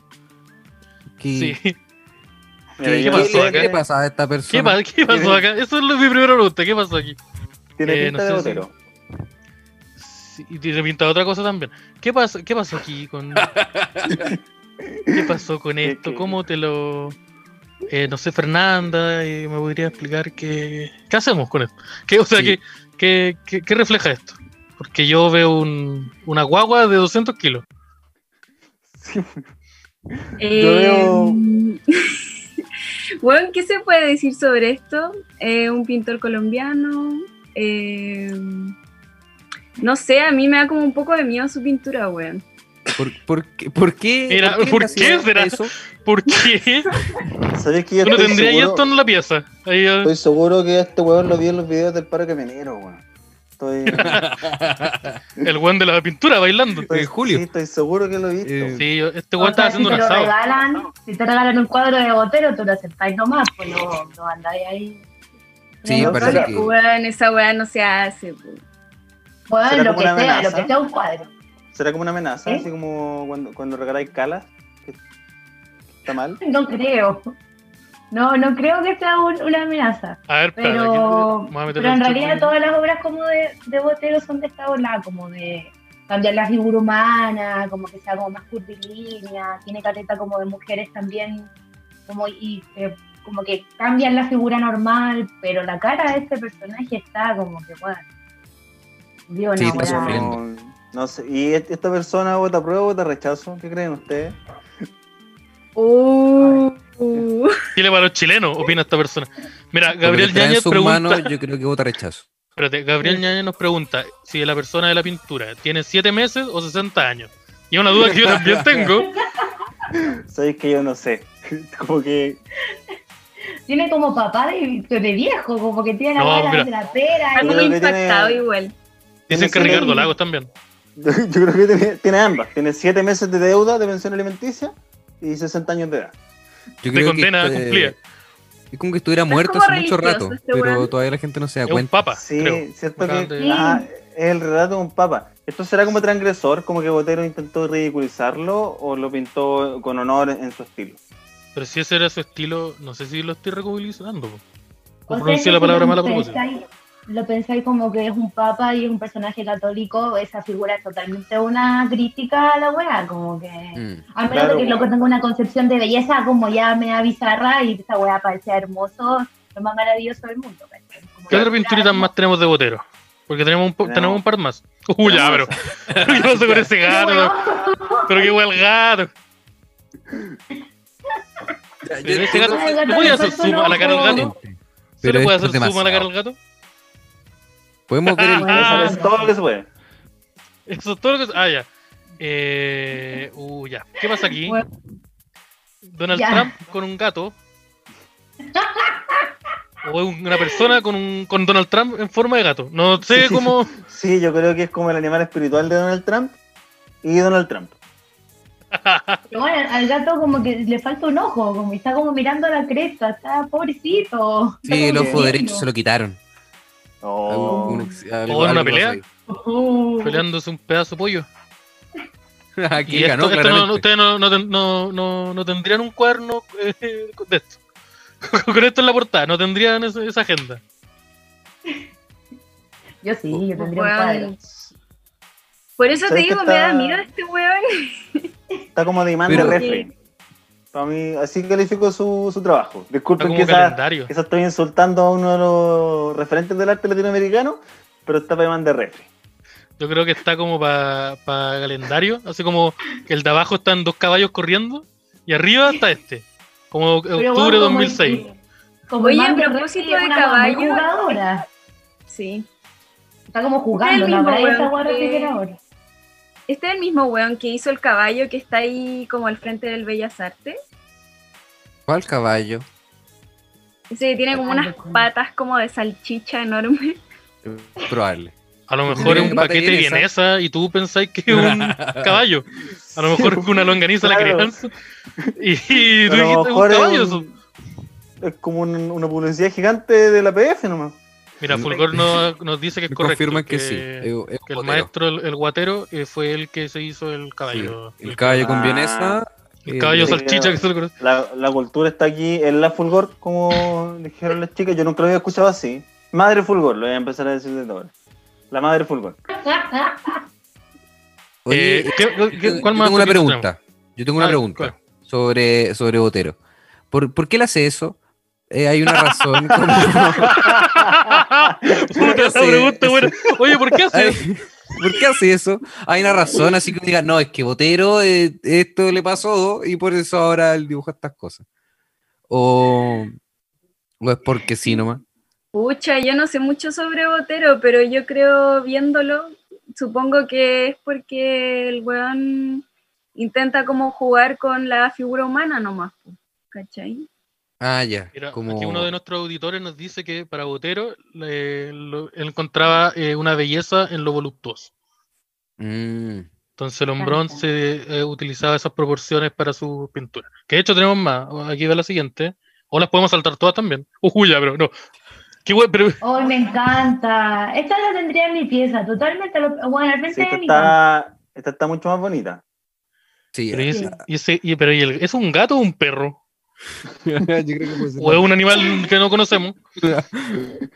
¿Qué,
Sí.
Mira,
¿Qué
yo-
pasó
le-
acá?
qué le pasa a esta persona?
¿Qué, pa- qué pasó acá? Eso es lo- mi primera pregunta. ¿Qué pasó aquí?
Tiene
Eh,
pinta
no
de
sé si-
botero.
Sí, y tiene pinta de otra cosa también. ¿Qué pasó, qué pasó aquí con. ¿Qué pasó con
Es
esto?
que-
¿Cómo te lo.? eh, no sé, Fernanda, eh, me podría explicar qué. ¿Qué hacemos con esto? ¿Qué, o sea,
Sí.
¿qué, qué, qué- qué refleja esto? Porque yo veo un, una guagua de 200 kilos.
Eh,
veo-
bueno, ¿qué se puede decir sobre esto? Eh, un pintor colombiano. eh, no sé, a mí me da como un poco de miedo su pintura, weón.
¿Por, por qué? ¿Por qué,
Mira,
en
¿por
la
qué
ciudad
será?
Eso?
¿Por qué?
¿Sabes que yo
Uno
estoy
tendría ahí
seguro,
esto en la pieza. Ahí, eh,
estoy seguro que este weón lo vi en los videos del parque minero, weón. Estoy.
el weón de la pintura bailando.
estoy-
Eh, Julio.
Pues, Sí, estoy seguro que lo he visto.
Eh,
Sí, yo- este weón estaba
O sea, si
haciendo
te
un
lo
asado.
regalan, si te regalan un cuadro de botero, tú lo aceptáis nomás, pues no, no andáis ahí.
Sí,
No,
parece
será-
que.
Weón, esa weá no se hace. po.
Bueno,
Será
lo
como
que sea,
una amenaza.
lo que sea un cuadro.
¿Será como una amenaza?
¿Eh?
Así como cuando, cuando regaláis calas. que- ¿Está mal?
No creo. No, no creo que sea un- una amenaza.
A ver, espérate, aquí
Pero,
vamos a meter
pero en
esto
realidad
con-
todas las obras como de, de Botero son de esta ola, como de cambiar la figura humana, como que sea como más curvilínea, tiene careta como de mujeres también, como y eh, como que cambian la figura normal, pero la cara de este personaje está como que bueno. Dios,
Sí,
no,
está
weá.
sufriendo.
No, no sé. ¿Y et- esta persona vota apruebo o vota rechazo? ¿Qué creen ustedes?
Uh,
Chile para los chilenos, opina esta persona. Mira,
porque
Gabriel
lo trae en
Ñañez
sus
pregunta.
manos, yo creo que vota rechazo.
espérate, Gabriel Ñañez nos pregunta si la persona de la pintura tiene 7 meses o 60 años. Y es una duda que yo también tengo.
Sabéis que yo no sé. Como que.
Tiene como papá de, de viejo, como que tiene la
No,
cara
mira.
de la pera.
está
Yo
y-
como
creo que
impactado
tiene-
igual.
Dicen que
Tiene
Ricardo
siete-
Lagos también.
Yo creo que tiene, tiene ambas. Tiene 7 meses de deuda de pensión alimenticia y 60 años de edad.
Yo
De
creo
condena
que, este-
cumplida.
Es como que estuviera muerto
como
hace mucho
religioso
rato,
este
pero
weón.
todavía la gente no se da
Es un
cuenta.
papa,
Sí,
creo.
cierto
Acaban
que
de-
ah, es el relato de un papa. ¿Esto será como transgresor, como que Botero intentó ridiculizarlo o lo pintó con honor en su estilo?
Pero si ese era su estilo, no sé si lo estoy recobilizando. O
O sea,
pronuncié
que
la
si
palabra
lo
mala a propósito.
pensáis- Lo pensáis como que es un papa y es un personaje católico, esa figura es totalmente una crítica a la weá, como que...
Mm.
A menos
Claro,
de que el loco
weón.
tenga una concepción de belleza como ya me bizarra y esa weá parece hermoso, lo más maravilloso del mundo. ¿cachai? Como
¿Qué
la
otra
figura
pinturita más tenemos de botero? Porque tenemos un, po-
Tenemos-
tenemos un par más. Uy, ya, pero.
Tenemos
¿Qué pasó con ese
hermosa.
gato? Pero qué hueá el gato. Pero ese gato-
Ay, gato,
¿Le podía hacer
gato,
zoom a la cara del gato?
loco.
Gente,
¿Se le
Pero
puede
esto
hacer
es
zoom a la cara
demasiado.
del gato?
Podemos ver el.
Ah.
Eso es todo lo que se puede.
Eso es todo lo que. Ah, ya. Eh, uh, ya. ¿Qué pasa aquí?
Bueno.
Donald
Ya.
Trump con un gato. O es una persona con, un, con Donald Trump en forma de gato. No sé cómo.
Sí, yo creo que es como el animal espiritual de Donald Trump y Donald Trump.
Pero bueno, al gato como que le falta un ojo, como que está como mirando a la cresta, está pobrecito. está
Sí, el
como
ojo
tierno.
derecho se lo quitaron.
Oh.
Algún- algún- algo-
una
algo
pelea.
pasó
Ujú.
peleándose un pedazo de pollo.
ahí. Aquí
Y
ganó,
esto, esto no,
claramente.
ustedes no, no, ten- no- no- no tendrían un cuerno eh, de esto. Con esto en la portada, no tendrían esa, esa agenda.
Yo sí, yo tendría un
Weón.
cuadro.
Por eso te
¿Sabes que
digo, me da
está-
miedo este weón.
Está como de imán
Pero-
de refri. Para mí, así califico su, su trabajo.
Está
Disculpen
como
que esa,
calendario.
quizá estoy insultando a uno de los referentes del arte latinoamericano, pero está para imán de refri.
Yo creo que está como para calendario, así como que el de abajo están dos caballos corriendo y arriba está este, como
Pero
octubre
bueno, como
2006.
el- Como
Oye,
el
a
mando
propósito
Rey es
de
una mamá muy
caballo.
jugadora.
Sí.
Está como jugando,
Es el
la
mismo,
verdad,
weón,
esa guarda
que-
que quiere ahora.
Este es el mismo weón que hizo el caballo que está ahí como al frente del Bellas Artes.
¿Cuál caballo?
Ese que tiene como
Ay,
unas
loco.
patas como de salchicha enorme.
Probable.
A lo mejor es un
Pata
paquete de
vienesa.
vienesa y tú pensáis que es un caballo. A lo mejor es una longaniza la
Claro.
crianza. Y, y tú
Pero a lo
dijiste un
mejor es
caballo.
un-
eso.
Es como un- una publicidad gigante de la PF nomás.
Mira, Fulgor no- nos dice que es
Me
correcto.
confirman que,
que-
sí. Es- es un
que el
botero.
maestro, el, el guatero, eh, fue el que se hizo el
Sí,
caballo.
El caballo con
Ah.
vienesa.
el caballo
eh,
sal-
salchicha que se lo conoce.
La, la cultura está aquí en la Fulgor, como dijeron las chicas. Yo nunca lo había escuchado así. Madre Fulgor, lo voy a empezar a decir desde ahora. La madre Fulgor.
oye,
Eh, ¿qué- qué-
yo-
cuál
yo
más
tengo una
pregunta
pregunta. Yo tengo una
Ah,
pregunta sobre, sobre Botero. ¿Por, por qué él hace eso? Eh, hay una razón. como-
Puta, esa
Sí,
pregunta,
sí.
bueno. Oye, ¿por qué hace
Hay-
eso?
¿Por qué hace eso? Hay una razón, así que diga, no, es que Botero, eh, esto le pasó y por eso ahora él dibuja estas cosas. O, o es porque sí nomás.
Pucha, yo no sé mucho sobre Botero, pero yo creo viéndolo, supongo que es porque el weón intenta como jugar con la figura humana nomás, po, ¿cachai?
Ah, ya.
Mira,
como...
aquí uno de nuestros auditores nos dice que para Botero le- lo- él encontraba eh, una belleza en lo voluptuoso.
Mm,
Entonces Lon
Claro.
Bronce eh, utilizaba esas proporciones para su pintura. Que de hecho tenemos más. Aquí va la siguiente. O las podemos saltar todas también. Uy, ya, pero no. Qué bueno, pero
Hoy Oh, me encanta. Esta la tendría en mi pieza, totalmente. Lo, bueno, al frente
Sí,
de
esta,
mi cama.
está, esta está mucho más bonita.
sí,
pero, y ese-
Sí.
y ese- y- pero y el- ¿es un gato o un perro?
Yo creo que puede ser.
¿O es un animal que no conocemos?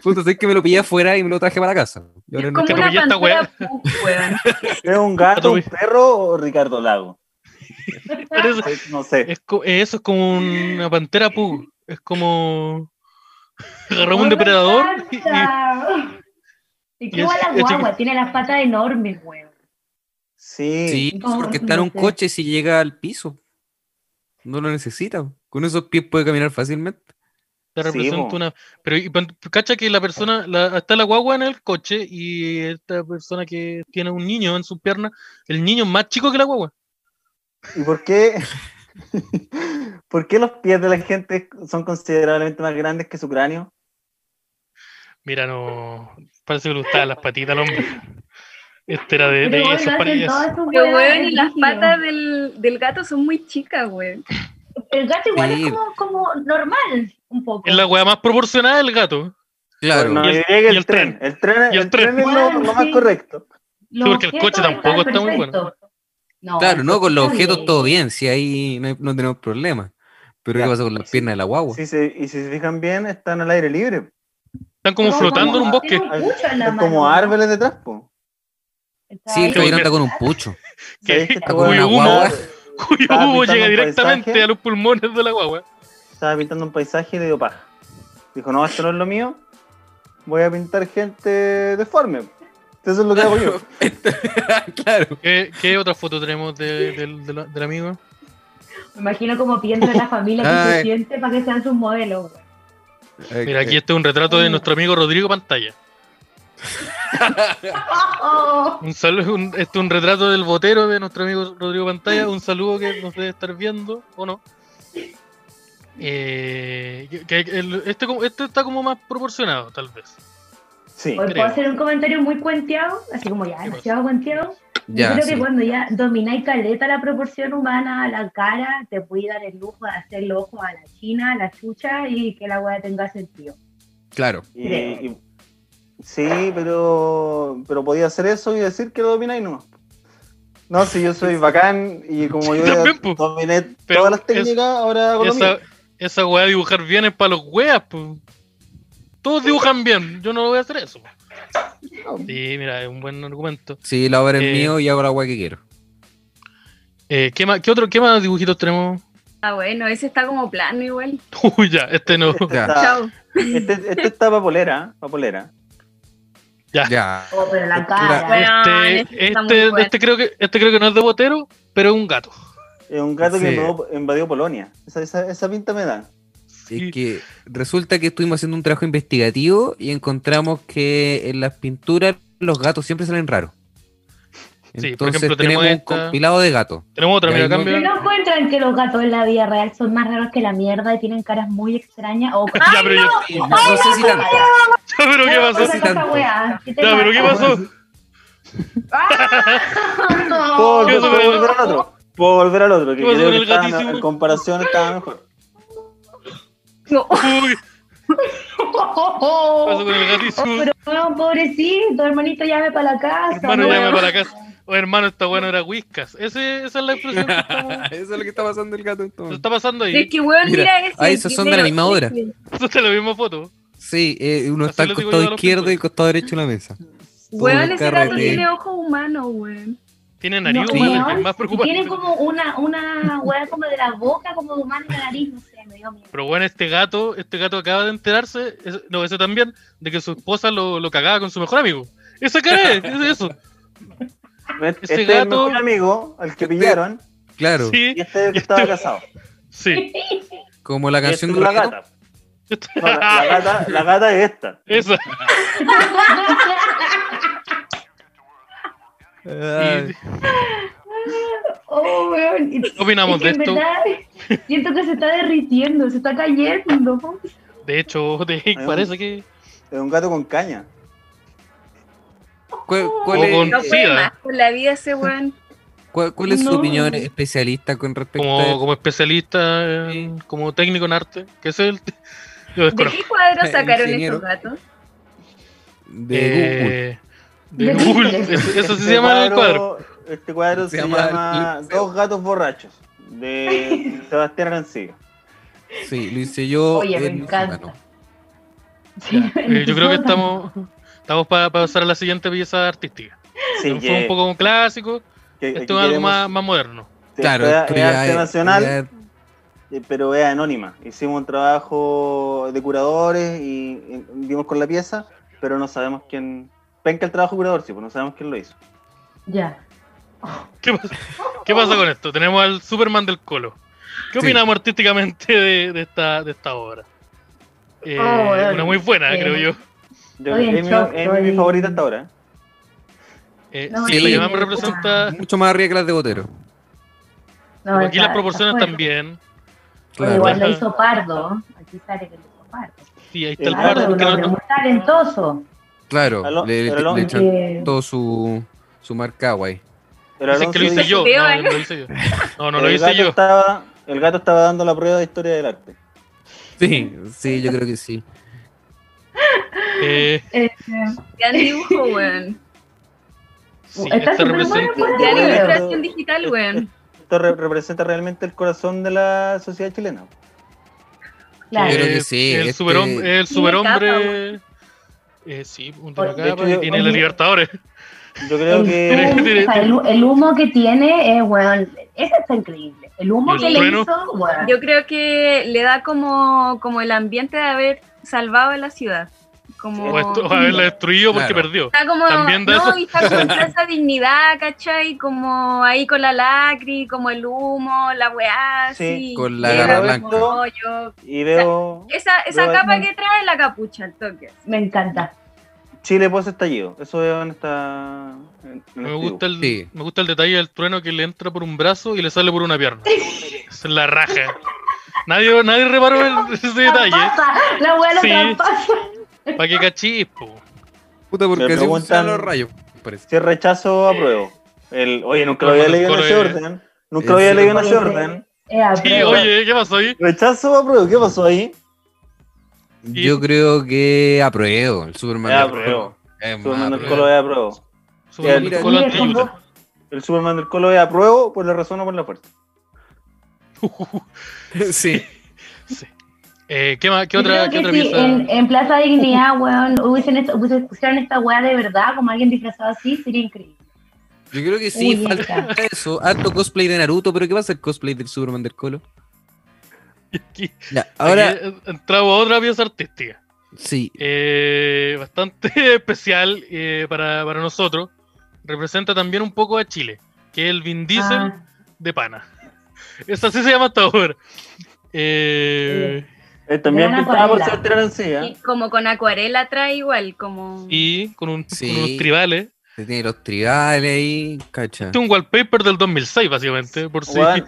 Puta, sé que me lo pillé afuera y me lo traje para la casa. Y ahora
es
no-
como
que
una
atropellé a esta
pantera punk, weón.
¿Es un gato, un
Gato,
perro o Ricardo Lago?
Pero es-
No sé.
es co- eh, eso es como una pantera pug. Es como. Agarramos un
Hoy me
depredador y- y-
encanta. Y
y
qué guay
es-
la
es chico- Eh,
guagua, tiene las patas enormes, weón.
Sí.
Sí, pues,
No,
porque está en un
no sé.
coche si llega al piso. No lo necesita. Con esos pies puede caminar fácilmente.
Te
Sí,
representa
po.
una. Pero y pon- cacha que la persona, la, está la guagua en el coche y esta persona que tiene un niño en su pierna, el niño es más chico que la guagua.
¿Y por qué? ¿Por qué los pies de la gente son considerablemente más grandes que su cráneo?
Mira, no. Parece que le gustaban las patitas al hombre. Este era de, de
Pero weón,
esas
lo hacen
panillas.
todas sus
Pero,
weas,
weón, y
es
las
brígido.
patas del, del gato son muy chicas, weón.
El gato igual
Sí.
es como, como normal, un poco.
Es la weá más proporcionada del gato.
Claro.
No,
Y el-
yo diría que
y
el,
el
tren. El tren,
Y el
el tren
tren.
es lo,
Bueno,
lo más
sí.
correcto.
Los
Sí, porque el
objetos
coche tampoco
están
está muy bueno.
perfectos. No,
Claro, no, con los
está
objetos
bien.
todo bien, si ahí no, hay- no tenemos problema. Pero
Ya,
¿qué pasa con las
sí.
piernas de la guagua?
Si se- y si se fijan bien, están al aire libre.
Están como
No,
flotando en un
como-
bosque.
tiene un pucho en la
Es como
mano.
árboles detrás, po.
Está
Sí,
ahí.
el caballero anda con un pucho.
Que-
¿Sabéis este
que
esta
como
buena
el humo.
guagua
Cuyo
Estaba
humo
pintando
llega
un
directamente
paisaje.
a los pulmones de la guagua.
Estaba pintando un paisaje y le dio paja. Dijo, no, esto no es lo mío. Voy a pintar gente deforme. Eso es lo que hago yo.
claro.
¿Qué, qué otra foto tenemos de- del- del- del amigo?
Me imagino como pidiendo a la familia que
Ay.
se siente para que sean sus modelos. güey.
Eh,
Mira, aquí este es un retrato de nuestro amigo Rodrigo Pantalla.
Oh,
Un saludo, un- este es un retrato del botero de nuestro amigo Rodrigo Pantalla. Un saludo que nos debe estar viendo, ¿o no? Eh, que- que el- este, como- este está como más proporcionado, tal vez.
Sí.
Creo.
Hoy Pues,
pues.
puedo hacer un comentario muy cuenteado, así como ya, demasiado cuenteado. Yo
Ya,
creo que
sí.
cuando ya domináis caleta la proporción humana, la cara, te puedes dar el lujo de hacer los ojos a la china, a la chucha y que la weá tenga sentido.
Claro.
Y- y- sí, pero, pero podía hacer eso y decir que lo domináis nomás. No, si yo soy bacán y como yo
También, po.
dominé
Pero
todas las
es-
técnicas, ahora hago lo
Esa,
mío.
esa weá de dibujar bien es para los weas, pues. Todos dibujan bien, yo no voy a hacer eso. po. Sí, mira, es un buen argumento.
Sí, la obra es
Eh,
mío y hago la agua que quiero.
Eh, ¿qué, más, ¿Qué otro, qué más dibujitos tenemos?
Ah, bueno, ese está como plano igual.
Uy, ya, este no.
Este
Ya.
está,
Chao.
este, este está papolera, ¿eh? papolera.
Ya.
Oh, pero la
Cultura.
cara.
Weón,
Este,
está muy
este,
bueno.
este creo que, este creo que no es de botero, pero es un gato.
Es un gato que
Sí.
invadió, invadió Polonia. Esa, esa, esa pinta me da.
Sí.
Es que resulta que estuvimos haciendo un trabajo investigativo y encontramos que en las pinturas los gatos siempre salen raros.
Sí, por
Entonces
ejemplo, tenemos
tenemos un
esta-
compilado de gatos.
Tenemos otra,
Ya,
mira,
ahí no-
cambio.
Pero no encuentran que los gatos en la vida real son más raros que la mierda y tienen caras muy extrañas. Oh, O
Ya, pero, ya-
No sé si tanto.
ya, pero ¿qué
No,
pasó?
esa cosa, weá, ¿qué te
Ya, pero ¿qué
pasa?
pasó?
Puedo
¡Ah!
volver,
Eso
puedo
me-
volver al otro. Puedo volver al otro, que
¿Qué pasó
creo
con
que
el
estaban-
gatísimo?
en comparación estaba mejor.
No. oh,
Uy, pasó con el
Oh,
gatito.
pero bueno, pobrecito, hermanito, llame para la casa.
Hermano,
weón.
llame para casa. Oh, hermano, esta bueno era Whiskas. Ese, esa es la expresión que estamos-
Ah, Eso es lo que está pasando el gato
se
entonces.
está pasando
Es
ahí.
que, weón,
Mira,
mira,
ah,
ese.
esos son de la misma hora.
Eso está en la misma foto.
Sí, eh, uno
Así
está al
lo digo
costado
yo a los
izquierdo y al
pingüinos.
costado derecho de la mesa.
Weón, ese gato
Carrete.
tiene ojos humanos, weón.
Tiene
No,
nariz humana,
weón,
que es más
y tiene
preocupante.
como una, una weá como de la boca, como de humano en la nariz, no sé, me dio miedo.
Pero bueno, este gato, este gato acaba de enterarse, es- no, ese también, de que su esposa lo, lo cagaba con su mejor amigo. Esa cara es, es eso.
Este
Ese
es el
gato- este
mejor amigo, al que pillaron,
Claro,
Sí,
y este es el que estaba casado.
sí.
como la
Y esta
canción
es
de
la gata. No, la, la gata. La gata es esta.
Esa.
Ay,
Y-
Oh, weón. y-
¿Qué opinamos
es que
de esto?
En verdad, siento que se está derritiendo, se está cayendo.
De hecho, de-
un-
parece que.
Es un gato con caña.
¿cuál- cuál
O
es-
con-
No
Sí,
puede
ah.
más con la vida ese weón.
¿Cuál, cuál es su
No.
opinión especialista con respecto
Como,
a
como especialista, en- como técnico en arte, que es el. Yo
¿De
desconozco.
qué cuadro
El
sacaron
ingeniero.
estos gatos?
de Google?
Eh, de
De
Google.
Google.
Es- Eso sí
Este
se llama el cuadro.
Este cuadro
Se
se,
llama
llama,
el-
Dos gatos borrachos, de Sebastián Arancibia.
Sí, lo hice yo.
Oye, me
en mi
encanta.
sótano.
Eh, yo creo que estamos, estamos para pasar a la siguiente pieza artística.
Sí,
Fue un poco un clásico,
que- que- que
esto es algo
queremos-
más, más moderno.
que
Claro,
sea-
esto
es
ya
arte
es-
nacional,
ya es-
eh, pero es anónima. Hicimos un trabajo de curadores y, y vimos con la pieza, pero no sabemos quién... Penca el trabajo curador, sí, pues no sabemos quién lo hizo.
Ya.
¿Qué pasa, qué pasa con esto? Tenemos al Superman del Colo. ¿Qué
Sí.
opinamos artísticamente de, de esta, de esta obra? Eh,
Oh, bueno.
una muy buena,
Eh,
creo yo.
Yo-
Estoy en
es mi,
shock,
es
estoy-
mi favorita hasta ahora.
Eh,
no,
sí, la que
sí.
más me representa.
mucho más arriba que las de Botero.
No,
aquí las
está-
proporciones
está fuerte.
también.
Pero
Claro.
Igual lo hizo Pardo. Aquí sale que lo hizo Pardo.
Sí, ahí está el
Claro,
pardo.
un
que no-
hombre muy talentoso.
Claro,
Aló-
le,
pero aló-
le echan
Eh,
todo su, su marca, guay.
Pero
dicen que lo hice
Alonso
yo.
Veo,
No,
¿eh?
no lo hice yo. No, no lo
el
hice
gato
yo.
Estaba, el gato estaba dando la prueba de historia del arte.
Sí, sí, yo creo que sí.
Eh,
Gran dibujo, weón.
sí,
Está
esta
súper
representa.
bueno,
Gran
bueno.
ilustración digital, weón.
Esto re- representa realmente el corazón de la sociedad chilena.
Claro.
Yo creo que
Es
sí,
El
este-
superhombre. El
Tiene
superhombre eh, sí, un de la
Oye,
de hecho,
capa y
yo-
tiene la
oye.
Libertadores.
Yo creo
el,
que
Tiene- tiene-
humo, o sea, el hu- el humo que tiene es, weón, ese está increíble. El humo
¿Y el
que le
trueno?
hizo, weón.
Yo creo que le da como, como el ambiente de haber salvado a la ciudad. Como,
O Pues esto- o haberla destruido porque
Claro.
perdió.
Está como,
También da
no,
eso.
y está con toda esa dignidad, ¿cachai? Como ahí con la lacri, como el humo, la weá,
Sí,
así.
con la
Llega
garra
como
blanca.
rollo.
y veo
Esa, esa
Veo
capa
ahí.
que trae la capucha, el toque.
Me encanta.
Chile post estallido. Eso veo en esta. en- en
Me
este
gusta, el,
Sí.
me gusta el detalle del trueno que le entra por un brazo y le sale por una pierna. Es la raja. Nadie, nadie reparó en ese detalle.
Traspasa, la weá lo
Sí.
traspasa.
¿Para qué cachispo?
Puta, porque
Me
así
preguntan-
funcionan los rayos, parece.
dibujo. Si es rechazo o apruebo. El, oye, nunca lo había
Bueno,
leído en
Coro
ese
es-
orden. Nunca
es-
lo había leído en
Oye,
ese orden.
eh, ah,
Sí,
pero-
oye, ¿qué pasó ahí?
Rechazo o apruebo. ¿Qué pasó ahí?
Yo creo que apruebo el Superman.
Es
del
apruebo.
Colo. Es más
Superman del
Ah, apruebo.
Colo es apruebo.
Super
Mira,
Colo
mira,
anti-Utah.
como-
El Superman del Colo es apruebo por la razón o por la fuerza.
Sí.
Sí. Eh, ¿Qué, más- qué
Yo
otra,
creo
qué
que
otra
si
pieza?
en, en Plaza Dignidad, weón, hubiesen esto- hubiesen- pusieron esta weá de verdad, como alguien disfrazado así, sería increíble.
Yo creo que sí,
Uy,
falta eso. Harto cosplay de Naruto, pero ¿qué va a ser cosplay del Superman del Colo?
Aquí-
Ya, ahora
aquí eh, entramos a otra pieza artística.
sí,
eh, bastante especial eh, para, para nosotros. Representa también un poco a Chile, que es el Vin Diesel
Ah,
de Pana. Esa sí se llama hasta ahora. Eh,
Eh, también
Gran
pintaba por
acuarela.
Sebastián Arancía.
Y como con acuarela atrás igual, como...
y con, un,
Sí.
con unos tribales.
se tiene los tribales ahí, cacha.
Este es un wallpaper del 2006, básicamente. Por si
Weón,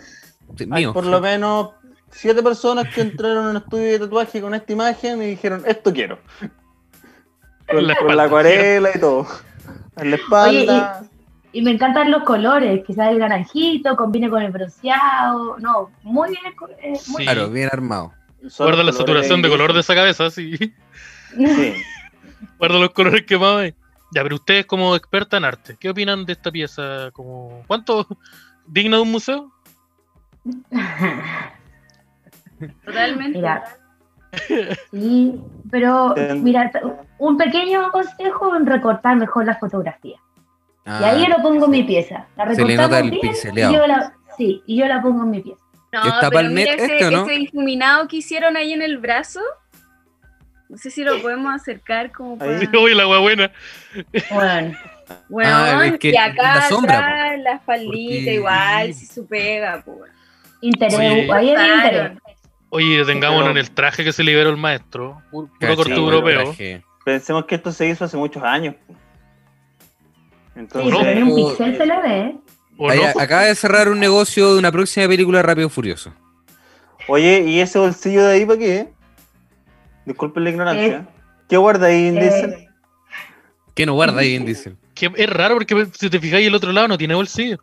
Sí,
hay
Mío.
por lo menos siete personas que entraron en un estudio de tatuaje con esta imagen y dijeron, esto quiero. Con
La
con
espalda.
la acuarela y todo. en la espalda.
Oye, Y me encantan los colores, quizás el naranjito combine con el bronceado. No, muy bien. eh, muy
Sí.
Claro, bien armado.
Son
Guarda la
los colores
saturación de
ahí.
color de esa cabeza, sí.
Sí.
Guarda los colores que más hay. Ya, pero ustedes como experta en arte, ¿qué opinan de esta pieza? Como, ¿Cuánto? ¿Digna de un museo?
Totalmente.
Mira. Sí, pero
Ten-
mira, t- un pequeño consejo en recortar mejor la fotografía. y ahí
Ah,
yo lo pongo en mi pieza. La
Se le
recortamos
nota el
bien
pixeleado.
Y yo la, sí, y yo la pongo en mi pieza.
No,
¿Está
pero
pa'l
mira
net
ese,
este o no?
ese difuminado que hicieron ahí en el brazo. No sé si lo podemos acercar como para...
Ahí.
Oye, la hueá buena.
Bueno,
Bueno,
Ah, es que
y acá
la
la,
sombra,
la faldita
Porque-
igual, si su pega, pues.
interés,
Sí.
ahí hay interés.
Claro.
Oye, detengámonos
Pero-
en el traje que se liberó el maestro. Puro
cacha,
corte
buen
europeo.
traje.
Pensemos que esto se hizo hace muchos años.
Sí,
Entonces,
No,
pero en un
no.
pixel se le ve. ¿eh?
¿O
Ahí
no?
a- acaba de cerrar un negocio de una próxima película Rápido y Furioso.
oye, ¿y ese bolsillo de ahí para qué? Disculpen la ignorancia.
Eh.
¿Qué guarda ahí,
Eh,
Indice?
Que no guarda ahí en Diesel.
Que es raro porque si te fijáis el otro lado no tiene bolsillo.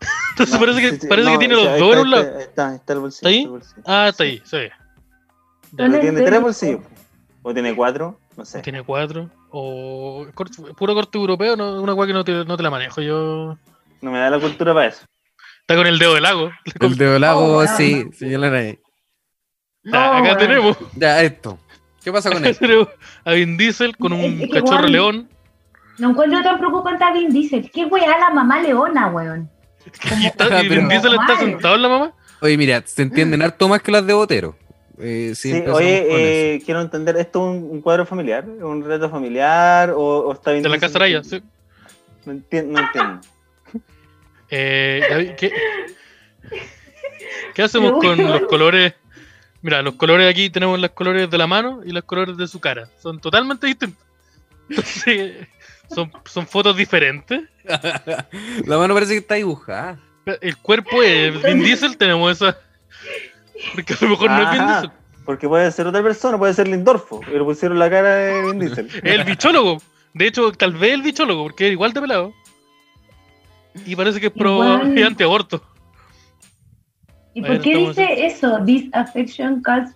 Entonces
No,
parece que,
sí, sí,
parece
no,
que tiene
o
los
sea, ahí
dos en
está,
un lado.
Está, está, está el
¿Está
bolsillo.
ahí?
está el bolsillo.
Ah, está ahí, sí.
Pero
¿Dónde
tiene
estoy?
tres bolsillos. O tiene cuatro, no sé.
Tiene cuatro. O corte- puro corte europeo, no, una hueá que no te, no te la manejo. Yo.
No me da la cultura para eso.
Está con el dedo del lago.
El de Olago,
Oh, weón.
sí, señalan ahí.
Ah, acá
bueno.
tenemos.
Ya, esto. ¿Qué pasa con
Acá
eso?
tenemos a Vin Diesel con
Es-
un
es que
cachorro
igual-
león.
No encuentro tan preocupante a Vin Diesel. ¿Qué weá la mamá leona, weón?
Y, está-
Ajá,
y
pero-
Vin Diesel está
Normal.
sentado en la mamá.
Oye, mira, se entienden harto más que las de Botero. Eh, sí,
Sí,
empezamos con eso.
oye, eh, quiero entender, ¿esto es un, un cuadro familiar? ¿Es ¿Un reto familiar? ¿O, o está bien?
De la casa raya, sí.
No entiendo. No entiendo.
Eh, ya vi- ¿qué, qué hacemos con los colores? Mira, los colores aquí tenemos los colores de la mano y los colores de su cara. Son totalmente distintos. Entonces, son, son fotos diferentes.
La mano parece que está dibujada.
El cuerpo es Vin Diesel, tenemos esa. Porque a lo mejor no es Vin
Ajá,
Diesel.
Ah, Porque puede ser otra persona, puede ser Lindorfo. Y le pusieron la cara de Vin Diesel.
Mm.
Es el bichólogo. De hecho, tal vez el bichólogo, porque es igual de pelado. Y parece que es pro
Igual.
es antiaborto.
¿Y
Bueno,
por qué
estamos
dice eso? Disaffection calls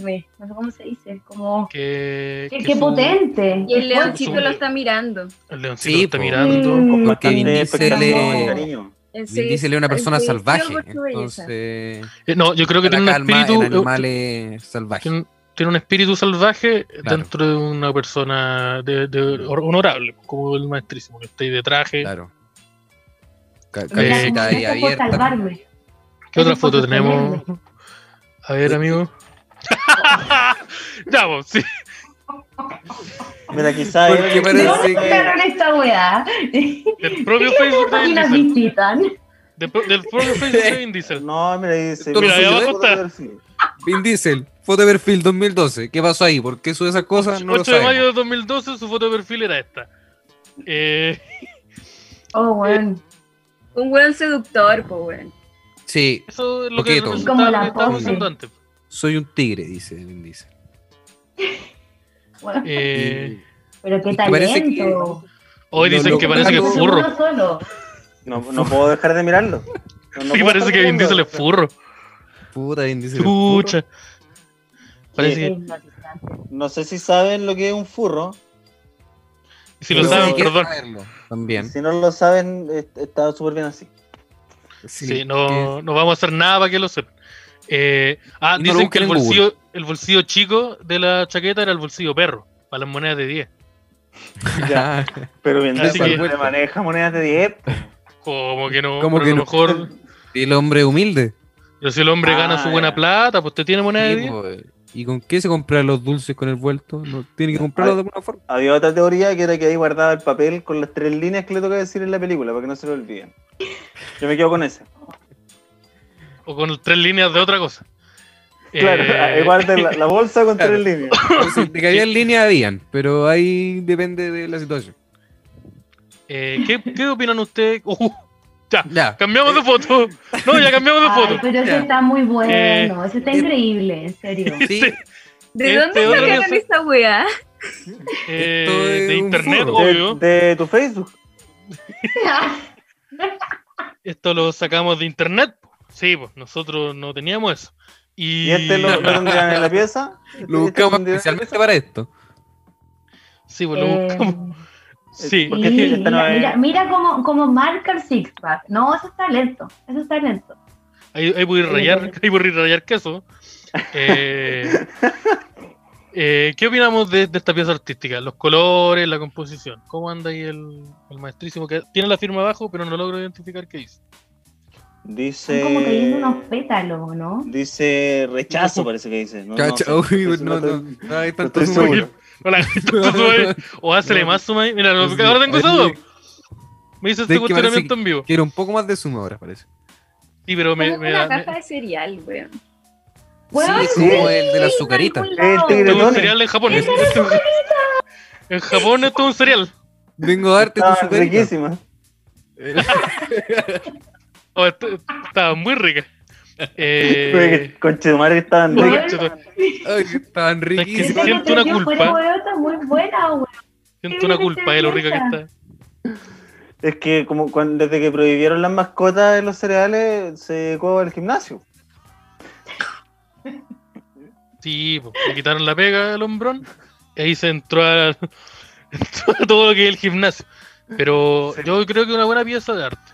me. No sé cómo se dice. Como.
Que,
Qué,
que
qué
su-
potente.
Y el
Qué
león
fuerte.
chico lo está mirando.
El leoncito
Sí,
lo está
po.
mirando.
Mm.
Con
Porque Vin
bastante
Diesel
expectación
es-
y cariño.
Él se-
Vin Diesel es una
él
persona
se
salvaje.
vistió por su belleza.
Entonces,
Eh, No, yo creo
la
que tiene un
calma
espíritu. eh,
en animales salvajes.
tiene, tiene un espíritu salvaje
Claro.
dentro de una persona de, de- honorable, como el maestrísimo, que está ahí de traje.
Claro. Ca-
Eh,
Mira, como
Cabecita ahí
gracias por
abierta.
salvarme.
¿Qué otra
Esas
foto
fotos
tenemos? A ver,
Uy.
amigo. ya, vos, sí.
Mira, quizás.
Porque
¿De
parece
dónde
que-
sacaron esta weá? ¿Qué
Del propio Facebook de Vin
páginas
Diesel.
visitan?
Del pro- del propio Facebook de Vin Diesel.
No, mira, ahí dice.
Esto
Mira, ahí abajo
foto
está.
del cine.
Vin Diesel, foto de perfil 2012. ¿Qué pasó ahí? ¿Por qué sube esas cosas? Ah, No lo
8 de mayo
sabemos.
de 2012, su foto de perfil era esta. Eh,
Oh, weón.
Un buen seductor, pues, weón.
Sí,
eso es lo que
Coqueto.
representaba
Como
lo
la
que estábamos
pose.
haciendo antes.
soy un tigre, dice Vin Diesel.
Weón,
Eh,
Pero qué
y parece que-
talento.
hoy
lo-
dicen
lo-
que parece que es
lo-
furro.
Uno solo.
No, no puedo dejar de mirarlo. No, no
Sí,
puedo
parece
dejar
que
de
Vin Diesel
mirarlo.
es furro.
Puta, Vin Diesel.
Chucha. Parece
Qué
que.
hipnotizante.
Eh, No sé si saben lo que es un furro.
Si lo
Pero-
saben,
Pero-
perdón.
También.
Si no lo saben, eh, está súper bien así.
Sí, no, no vamos a hacer nada para que lo sepan. Eh, ah,
Y no lo
dicen que
busquen
el
en Google.
bolsillo, el bolsillo chico de la chaqueta era el bolsillo perro, para las monedas de 10.
Ya. Pero Vin
Así
Diesel
que-
le maneja monedas de 10.
Como que no,
Como
pero
que
a
no.
lo mejor.
Y el hombre humilde.
Pero si el hombre
Ah,
gana su buena
ya.
plata, pues te tiene moneda de
Sí,
10.
po, eh. ¿Y con qué se compran los dulces con el vuelto? ¿No? ¿Tiene que comprarlos de alguna forma?
Había otra teoría que era que ahí guardaba el papel con las tres líneas que le toca decir en la película, para que no se lo olviden. Yo me quedo con esa.
O con tres líneas de otra cosa.
Claro,
Eh,
ahí guarda la, la bolsa con
claro.
tres líneas.
Entonces, de que había en línea habían, pero ahí depende de la situación.
eh, ¿qué, qué opinan ustedes? Uh, ya,
Ya.
cambiamos de foto. No, ya cambiamos de
Ay,
foto.
pero
Ya.
ese está muy bueno. Ese está
eh,
increíble, en serio.
Sí,
¿De
Este
dónde
otro
sacaron
día se-
esa weá?
Eh,
Esto es
de
un
internet,
furro.
obvio.
De, de tu Facebook.
Esto lo sacamos de internet. po. Sí, pues nosotros no teníamos eso. Y,
¿Y este lo, lo tendrían en la pieza? ¿Este-
Lo
este
buscamos
tendrían-
especialmente para esto.
Sí, pues lo buscamos.
Eh,
Sí.
Porque
sí,
este- este no
mira,
es-
mira, mira cómo, cómo marca el six pack. No, eso está lento. Eso está lento.
Ahí, ahí voy a rayar, ahí voy a rayar queso. Eh, eh, ¿Qué opinamos de, de esta pieza artística? Los colores, la composición. ¿Cómo anda ahí el, el maestrísimo? Que tiene la firma abajo, pero no logro identificar qué dice.
Son como cayendo unos
Dice.
pétalos, ¿no?
Dice rechazo, parece que dice. No,
Cacha,
no, sé.
uy,
Eso
no, no,
estoy-
no hay
no
tanto
estoy
zoom.
seguro.
Hola, entonces, oye, o hazle
No.
más suma ahí. Mira,
No sé,
ahora tengo
es
esa duda.
que-
Me hice este
¿Sabes qué? Parece
cuestionamiento en vivo.
Quiero un poco más de zoom ahora, parece.
Sí, pero me,
Como
me
una
da. me-
caja de cereal, weón.
Weón,
es como el de la azucarita.
manipulado.
Este
Esto es un
Gretones.
cereal en Japón.
Esa
En Japón esto es un cereal.
Vengo a darte tu
Está
azucarita.
riquísima.
Oh, esto- estaba muy rica.
Oye,
Eh,
que Conche de madre que estaban
Weón,
ricas.
Oye, chuta.
Ay, que estaban
que
esa
si
riquísimas.
siento una
nutrición
culpa.
fuera, weón, está muy buena, weón.
siento una culpa de lo rica que está.
Es que como cuando, desde que prohibieron las mascotas de los cereales, se coba el gimnasio.
Sí, po, le quitaron la pega al hombrón. Y ahí se entró a, entró a todo lo que es el gimnasio. Pero yo creo que una buena pieza de arte.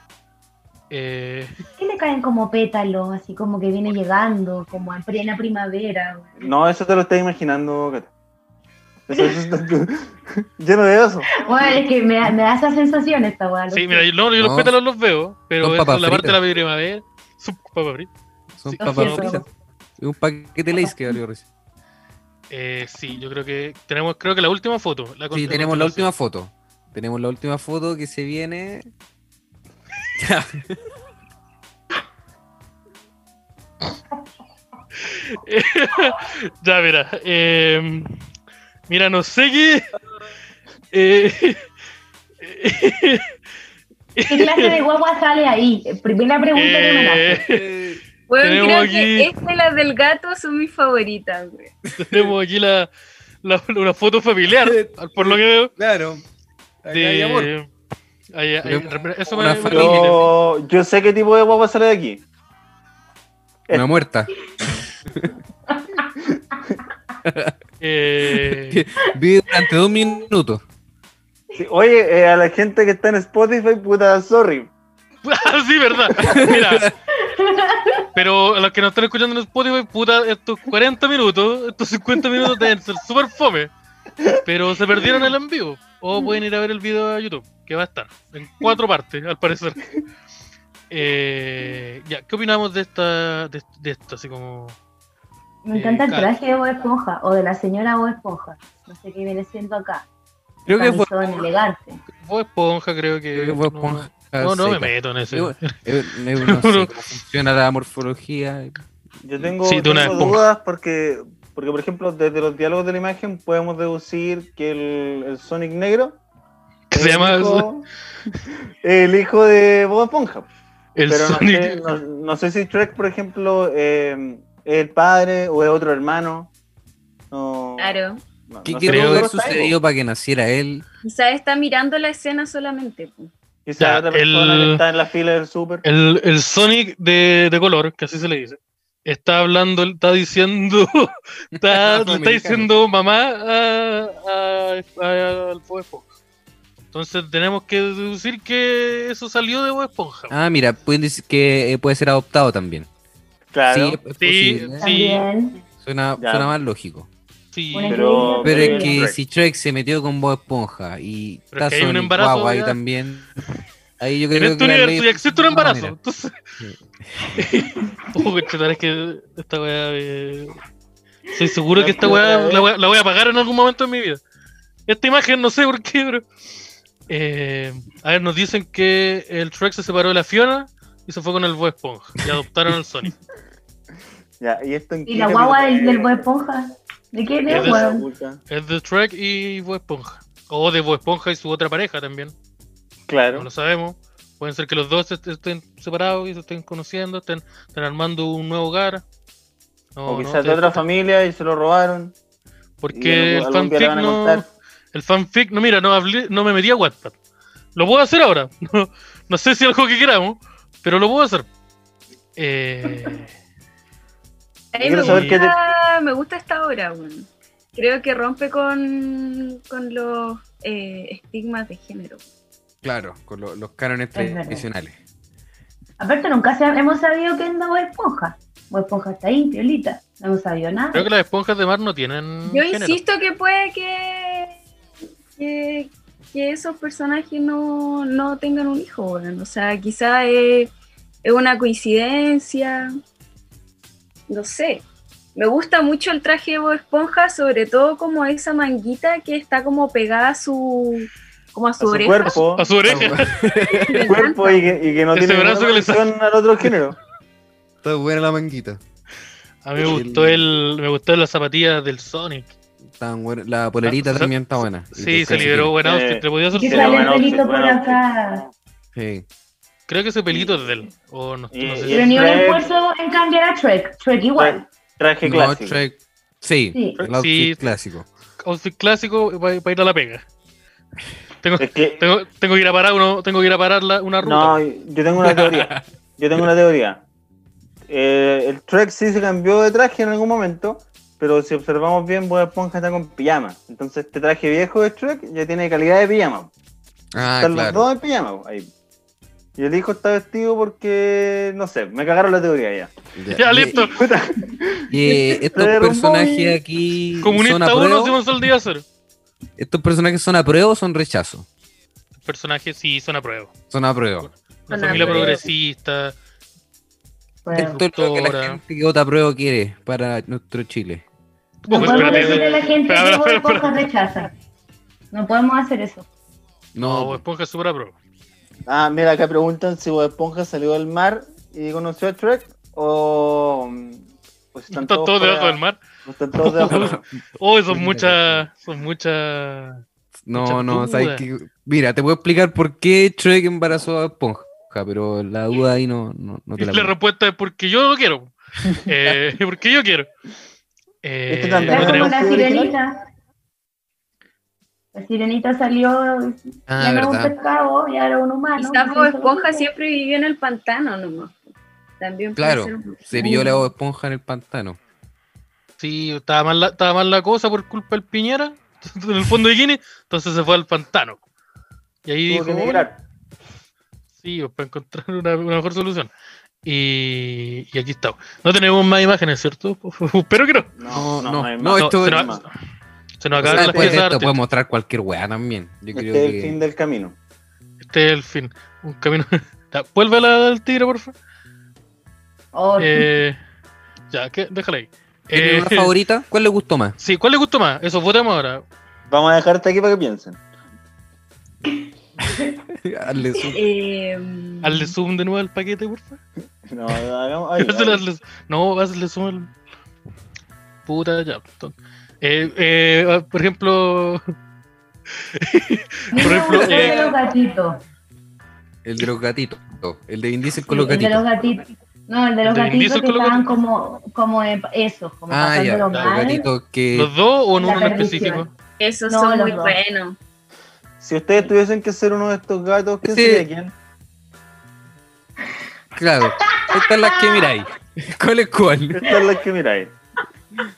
Eh,
¿Qué le caen como pétalos? Así como que viene llegando, como en plena primavera. weón?
No, eso te lo estás imaginando, Cata. Eso, eso está- Lleno de eso.
Bueno, es que me da, me da esa sensación esta weá. lo
sí,
sé.
mira, yo, no, yo los
No.
pétalos los veo, pero
Son
eso es
papas
la parte de
fritas.
la primavera. Son papas fritas.
Son
Sí.
papas
Lo siento.
fritas. Es un paquete Lays que abrió recién.
Eh, sí, yo creo que tenemos, creo que la última foto. La
Sí,
con-
tenemos la
continuación.
última foto. Tenemos la última foto que se viene. Ya.
Ya, mira. eh, mira, no sé qué. eh,
¿Qué clase de guagua sale ahí? Eh, Primera pregunta que me hace.
eh,
Weón,
Tenemos
creo
aquí-
que esta y la del gato son mis favoritas, weón.
tenemos aquí la, la- una foto familiar, por lo que veo.
Claro. Acá
de-
hay amor.
hay- hay-
Una
eso me
familia.
me limita.
Yo, yo sé qué tipo de guapa sale de aquí.
Una muerta.
Eh,
Vi durante dos minutos.
Sí, Oye, eh, a la gente que está en Spotify, puta, sorry.
ah, sí, verdad. Mira. Pero a los que nos están escuchando en Spotify, puta, estos 40 minutos, estos 50 minutos deben ser súper fome. Pero se perdieron el en vivo. O pueden ir a ver el video a YouTube, que va a estar en cuatro partes, al parecer. Eh, ya, ¿qué opinamos de esta, de, de esto? Así como
Me encanta el
claro.
traje de Bob Esponja o de la señora Bob Esponja. No sé qué viene siendo acá.
Creo que fue.
Camisón elegante.
Bob Esponja, creo que.
creo que fue
no-
esponja
No, no me
seca.
meto en eso.
Yo- yo- yo no sé cómo funciona la morfología.
Yo tengo,
Sí, de una
tengo
esponja.
dudas porque, porque, por ejemplo, desde los diálogos de la imagen podemos deducir que el, el Sonic negro
Que se
es
llama
el hijo, el hijo de Bob Esponja.
el
Pero no
Sonic.
sé, no, no sé si Trek, por ejemplo, eh, es el padre o es otro hermano. No,
Claro.
no-
¿Qué
no
qué
sé
creo
pudo
cómo
que
haber
lo traigo.
sucedido para que naciera él?
Quizás está mirando la escena solamente. po.
Quizá
Ya,
otra persona
el-
que está en la fila del súper.
El, el Sonic de, de color, que así se le dice, está hablando, está diciendo, está, le está
Afroamericano.
diciendo mamá a, a, a- al Bob Esponja. Entonces tenemos que deducir que eso salió de Bob Esponja.
Ah, mira, pueden decir que eh, puede ser adoptado también.
Claro.
Sí, es- es
Sí,
posible, ¿eh?
sí.
También.
Suena,
Ya.
suena más lógico.
Sí,
Una
pero,
pero-
increíble
Pero
es
es
familia.
que
Shrek.
si Shrek se metió con Bob Esponja y
Pero es
está
que hay un
Sonic
embarazo,
Guagua ahí
ya.
también, ahí yo creo
en este
que la ley
universo ya existe un
funciona de
embarazo.
alguna
Entonces,
Sí.
Uy, chuta, es que esta weá. eh, Soy seguro que esta
Otra
weá
vez.
eh.
la, voy a- la voy a pagar en algún momento de mi vida. Esta imagen, no sé por qué, bro. Eh, a ver, nos dicen que el Trek se separó de la Fiona y se fue con el Bob Esponja y adoptaron al Sonic.
Ya, ¿y, esto en
Y
qué
la guagua del,
capítulo
del
es?
Bob Esponja. ¿De quién
Es
es,
de-
weón?
Es de Trek y Bob Esponja. O de Bob Esponja y su otra pareja también.
Claro.
No lo sabemos. Pueden ser que los dos est- estén separados y se estén conociendo, estén, estén armando un nuevo hogar. No,
o
no,
quizás de
te-
otra familia y se lo robaron. y
Porque el
algún- algún día
fanfic
le van a
no.
contar.
El fanfic, no, mira, no, hablé- no me metí a Wattpad. Lo puedo hacer ahora. No, no sé si es algo que queramos, pero lo puedo hacer. Eh,
Yo
A mí me
quiero saber qué te-
gusta, me gusta esta obra, weón. Creo que rompe con, con los eh, estigmas de género.
Claro, con lo- los cánones
Es verdad.
tradicionales.
Aparte, nunca se- hemos sabido que es Bob Esponja. Bob Esponja está ahí, piolita. No hemos sabido nada.
creo que las esponjas de mar no tienen.
Yo
género.
insisto que puede que, que, que esos personajes no, no tengan un hijo, weón. O sea, quizá es, es una coincidencia. No sé. Me gusta mucho el traje de Bob Esponja, sobre todo como esa manguita que está como pegada a su, como a su,
A su
oreja.
cuerpo,
A su
Ah,
oreja.
Me
su cuerpo y
encanta.
que, y que no
Ese
tiene
brazo que le
relación al otro género.
Está buena la manguita.
A mí me gustó el, me gustó las zapatillas del Sonic.
Tan buena- La polerita
se-
también está buena. Y
Ah, Sí,
los
se liberó buen outfit. Le podía hacer
Que
Sí,
su-
sale el
bueno,
pelito
sí,
por
bueno.
acá.
calcetines. Sí.
Creo que ese pelito es de él. O no, no sé
Y-
si-
Pero ni un
Shrek.
esfuerzo en cambiar a Shrek. Shrek igual.
Traje
No,
clásico.
Shrek- Sí,
Sí.
el outfit
Sí.
clásico.
outfit clásico para ir a la pega. Tengo,
Es que
tengo, tengo que ir a parar uno, tengo que ir a parar la- una ruta.
No, yo tengo una teoría. Yo tengo una teoría. Eh, el Trek sí se cambió de traje en algún momento, pero si observamos bien, Bob Esponja está con pijama. Entonces, este traje viejo de Trek ya tiene calidad de pijama.
Ah,
Están los
claro.
dos en pijama ahí. Y el hijo está vestido porque, no sé, me cagaron la teoría ya.
Ya,
Y-
listo.
Puta,
y eh, estos
Se derrumbó y-
personajes aquí. son
Comunista
a
1,
prueba.
Simón Saldívar cero.
¿Estos personajes son a prueba o son rechazo?
Personajes sí son a prueba.
Son a prueba.
La
Son a
familia
prueba.
progresista.
Bueno,
Esto es lo que la
Doctora.
gente que vota a prueba quiere para nuestro Chile.
no
Oh,
podemos
espérate,
decirle a la gente
espera,
que
espera,
Bob
espera,
Esponja rechaza. No podemos hacer eso.
No,
No, pues,
Esponja es súper a prueba.
Ah, mira, acá preguntan si Bob Esponja salió del mar y conoció a Trek o. Pues
Están todos debajo del mar.
Están todos debajo del mar.
Oh, son muchas. Son muchas.
no,
mucha
no, sabes
duda.
que- Mira, te puedo explicar por qué Shrek embarazó a Esponja, pero la duda ahí no, no, no
Y
te la
la
pongo.
respuesta es porque yo lo quiero. Eh, porque yo quiero. Eh,
Este también.
no
Claro,
tenemos-
como la
¿Tenemos que
sirenita. La sirenita salió,
Ah,
ya no era un
verdad.
pescado, ya era un humano.
Quizá
no
Bob
hizo lo
Esponja
mismo.
siempre vivió en el pantano nomás. También puede
Claro,
ser un-
Se viola a Esponja en el pantano.
Sí, estaba mal, la, estaba mal la cosa por culpa del Piñera. En el fondo de Guinea. Entonces se fue al pantano. Y ahí
Tuvo
dijo.
que
"Bueno,
emigrar.
Sí, pues, para encontrar una, una mejor solución. Y, y aquí estamos. No tenemos más imágenes, ¿cierto? Pero que no.
No, no,
no,
hay
no,
más.
no, esto
se
es-
nos,
más.
se
O sea,
nos acabaron las
después
piezas
de
de
Pues, esto
arte.
puede mostrar cualquier weá también. Yo creo
Este es el fin
que.
del camino.
Este es el fin. Un camino. Ya, Vuelve a la del tigre, por favor.
Oh,
Eh, ya, que, déjala ahí.
¿Tienen
Eh,
pues. una favorita? ¿Cuál le gustó más?
sí, ¿cuál le gustó más? Eso, votamos ahora.
Vamos a dejarte aquí para que piensen.
Hazle zoom.
Eh,
Hazle zoom de nuevo al paquete, por favor.
No, hagamos. Ay,
Hazle-
ay.
hazle- no, hazle zoom al. Puta, ya. to- Eh, eh, por ejemplo,
por
ejemplo,
el
eh,
de los gatitos.
El de los gatitos. El de Vin Diesel con los
El de
gatitos.
los gatitos. No, el de los
El de Vin
gatitos
Diesel
que
con los
estaban
gatitos.
como, como eh, esos, como
Ah, ya,
pasándolo
los
mal.
gatitos que.
los dos o en
La
uno en específico.
perdición.
esos
No,
son
los
muy
dos.
buenos.
Si ustedes tuviesen que ser uno de estos gatos, ¿quién
Sí.
sería quién?
Claro. Estas las que miráis. ¿Cuál es cuál?
Esta es la que miráis.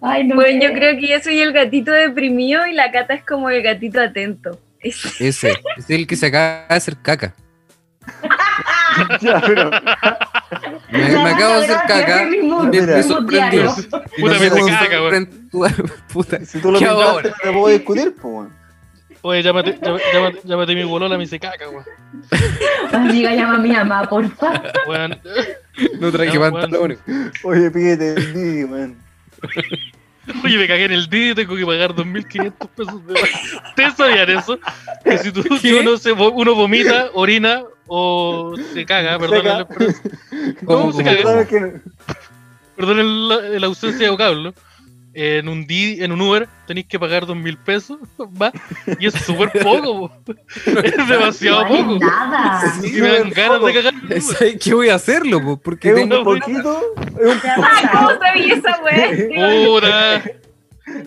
Ay, no
Bueno, yo
sé.
creo que yo soy el gatito deprimido y la cata es como el gatito atento. Es-
Ese. ese Es el que se acaba de hacer caca.
Ya, pero.
Me,
La
me acabo de hacer
gracia
caca.
de mi mundo,
Me, me
Mira.
sorprendió.
diario.
Y
Puta, me
sé cómo
caca,
sorprend- Puta.
Si tú lo
¿Qué hago
pintaste,
ahora?
no te puedo discutir, pues. weón.
Oye, llámate, llámate, llámate, llámate mi bolola, me dice caca, weón.
Amiga, llama a mi mamá, por favor.
Weón,
No traje
Ya, weón.
pantalones.
Oye, pídete el día, man.
Oye, me cagué en el día y tengo que pagar 2.500 pesos de ¿Ustedes sabían eso? Que si tú, si uno, se, vo- uno vomita, orina o se caga, perdón,
caga.
la expresión,
¿Cómo,
No,
cómo,
se cagó.
cómo?
¿Sabes que
perdón el- la ausencia de vocablo. En un di, en un Uber tenéis que pagar 2.000 pesos, va, y es súper poco, po. es demasiado
No es
poco.
nada.
Y me dan
Súper
ganas
poco.
de cagar. en el Uber.
¿Sabes qué voy a hacerlo? po? Porque
Es un
tengo.
poquito. Es un,
¡Ah, cómo sabía esa weá!
Puta.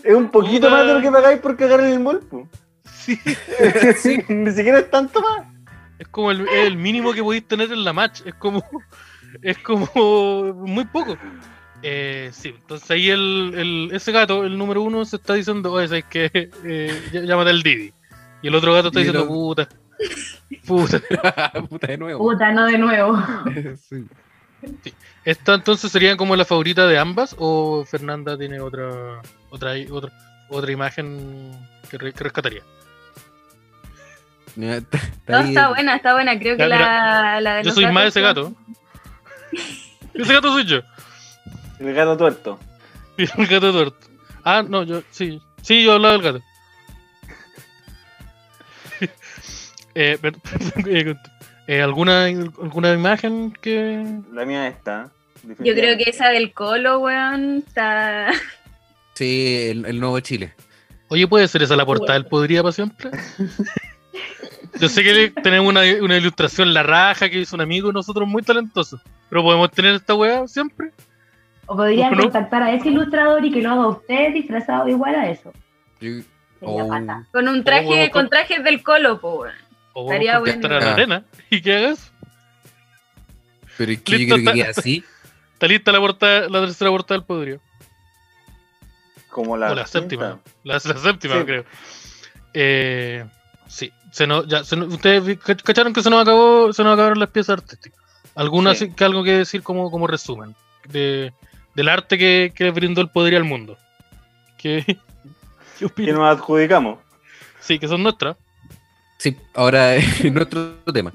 es un poquito más de lo que pagáis por cagar en el mall, pues.
Sí,
Ni siquiera es tanto más.
es como el, es el mínimo que podéis tener en la match. Es como. Es como. Muy poco. Eh, sí, entonces ahí el, el- ese gato, el número uno, se está diciendo, oye, ¿sabes qué? Eh, ll- llámate al Didi. Y el otro gato está
Y el
diciendo,
otro-
puta. Puta.
ah, Puta de nuevo.
Puta, no de nuevo.
Sí.
¿Esta entonces sería como la favorita de ambas? ¿O Fernanda tiene otra otra, otra, otra imagen que, re- que rescataría?
Ya, está- está
No,
ahí.
está buena, está buena. Creo
Ya,
que la, la de
Yo
los
soy más de ese
gatos-
gato. ese gato soy yo.
El gato tuerto.
Y el gato tuerto. Ah, no, yo sí. Sí, yo hablaba del gato. Eh, per- eh, eh, ¿alguna, ¿Alguna imagen que.?
La mía está.
Yo creo que esa del colo, weón, está...
Sí, el, el nuevo Chile.
Oye, ¿puede ser esa la portada del Podría para siempre? Yo sé que le- tenemos una, una ilustración, la raja que hizo un amigo de nosotros muy talentoso. Pero podemos tener esta weá siempre.
O podrían
Ujú, ¿no?
contactar a ese ilustrador y que lo haga usted disfrazado igual a eso.
Yo-
Sería
Oh.
bacán.
Con un
Oh,
traje,
weón,
con trajes del colo, po, weón.
O
Estaría
podemos contactar
bueno.
a la arena y que hagas.
Pero es que yo
Listo,
creo
está-
que queda así.
Está lista la, portada, la tercera portada del Podría.
Como la,
o la séptima.
quinta.
La, la séptima,
Sí.
creo. Eh, sí, se nos, ya, se nos- ustedes vi- cach- cacharon que se nos, acabó, se nos acabaron las piezas artísticas. ¿Alguna
Sí.
sí- que algo que decir como, como resumen de, del arte que, que brindó el poder al mundo? ¿Qué, qué
Que
opinan?
nos adjudicamos.
Sí, que son nuestras.
Sí, ahora eh, nuestro tema.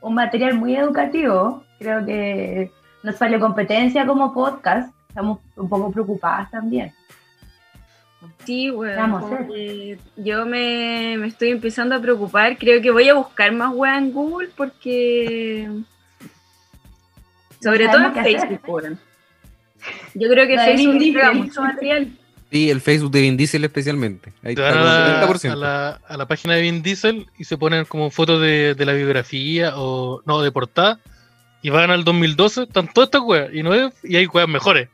Un material muy educativo. Creo que nos salió competencia como podcast. Estamos un poco preocupadas también.
Sí, weón.
Vamos a
como
hacer.
que Yo me, me estoy empezando a preocupar. Creo que voy a buscar más weón en Google porque. Sobre
No
todo
sabemos
en
qué hacer.
Facebook, weón. Yo creo que
Lo de
Facebook
Vin
entrega
Diesel.
mucho material.
Sí, el Facebook de Vin Diesel especialmente. Ahí
Te van
está
a
con
la,
el 70%.
a la- a la página de Vin Diesel y se ponen como fotos de, de la biografía o no, de portada. Y van al 2012, están todas estas weas. Y, no es- y hay weas mejores.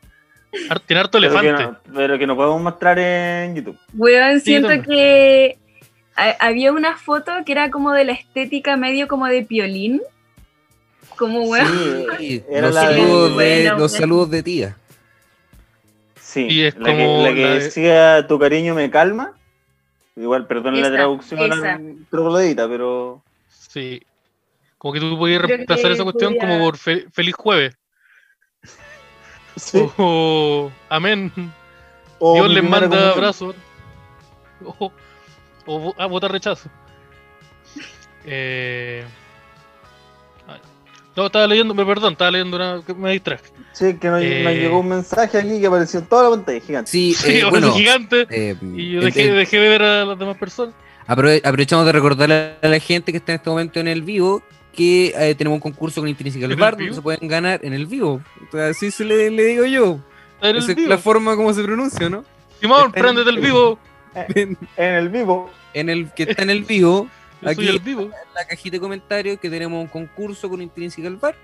Har- Tiene harto
Pero que,
elefante.
no, pero que nos podemos mostrar en YouTube.
Weón,
Sí,
siento
también.
que ha- había una foto que era como de la estética medio como de piolín. Como Oh, weón.
Sí,
Era
los,
la de-
saludos de,
Bueno,
los
pues.
saludos de tía.
Sí,
Y es
la,
como
que, la que
la de-
decía tu cariño me calma. Igual, perdón la
Esa,
traducción a la
esa.
troglodita, pero
Sí. Como que tú podías
Creo
reemplazar
que
esa cuestión
podría-
como por fe- feliz jueves.
sí.
O amén.
O
Oh, Dios
Oh, mi
les
primera
manda
comunión.
abrazos. O, o vo- ah, votar rechazo. Eh, ay. No, estaba leyendo, me- perdón, estaba leyendo una que me distraje.
Sí, que nos,
Eh.
nos llegó un mensaje aquí que apareció en toda la pantalla gigante.
Sí,
Sí,
eh,
ahora
bueno.
soy gigante.
eh,
Y yo
en-
dejé,
en-
dejé de ver a las demás personas.
aprove- aprovechamos de recordarle a la gente que está en este momento en el vivo que eh, tenemos un concurso con Intrinsical
¿En el
Bar donde
vivo?
se pueden ganar en el vivo. O sea, Así se le, le digo yo.
Era el
Esa es
vivo.
la forma como se pronuncia, ¿no?
Simón,
está en-
prendete el vivo.
En,
En el vivo.
en el que está en el vivo,
Yo
Aquí-
soy el vivo.
la cajita de comentarios que tenemos un concurso con Intrinsical Bar,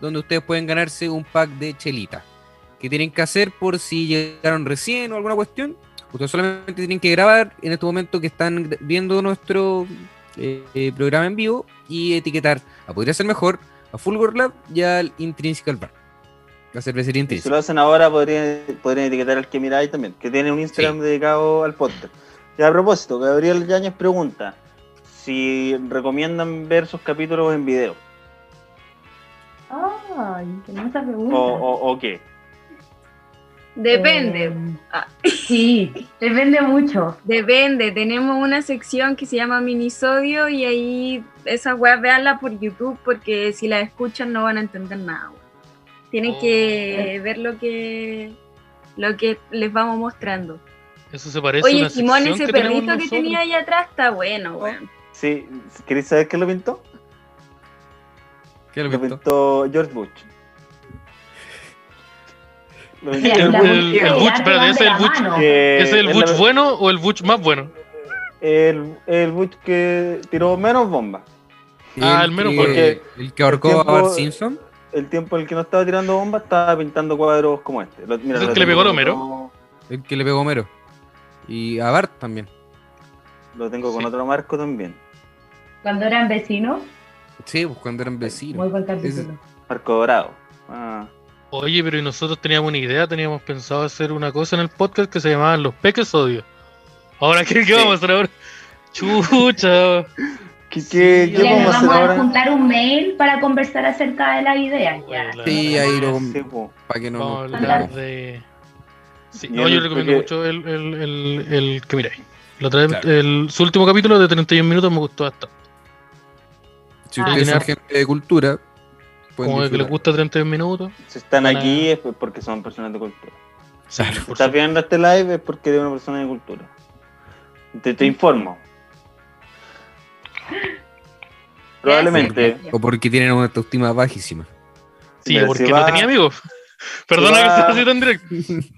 donde ustedes pueden ganarse un pack de chelita. que tienen que hacer por si llegaron recién o alguna cuestión? Ustedes solamente tienen que grabar en este momento que están gr- viendo nuestro eh, eh, programa en vivo y etiquetar a Podría Ser Mejor, a Fulgor Lab y al Intrinsical Bar. La cervecería
Si
intrínseca.
lo hacen ahora, podrían, podrían etiquetar al que miráis también, que tiene un Instagram
Sí.
dedicado al podcast. Y a propósito, Gabriel Yañez pregunta si recomiendan ver sus capítulos en video
Ay, qué hermosa
o,
pregunta.
o, o qué.
Depende.
Eh,
Ah.
Sí, depende mucho.
Depende, tenemos una sección que se llama Minisodio y ahí esas weas veanla por YouTube porque si las escuchan no van a entender nada. weón. Tienen
Oh.
que ver lo que lo que les vamos mostrando.
Eso se parece a
Oye,
una
Simón,
sección
ese
que tenemos
perrito que
nosotros.
tenía ahí atrás está bueno, weón.
Sí, ¿Queréis saber qué lo pintó?
¿Qué lo
Lo
pintó?
pintó George Bush. Lo pintó
Ya,
El,
George
la-
Bush,
el,
Ya,
el Butch,
te
espérate,
van de
¿ese es el
la
Butch-
mano.
que
¿ese es el
es
Butch
la-
bueno o el Butch más bueno?
el, el Bush que tiró menos bombas.
Ah,
El
al menos
que-
porque
el que ahorcó
tiempo-
a Bart Simpson.
El tiempo en el que no estaba tirando bombas estaba pintando cuadros como este. Lo- mira,
¿Es el
lo
que le
tengo
pegó a Homero?
como-
El que le pegó a Homero. Y a Bart también.
Lo tengo con
Sí.
otro marco también.
Cuando eran vecinos,
Sí, pues cuando eran
muy
vecinos.
buen capítulo.
Marco Dorado. Ah,
Oye, pero y nosotros teníamos una idea, teníamos pensado hacer una cosa en el podcast que se llamaba Los Peques Odio. Ahora, ¿qué, qué vamos a hacer ahora? Chucha.
¿Qué, qué,
Sí,
qué
Y ahí
podemos
nos
hacer
vamos a
ahora?
juntar un mail para conversar acerca de las ideas. Ya.
Bueno,
Sí,
la-
ahí lo
Sí, pues. po.
para que no
Vamos a
nos-
hablar de. Sí,
Y
no,
el-
yo recomiendo
porque-
mucho el, el, el, el que miráis. La otra vez-
Claro.
el- su último capítulo de 31 minutos me gustó bastante.
Si ustedes
Ah.
son gente de cultura, pueden
Como que les
disfrutar.
gusta 31 minutos.
Si están
Para-
aquí es porque son personas de cultura.
Sí,
Si
por
estás viendo este live es porque eres una persona de cultura. Te,
Mm.
te informo. Probablemente.
Gracias.
O porque tienen una autoestima bajísima.
supuesto. sí
Mira,
porque
si
no
va-
tenía amigos. Perdona
si
que
va-
sea así tan directo.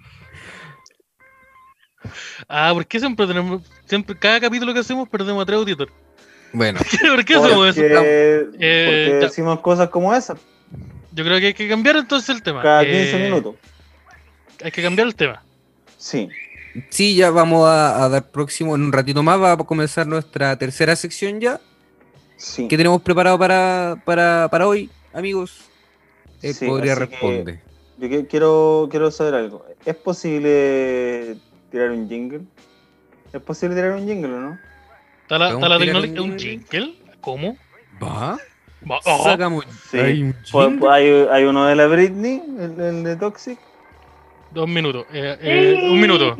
Ah, ¿por qué siempre tenemos. Siempre, cada capítulo que hacemos perdemos a tres auditores?
Bueno,
¿Por qué hacemos
Porque,
eso? Eh,
porque
ya.
decimos cosas como esas
Yo creo que hay que cambiar entonces el tema.
cada
Eh,
15 minutos.
Hay que cambiar el tema.
Sí.
sí, ya vamos a, a dar próximo, en un ratito más va a comenzar nuestra tercera sección ya.
Sí.
¿Qué tenemos preparado para, para, para hoy, amigos? Eh,
Sí,
podría
así que-
responde.
Yo que- quiero, quiero saber algo. ¿Es posible tirar un jingle? ¿Es posible tirar un jingle o no?
¿Está la,
Vamos
está
a
la
tirar
tecnología?
un-
¿Un jingle? ¿Cómo?
¿Va?
Va- oh,
Sacamos.
Sí.
Hay un
Po-
jingle.
Hay, hay uno de la Britney, el, el de Toxic.
dos minutos. eh, eh, Un minuto.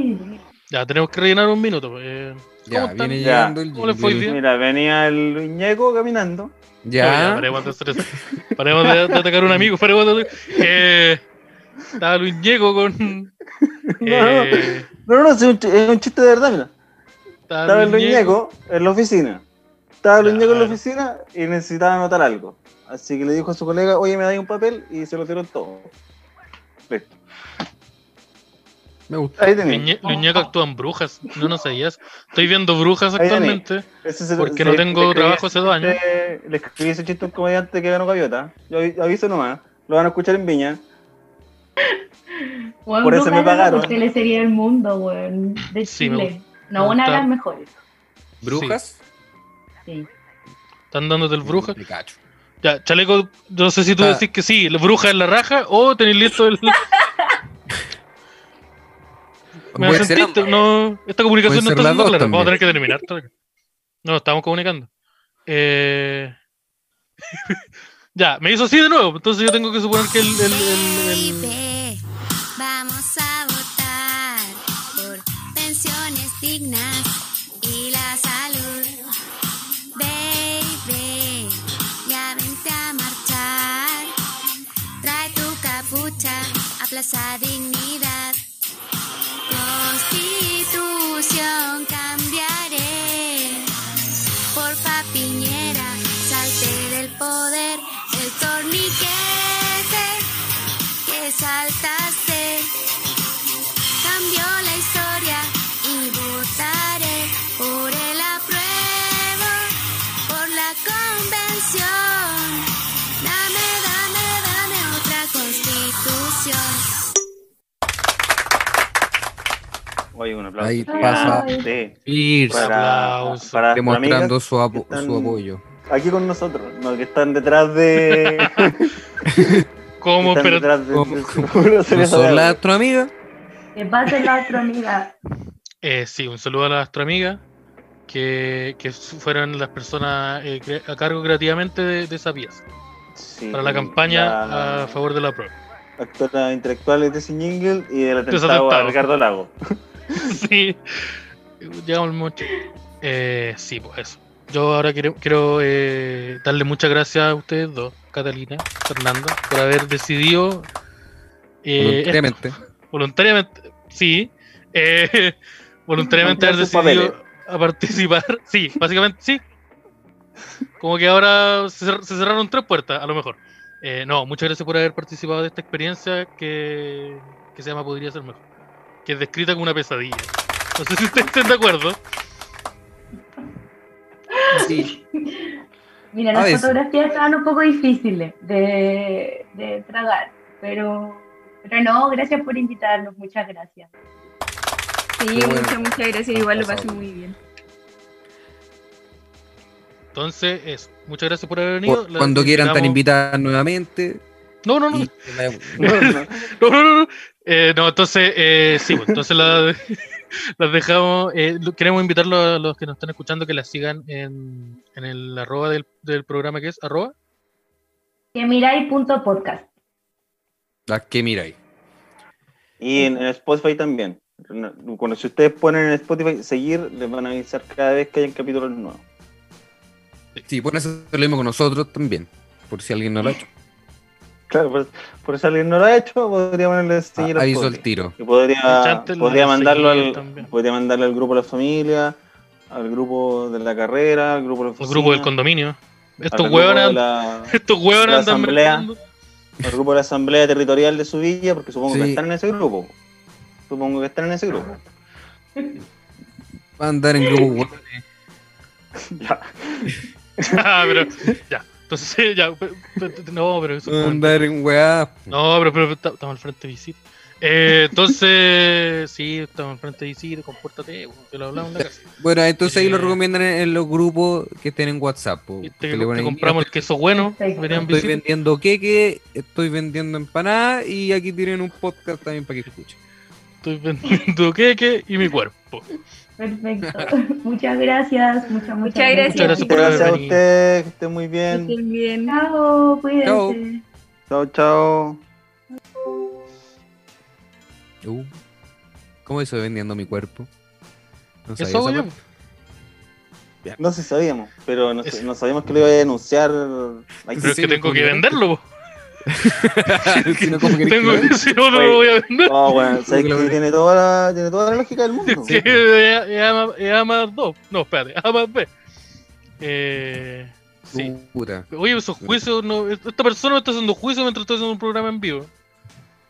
Ya, tenemos que rellenar un minuto. eh.
Ya,
¿Cómo están?
viene
Ya.
llegando el
¿Cómo les fue hoy
jingle.
día?
Mira, venía el Ñeco caminando.
No, ya,
Ya.
paremos de hacer eso. Paremos de, de atacar a un amigo. Paremos de atacar. Eh, estaba Luis Ñeco con. eh,
No, no, no, es un, ch- es un chiste de verdad, mira. Estaba el
Luis Ñeco.
Ñeco en la oficina. Estaba el Ñeco en la
Claro.
oficina y necesitaba anotar algo. Así que le dijo a su colega, oye, me dais un papel y se lo tiró todo. Listo.
Me gusta.
Ahí
Luis
tenía.
Ñe- Luis Ñeco actúa en brujas. No, no sabías. Estoy viendo brujas
Ahí viene.
actualmente. Porque no tengo trabajo hace dos años.
Le escribí ese chiste a un comediante que ganó gaviota. Yo avi- aviso nomás. Lo van a escuchar en Viña.
Weón,
Por eso
Brujas
me
era
pagaron.
la teleserie del mundo, weón, de
Sí, me
Chile.
me
no, una de
gusta.
las mejores.
¿Brujas?
Sí.
Están dándote el bruja.
Me cacho.
Ya, chaleco, yo no sé si tú
Ah.
decís que sí, la bruja es la raja o tenéis listo el. Me
Puede ser
sentiste,
ambas.
no, esta comunicación
Pueden
no
ser
está
las
siendo
dos
clara. Vamos
también.
a tener que terminar. Tarek. No, estamos comunicando. Eh... ya, me hizo así de nuevo. Entonces yo tengo que suponer que el. el, el- el-
Vamos a votar por pensiones dignas y la salud. Baby, ya vente a marchar. Trae tu capucha a Plaza Dignidad. Constitución cambiaré. Porfa Piñera, salte del poder, el torniquete que saltaste. Cambió la historia y votaré por el apruebo, por la convención. Dame, dame, dame otra constitución.
Oye, un aplauso.
Ahí
Ahí
pasa
Ay.
Pierce
Para,
Aplauso.
para nuestras
demostrando
amigas
su, apo-
que están-
su apoyo.
aquí con nosotros, no, que están detrás de.
¿Cómo?
que están
Pero
detrás de-
¿Cómo?
de- de- de-
¿No son
de-
las otras amigas?
Que pase la otra amiga.
Eh, sí, un saludo a la astroamiga, que, que su- fueron las personas eh, cre- a cargo creativamente de, de esa pieza,
Sí,
para la campaña
la
a favor de la prueba.
Actora intelectual de ese jingle y del atentado a
atentado.
Ricardo Lago.
sí, llegamos al mocho. Eh, sí, pues eso. Yo ahora quiero, quiero eh, darle muchas gracias a ustedes dos, Catalina, Fernando, por haber decidido eh, esto.
Voluntariamente.
voluntariamente, sí, eh, voluntariamente haber
Encontrar sus
decidido a participar, sí, básicamente sí. Como que ahora se, cer- se cerraron tres puertas, a lo mejor. Eh, no, muchas gracias por haber participado de esta experiencia que, que se llama Podría ser mejor, que es descrita como una pesadilla. No sé si ustedes estén de acuerdo.
Sí.
Mira,
A
las
veces.
fotografías estaban un poco difíciles de, de tragar, pero, pero no, gracias por invitarnos, muchas gracias.
Sí,
Qué bueno.
muchas, muchas gracias. Igual lo pasé
Pasado.
muy bien.
Entonces, eso. Muchas gracias por haber venido.
Cu-
La-
Cuando quieran, están
esperamos-
invitadas nuevamente.
No, no, no.
Y-
No, no, no, no. Eh, no, entonces, eh, sí, pues, entonces la- las dejamos. eh, lo- queremos invitarlos a los que nos están escuchando que las sigan en, en el arroba del, del programa que es arroba.
Que miráis punto podcast.
Las que miráis.
Y en, en Spotify también. No- Cuando si ustedes ponen en Spotify seguir, les van a avisar cada vez que hayan capítulos nuevos.
Sí, pueden hacer lo mismo con nosotros también. Por si alguien no lo ha hecho.
Claro, por, por si alguien no lo ha hecho, podría ponerle seguir a
Ah, aviso
Spotify.
el tiro.
Y podría,
Chantel,
podría mandarlo
seguir
al,
también.
podría mandarlo al grupo de la familia, al grupo de la carrera, al grupo de la
El
oficina,
grupo del condominio.
al
Estos
grupo de
huevones
la-
estos huevones
la
andan
asamblea.
mezclando.
al grupo de la asamblea territorial de su villa, porque supongo que
Sí.
están en ese grupo. Supongo que están en ese grupo.
Van a andar en grupo. bueno.
Ya.
Ah, pero, ya. Entonces, ya. pe- pe- No, pero eso es
Van a
como-
andar en weá.
No, pero, pero esta- estamos al frente de Isidro. Eh, entonces, sí, estamos al frente de Isidro, compórtate, bueno, te lo hablamos en la casa.
Bueno, entonces ahí lo
Eh.
recomiendan en, en los grupos que estén en WhatsApp. po.
Y Te,
Porque le ponen,
te compramos el queso bueno,
Sí.
venían
Estoy
visitas.
vendiendo queque, estoy vendiendo empanadas y aquí tienen un podcast también para que escuchen.
Estoy vendiendo queque y mi cuerpo.
Perfecto. muchas gracias. Muchas, muchas
Muchas gracias.
Muchas gracias por
Gracias a
haber venido.
ustedes, que estén muy bien.
Estén bien.
Chao, cuídense.
Chao.
Chao, chao.
Uh, ¿Cómo eso de vendiendo mi cuerpo? No sabía
Eso hago
esa
yo.
parte.
No sé si sabíamos, pero no,
Eso.
no sabíamos que lo iba a denunciar. Ay,
Pero es
Sí,
que tengo
porque-
que venderlo. po.
Si no, ¿cómo querés que
Tengo
lo
que,
venda?
si no, no lo voy a vender.
No, bueno, sabes
Google
que
ahora.
tiene toda la, tiene toda la lógica del mundo.
Sí, es es A más- es A más 2. No, espérate, A más B. Eh, sí.
Puta.
Oye, esos juicios, no, esta persona me está haciendo juicio mientras estoy haciendo un programa en vivo.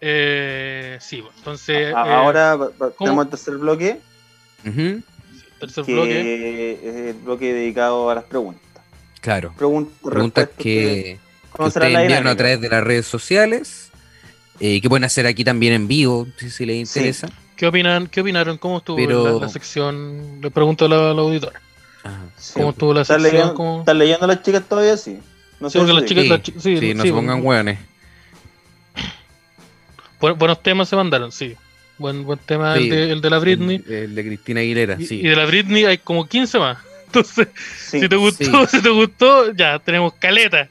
Eh, sí, bueno, entonces... eh,
A- Ahora va- va- tenemos el tercer bloque,
Ujú,
Tercer
que
bloque.
es el bloque dedicado a las preguntas.
Claro.
Preguntas,
Preguntas
respuestas
que, que
conocerán
ustedes
la
enviaron a
dinámica.
través de las redes sociales. eh, que pueden hacer aquí también en vivo, si, si les
Sí.
interesa.
¿Qué, opinan, ¿Qué opinaron? ¿Cómo estuvo
Pero-
la, la sección? Le pregunto a la, a la auditora.
Ajá.
Sí.
¿Cómo estuvo la
¿Están
sección?
leyendo,
¿Cómo-
están leyendo las chicas todavía? Sí. No
Sí,
sé
porque las
si-
chicas-
Sí,
la chi- sí,
sí, no
sí,
se pongan
bueno.
hueones.
Bu- buenos temas se mandaron, sí. Buen, buen tema
Sí.
el, de, el de la Britney.
El, el de Cristina Aguilera,
Y-
sí.
Y de la Britney hay como 15 más. Entonces,
sí.
si te gustó, si te gustó, ya tenemos caleta.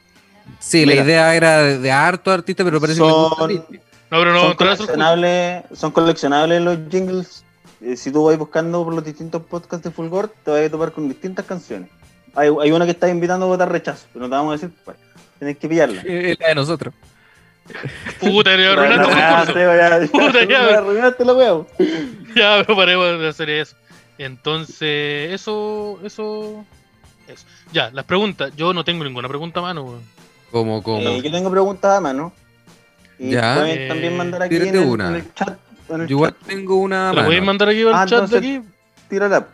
Sí,
Mira.
la idea era de, de harto artista, pero parece que le gusta
Son-
Britney.
No, pero no,
son,
con eso-
coleccionables, son coleccionables los jingles. Eh, si tú vas buscando por los distintos podcasts de Fulgor, te vas a topar con distintas canciones. Hay, hay una que está invitando a votar rechazo, pero no te vamos a decir cuál. Tienes que pillarla.
Eh, Es la de nosotros.
puta, le
Ya,
arruinaste el concurso.
ya,
Puta, ya.
ya, arruinaste la wea.
Ya, pero paremos de hacer eso. Entonces, eso, eso, eso. Ya, las preguntas. Yo no tengo ninguna pregunta a mano. weón.
Como, como.
Eh, yo tengo preguntas a mano. Y
Ya.
pueden
Eh,
también mandar aquí en
tírate
el,
una.
en el chat. En
Yo
el
igual
chat.
tengo una
¿Te la
mano.
podéis mandar aquí al
Ah,
chat de
entonces-
aquí?
Tírala.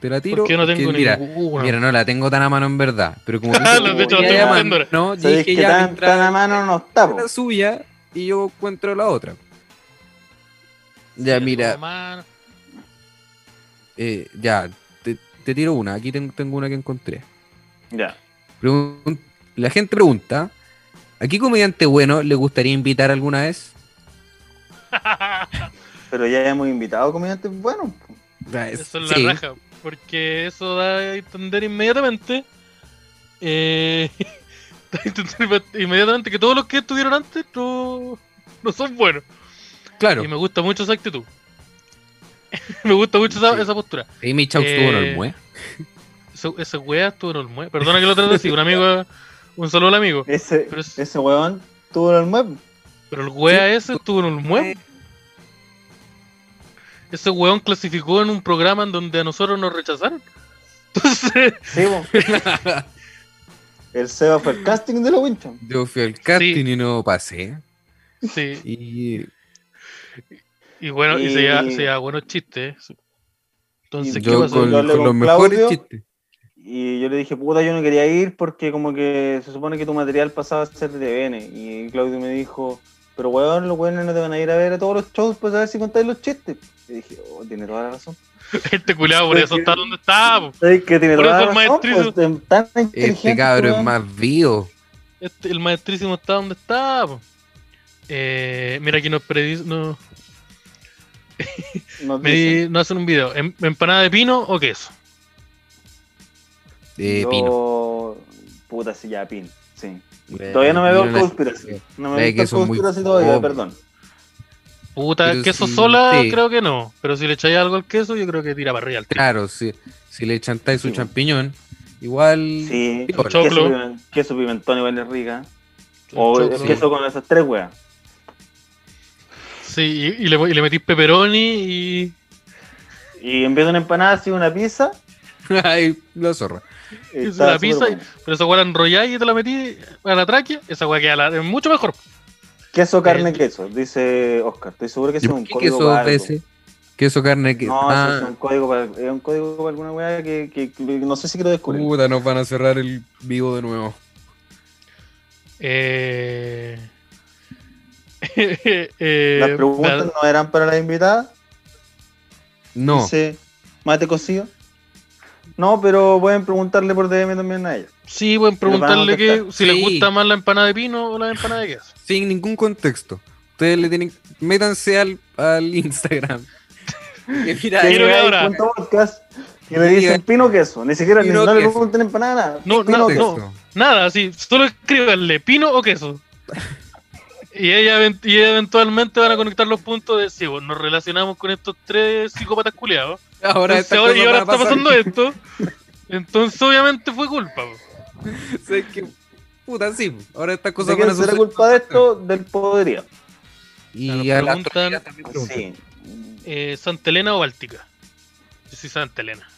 Te la tiro.
Porque yo no
porque
tengo
mira,
ninguna.
mira, no la tengo tan a mano en verdad. Pero como dije,
Ah,
lo- de
ya
hecho, lo estoy
llaman,
buscando ahora.
no,
Sabéis
dije
que
ya
tan,
mientras
tan a mano no está. po.
la suya y yo encuentro la otra. Ya, mira,
Mamá,
eh, ya, te, te tiro una. Aquí ten- tengo una que encontré.
Ya.
Pregun- la gente pregunta: ¿A qué comediante bueno le gustaría invitar alguna vez?
Pero ya hemos invitado comediantes buenos. po.
Ah, es-
Eso es
sí.
la raja, porque eso da a entender inmediatamente. eh, da a entender inmediatamente que todos los que estuvieron antes no, no son buenos.
Claro,
Y me gusta mucho esa actitud. me gusta mucho esa,
Sí.
esa postura.
y mi chau estuvo en
Eh,
Olmué.
Ese, ese wea estuvo en Olmué. Perdona que lo trate así, un amigo. Un saludo al amigo.
Ese,
Pero es-
ese weón tuvo el mueble.
Pero el wea ese estuvo en Olmué. Ese weón clasificó en un programa en donde a nosotros nos rechazaron. Entonces,
Sí, po. El Seba fue el casting de la Wincham.
Yo fui al casting y no pasé.
sí.
Y
Y bueno, y, se
Y-
lleva- se lleva buenos chistes. eh. Sí. Entonces,
Y
¿qué
yo
pasó?
con,
Yo hablé
con
con
los mejores
Claudio.
chistes.
Y yo le dije, puta, yo no quería ir porque como que se supone que tu material pasaba a ser de TVN. Y Claudio me dijo, Pero weón, los weones no te van a ir a ver a todos los shows para saber si contáis los chistes. Y dije, oh, tiene toda la razón.
Este culiado por
Es
eso
que-
está donde está. po.
¿Sabes que tiene
Por
toda
eso
la
el
razón?
maestrizo-
pues, tan inteligente,
Este cabrón es
weón.
más vivo.
Este- el maestrísimo está donde está. po. Eh, mira que nos, predi- nos-
Nos
me
dicen.
di- nos hacen un video. Em- ¿Empanada de pino o queso?
Eh,
Yo-
Pino.
Puta, sí, ya, pin. Sí. Todavía no me veo
Pino, la-
conspiración. No me
la de
veo
que son muy
conspiración todavía,
pobres.
perdón.
Puta,
Pero
queso
sí,
sola
sí.
creo que no. Pero si le echáis algo al queso, yo creo que tira para arriba. al tiro.
Claro, si, si le chantáis su
Sí.
champiñón, igual.
Sí.
Piola.
Choclo.
Queso, pimen- queso pimentón igual es rica. O
Choclo.
el queso con esas tres weas.
Sí, y, y le, y le metís pepperoni y.
Y en vez de una empanada, sí, una pizza.
Ay, la zorra.
eh,
Es
está
una
súper
pizza y-
bueno.
Pero esa weá la enrolláis y te la metís a la tráquea. Esa weá queda la- es mucho mejor. eh,
Queso, carne, queso, dice Oscar. Estoy seguro que eso es un
¿Qué
código
queso
para algo.
ese? Queso carne que.
No, eso es
ah,
un código para, es un código para alguna weá que, que- que no sé si quiero descubrir.
puta, nos van a cerrar el vivo de nuevo.
Eh...
Las
eh,
preguntas no eran para la invitada.
No,
Dice mate cocido. No, pero pueden preguntarle por DM también a ella.
Sí, pueden
Pero vamos a
preguntarle que, si les
Sí.
gusta más la empanada de pino o la empanada de queso.
sin ningún contexto. Ustedes le tienen. Métanse al, al Instagram. Que mira,
Sí, Quiero que
Llegáis
ahora-
punto podcast y le dicen
Diga-
pino queso. Ni siquiera ni-
Pino
no le
queso.
pregunten empanada. nada.
No,
Pino
no,
queso.
no.
contexto.
Nada, sí, solo escríbanle pino o queso. Y ella, ven- y ella eventualmente van a conectar los puntos de si nos relacionamos con estos tres psicópatas culiados.
Ahora,
Entonces,
estas
ahora- y
cosas
ahora
van a
está
pasar.
pasando esto. Entonces, obviamente fue culpa. po.
Sé que- Puta, sí. Ahora estas
¿De
cosas
quién
van a
será
suceder.
culpa de esto? Del poderío.
Y
Nos
a las
preguntan-
autoridades también preguntan.
Ah, Sí.
Eh, ¿Santa Elena o Báltica? Yo soy Santa Elena.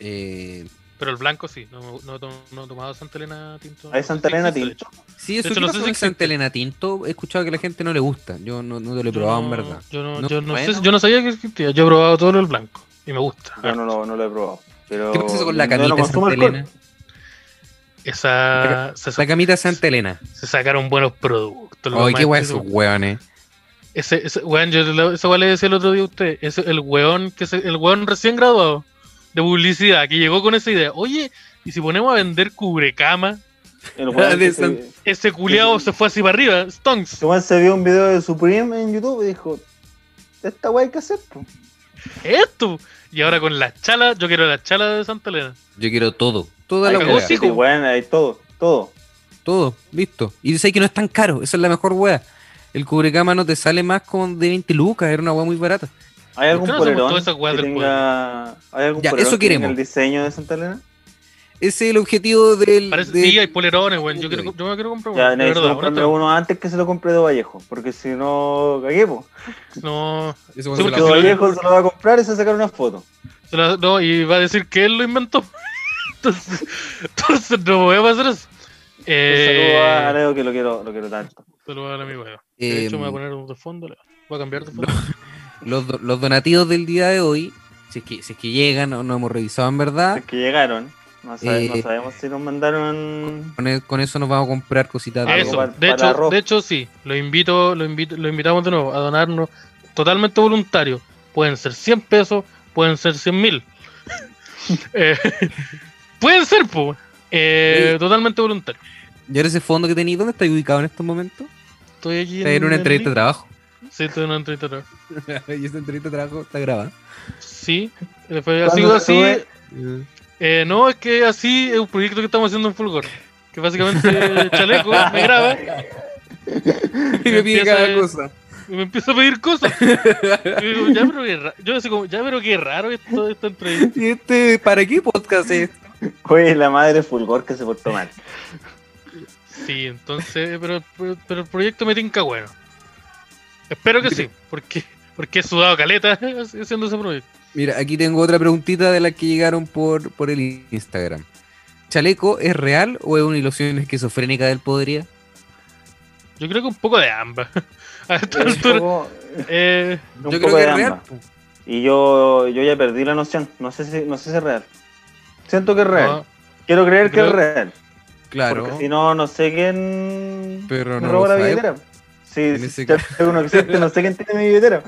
Eh,
Pero el blanco sí, no, no, he tom- no he tomado Santa Elena tinto.
Ahí
No
Santa
sé si
Elena
existe, de
tinto.
sí,
De
eso
hecho,
que
no
pasó
sé si
con Santa
existe.
Elena Tinto. He escuchado que la gente no le gusta. Yo no, no te lo he
Yo
probado,
no-
en verdad.
Yo no,
No,
yo no
bueno.
sé, yo no sabía que existía. Yo he probado todo el blanco y me gusta.
Yo no lo, no lo he probado. Pero
¿Qué pasa eso con la
yo no
camita de
consumo
Santa
alcohol.
Elena?
Esa se,
La camita de Santa Elena.
se sacaron buenos productos. los
Ay, qué guay esos
maestros.
hueones.
Ese, ese weón, yo le- esa weá le decía el otro día a usted. Es el weón que se- el weón recién graduado de publicidad que llegó con esa idea. Oye, y si ponemos a vender cubrecama,
El weón
De
que se-
San-
ese culiao se fue así para arriba. Stonks.
Ese weón se vio un video de Supreme en YouTube y dijo: Esta weá hay que hacer. po".
Esto. Y ahora con las chalas, yo quiero las chalas de Santa Elena.
Yo quiero todo. Toda
Ay,
la
cagó,
hueá.
sí.
Y weón, hay todo, todo.
Todo. Listo. Y sé que no es tan caro. Esa es la mejor hueá. El cubrecama no te sale más con de 20 lucas. Era una hueá muy barata.
¿Por
¿Hay algún
qué no hacemos
polerón
todas esas weas
que
del
tenga... ¿Hay algún
Ya,
polerón
eso
que tenga
queremos.
el diseño de Santa Elena?
Ese es el objetivo del.
Parece
del-
sí, hay polerones, weón. Yo, quiero, yo me quiero comprar uno.
Ya
de
necesito
verdad,
comprarme
honesto.
uno antes que se lo compre de Vallejo, porque si no, cagué, po.
No,
Eso
Sí,
cuando
Porque
la-
porque-
Vallejo se lo va a comprar y se va a sacar una foto.
se la- no, y va a decir que él lo inventó. entonces, entonces no voy a pasar eso.
Un
Eh,
saludo a Areo que lo quiero, lo quiero tanto.
saludo al amigo. Leo.
Eh,
De hecho, me voy a poner de fondo. Leo. Voy a cambiar de fondo.
Em, los, do- los donativos del día de hoy, si es que, si es que llegan o no hemos revisado en verdad,
Es que llegaron. No, sabe-
Ah. Eh,
no sabemos si nos mandaron.
con, e- con eso nos vamos a comprar cositas de
Eso,
para-
de,
para
hecho,
arroz.
de hecho, sí. Lo invito, lo invito, lo invitamos de nuevo a donarnos totalmente voluntario. Pueden ser 100 pesos, pueden ser 100 mil. Eh, pueden ser, po. Eh,
Sí.
Totalmente voluntario.
Y ahora ese fondo que tenéis, ¿dónde estáis ubicado en estos momentos?
Estoy aquí
Estáis en una
el
entrevista de
link.
trabajo.
Sí, estoy en una entrevista de trabajo.
y esa entrevista de trabajo está grabada.
Sí, eh, fue
¿Cuándo
así,
se
así-
sube?
eh, no, es que así es un proyecto que estamos haciendo en Fulgor. Que básicamente el Chaleco me graba
y me pide
Empieza
cada
el-
cosa.
y me empieza a pedir cosas. Y yo digo, ya, pero qué, ra- yo así como, ya, pero qué raro esto, esta entrevista.
¿Y este, para qué podcast es?
Oye, la madre Fulgor que se portó mal.
Sí, entonces, pero, pero, pero el proyecto me tinca bueno. Espero que sí, porque, porque he sudado caleta haciendo ese proyecto.
Mira, aquí tengo otra preguntita de las que llegaron por, por el Instagram. ¿Chaleco es real o es una ilusión esquizofrénica del podería?
Yo creo que un poco de ambas. A esta
Un
altura,
poco-
eh,
un
Yo creo
poco
que
de
es real. pues.
ambas. Y yo, yo ya perdí la noción. No sé si, no sé si es real. Siento que es real.
no,
Quiero creer que
Creo-
es real.
Claro.
Porque si no, no sé quién.
Pero
me
no
robó
lo
la
sabe.
billetera. Sí,
En ese
sí, ya tengo uno existe, no sé quién tiene mi billetera.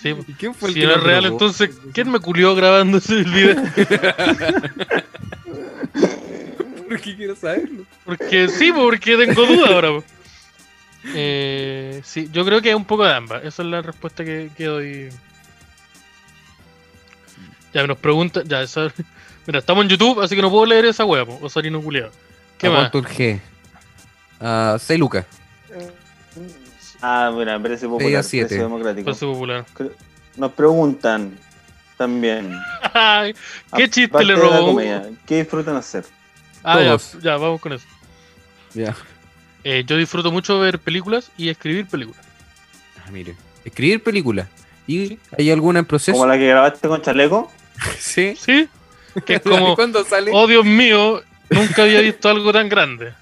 Sí, po.
¿Y quién fue el
si
que
no es
lo
real,
grabó?
entonces, ¿quién me culió grabando ese video?
¿Por qué quiero saberlo?
Porque sí, po, porque tengo duda ahora. po. Eh, sí, yo creo que es un poco de ambas. Esa es la respuesta que, que doy. Ya nos pregunta, ya esa- Mira, estamos en YouTube, así que no puedo leer esa hueá, po, Osarino culiado. ¿Qué
¿A
más?
cuánto el G? A 6 lucas.
Ah, mira, precio
Seis a
popular,
siete.
precio democrático.
Espacio popular.
Nos preguntan también.
Ay, ¿Qué chiste
aparte
le
de la
robó?
comedia, ¿Qué disfrutan hacer?
ah, ya,
Todos.
ya, vamos con eso.
Ya.
Eh, yo disfruto mucho ver películas y escribir películas.
Ah, mire. Escribir películas. ¿Y hay alguna en proceso?
Como la que grabaste con Chaleco.
Sí.
¿Sí? Que es como,
¿Cuándo sale?
oh Dios mío, nunca había visto algo tan grande.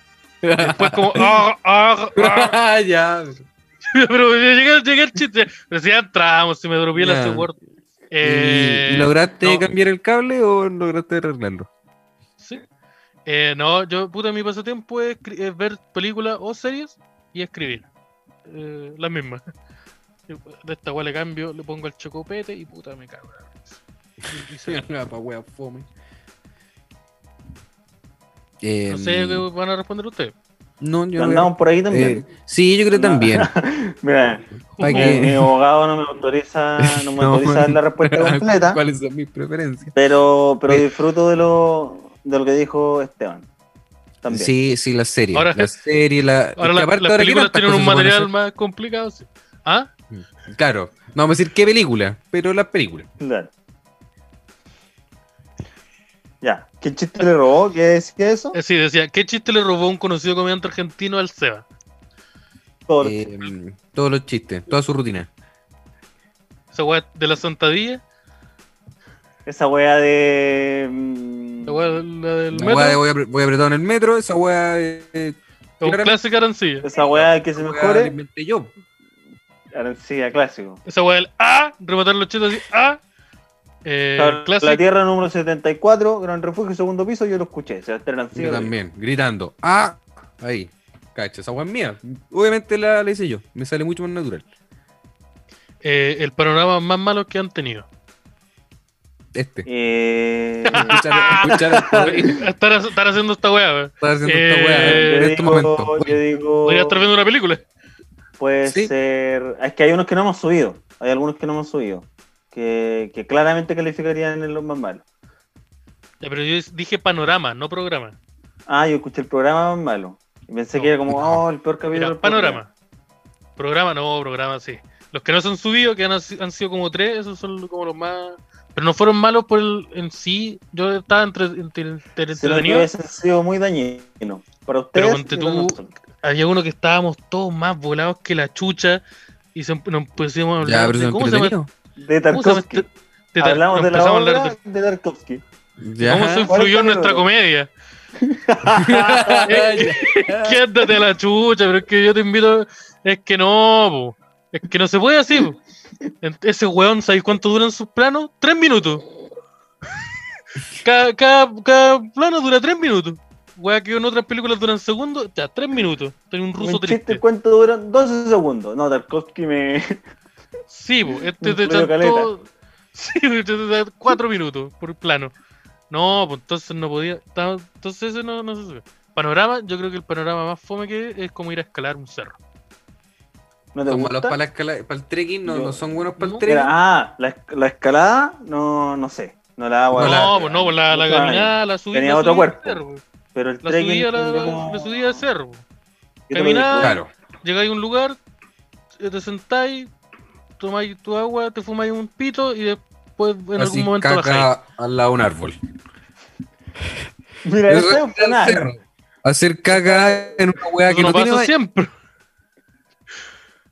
Después como, ah, ah, ah.
Ah, ya.
Pero llegué, llegué al chiste. Pero si ya entramos, si me dropié
Ya.
la este Word.
¿Y-
Eh,
¿Y lograste
no.
cambiar el cable o lograste arreglarlo?
Sí. Eh, no, yo, puta, mi pasatiempo es, escri- es ver películas o series y escribir. Eh, las mismas. Yo, De esta weá le cambio, le pongo el chocopete y puta, me cago. en la risa. Y- y se-
Eh,
no sé
Em,
qué van a responder ustedes.
no,
Lo
yo
andamos por ahí también.
eh, sí, yo creo
No.
también.
Mira,
Pa'
mi,
que-
mi abogado no me autoriza, no me
No,
autoriza la respuesta completa,
¿Cuáles son mis preferencias?
pero, pero
Mira.
disfruto de lo, de lo que dijo Esteban. También.
Sí, sí, la serie.
Ahora-
la serie, la. es
Ahora
que
la-
aparte ahora,
las
¿qué
películas
tantas
tienen un
cosas se pueden
material más complicado. sí. ¿Ah?
hacer? Claro, no vamos a decir qué película, pero las películas.
Claro. Ya, ¿qué chiste le robó? ¿Qué es qué es eso?
Eh, Sí, decía, ¿qué chiste le robó un conocido comediante argentino al Seba?
Todo lo-
Eh, todos los chistes, toda su rutina.
Esa weá de la sentadilla,
Esa wea de. mm,
la weá de- la del
La
metro,
weá de voy, apre- voy apretado en el metro, esa weá eh,
o un
claramente-
clásico arancilla.
Esa wea de que se
esa weá la
mejore. Ah,
inventé yo.
Arancilla, clásico.
Esa weá del A, rematar los chistes así, A. Eh,
Claro,
clásico.
La tierra número 74, Gran Refugio, segundo piso, yo lo escuché. Sebastián Arancilla.
Yo también, gritando. ¡Ah! Ahí. Cacha, esa weá es mía. Obviamente la, la hice yo. Me sale mucho más natural.
eh, el panorama más malo que han tenido.
Este.
Eh,
Escuchar, escuchar al pobre
estar, estar haciendo esta weá, weón.
estar haciendo esta
Eh,
weá en
yo,
este
digo,
momento.
yo digo,
Podría estar viendo una película.
puede
Sí.
ser. Es que hay unos que no hemos subido. Hay algunos que no hemos subido. Que, que claramente calificarían en los más malos.
Ya, pero yo dije panorama, no programa.
Ah, yo escuché el programa más malo. Y pensé
No.
que era como, oh, el peor capítulo.
Mira,
del
panorama. Programa, no, programa, sí. Los que no se han subido, que han, han sido como tres, esos son como los más. Pero no fueron malos por el, en sí. Yo estaba entre, entre, entre-
Sino que
entretenido.
hubiese sido muy dañino para ustedes.
ponte
y
tú-
para nosotros.
Había uno que estábamos todos más volados que la chucha y se, nos pusimos a
Ya,
hablar.
pero
de-
son
¿Cómo se llama?
entretenidos.
De
¿Cómo se llama
Tarkovsky.
este- de Tar-
Hablamos
nos
de la
empezamos a hablar
obra
de-
de Tarkovsky.
Ya.
¿Cómo se
¿Cuál
influyó en
capítulo?
nuestra comedia?
Ah.
Quédate a la chucha, pero es que yo te invito. Es que no, po. es que no se puede así. po. Ent- Ese weón, ¿sabéis cuánto duran sus planos? Tres minutos. Cada, cada- cada plano dura tres minutos. Weá, que en otras películas duran segundos, ya, tres minutos. Tengo un ruso
Un chiste
triste.
el cuento dura 12 segundos. No, Tarkovsky me.
Sí, po, este te
Incluido
echan
caleta.
todo- Sí, po, este te dan cuatro minutos por plano. No, pues entonces no podía. estaba- Entonces eso no, no se sube. Panorama, yo creo que el panorama más fome que es, es como ir a escalar un cerro.
¿No te
Son
gusta?
malos para, la escala- para el trekking, no,
Yo-
no son buenos para
No.
el
Mira,
trekking.
ah, la, esc- la escalada, no, no sé. No la hago.
No,
ahora.
no, pues no, pues la, la
Ay,
caminada, la subida.
tenía
la
otro
subida al
cuerpo.
cerro, po.
Pero el
la
trekking
subida, la,
yo como-
la subida al cerro. po.
yo te lo
caminada.
digo.
Claro.
Llegáis a un lugar, eh, te sentáis, tomáis tu agua, te fumáis un pito y después en
Así
algún momento bajáis.
caca al lado de un árbol.
Mira,
Eso
eso es
es
un
al cerro. Hacer caca en una weá
Eso
que no
no
tiene Oh.
pasa
baño.
siempre.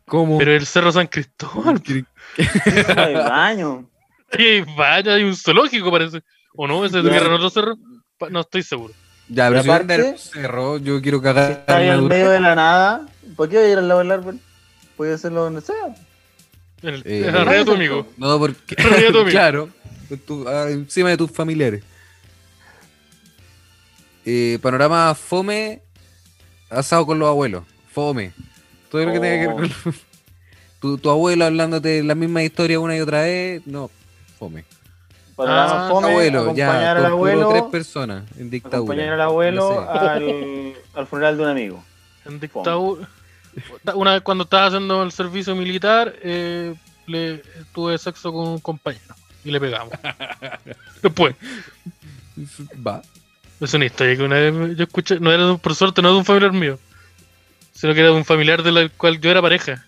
¿Cómo?
Pero el cerro San Cristóbal.
No hay baño.
Ey, vaya, hay un zoológico parece. ¿O no? ¿Ese es
Ya.
en otro cerro? Pa- No estoy seguro.
Ya, pero
Y
si voy a
aparte-
andar en un cerro, yo quiero
Si
cagar
está ahí
en
en
una
medio de la nada, ¿por qué voy a ir al lado del árbol? Puede hacerlo donde sea.
En el,
Eh,
en la red de tu amigo.
No, porque.
Río tú mismo.
claro. con tu- ah, encima de tus familiares. Eh, panorama fome. Asado con los abuelos. Fome. Todo lo que tenga que ver con... lo-
Oh.
Tu, tu abuelo hablándote la misma historia una y otra vez, no, fome.
Panorama
Ah,
fome,
abuelo, ya,
acompañar
con
al
puro tres
abuelo,
personas en dictadura.
acompañar al abuelo
No sé.
al, al funeral de un amigo.
En dictadura. Una vez cuando estaba haciendo el servicio militar, eh, le, tuve sexo con un compañero y le pegamos. Después,
Va.
es una historia que una vez me- yo escuché, no era de un- por suerte, no era de un familiar mío, sino que era de un familiar del cual yo era pareja.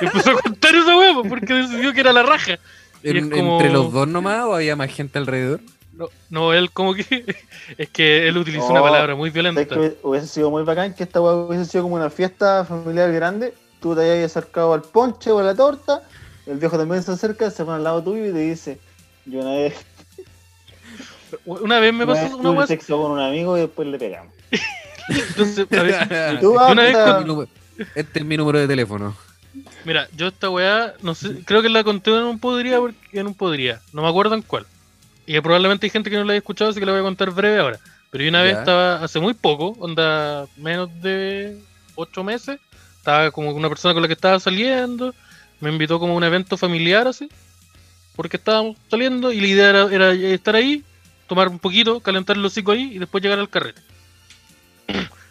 Y empezó a contar esa huevo porque decidió que era la raja. Y es
¿En-
como-
¿Entre los dos nomás o había más gente alrededor?
No, no, él como que. Es que él utilizó
No,
una palabra muy
¿Sabes
violenta.
que hubiese- hubiese sido muy bacán que esta weá hubiese sido como una fiesta familiar grande? Tú te hayas acercado al ponche o a la torta, el viejo también se acerca, se pone al lado tuyo y te dice, yo una vez
Una vez me
una vez
pasó una
tuve
hueá.
sexo con un amigo y después le pegamos.
Entonces, a veces-
Y tú,
Yo una vez
puta,
Mi número- Este es mi número de teléfono.
Mira, yo esta weá, no sé, creo que la conté en un podría, porque en un podría, no me acuerdo en cuál. Y probablemente hay gente que no la haya escuchado, así que la voy a contar breve ahora. Pero yo una vez
Ya.
estaba, hace muy poco, onda menos de ocho meses, estaba como con una persona con la que estaba saliendo, me invitó como a un evento familiar así, porque estábamos saliendo y la idea era, era estar ahí, tomar un poquito, calentar los hocico ahí y después llegar al carrete.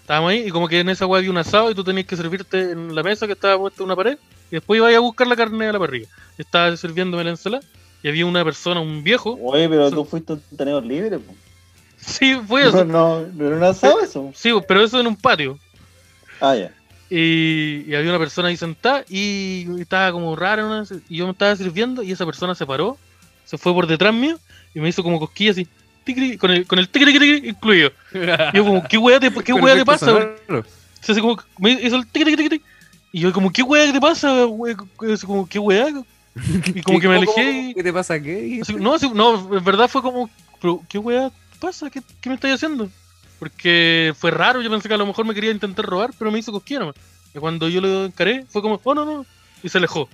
Estábamos ahí y como que en esa weá había un asado y tú tenías que servirte en la mesa que estaba puesta en una pared y después iba a ir a buscar la carne a la parrilla. Estaba sirviéndome la ensalada y había una persona, un viejo.
Oye, pero tú fuiste un tenedor libre. po.
Sí, fue
No,
eso.
no, no era un asado eso.
Sí, pero eso en un patio.
Ah, ya.
Y, y había una persona ahí sentada y estaba como raro. ¿no? Y yo me estaba sirviendo y esa persona se paró, se fue por detrás mío y me hizo como cosquillas así. ticri, con el, con el ticri, ticri, ticri incluido. Y yo como, ¿qué weá te, qué
Con
weá te
efecto
pasa? weón?
sonoro.
Se hace como, me hizo el ticri, ticri, ticri. Y yo como, ¿qué weá te pasa? weá? Así como, ¿qué weá? Y como que me
¿Cómo-
alejé
cómo-
y...
¿Qué te pasa? ¿Qué?
Así- no, así- no, en verdad fue como, pero, ¿qué weá pasa? ¿Qué, qué me estáis haciendo? Porque fue raro, yo pensé que a lo mejor me quería intentar robar, pero me hizo cosquilla nomás. Y cuando yo lo encaré, fue como, oh no, no, y se alejó.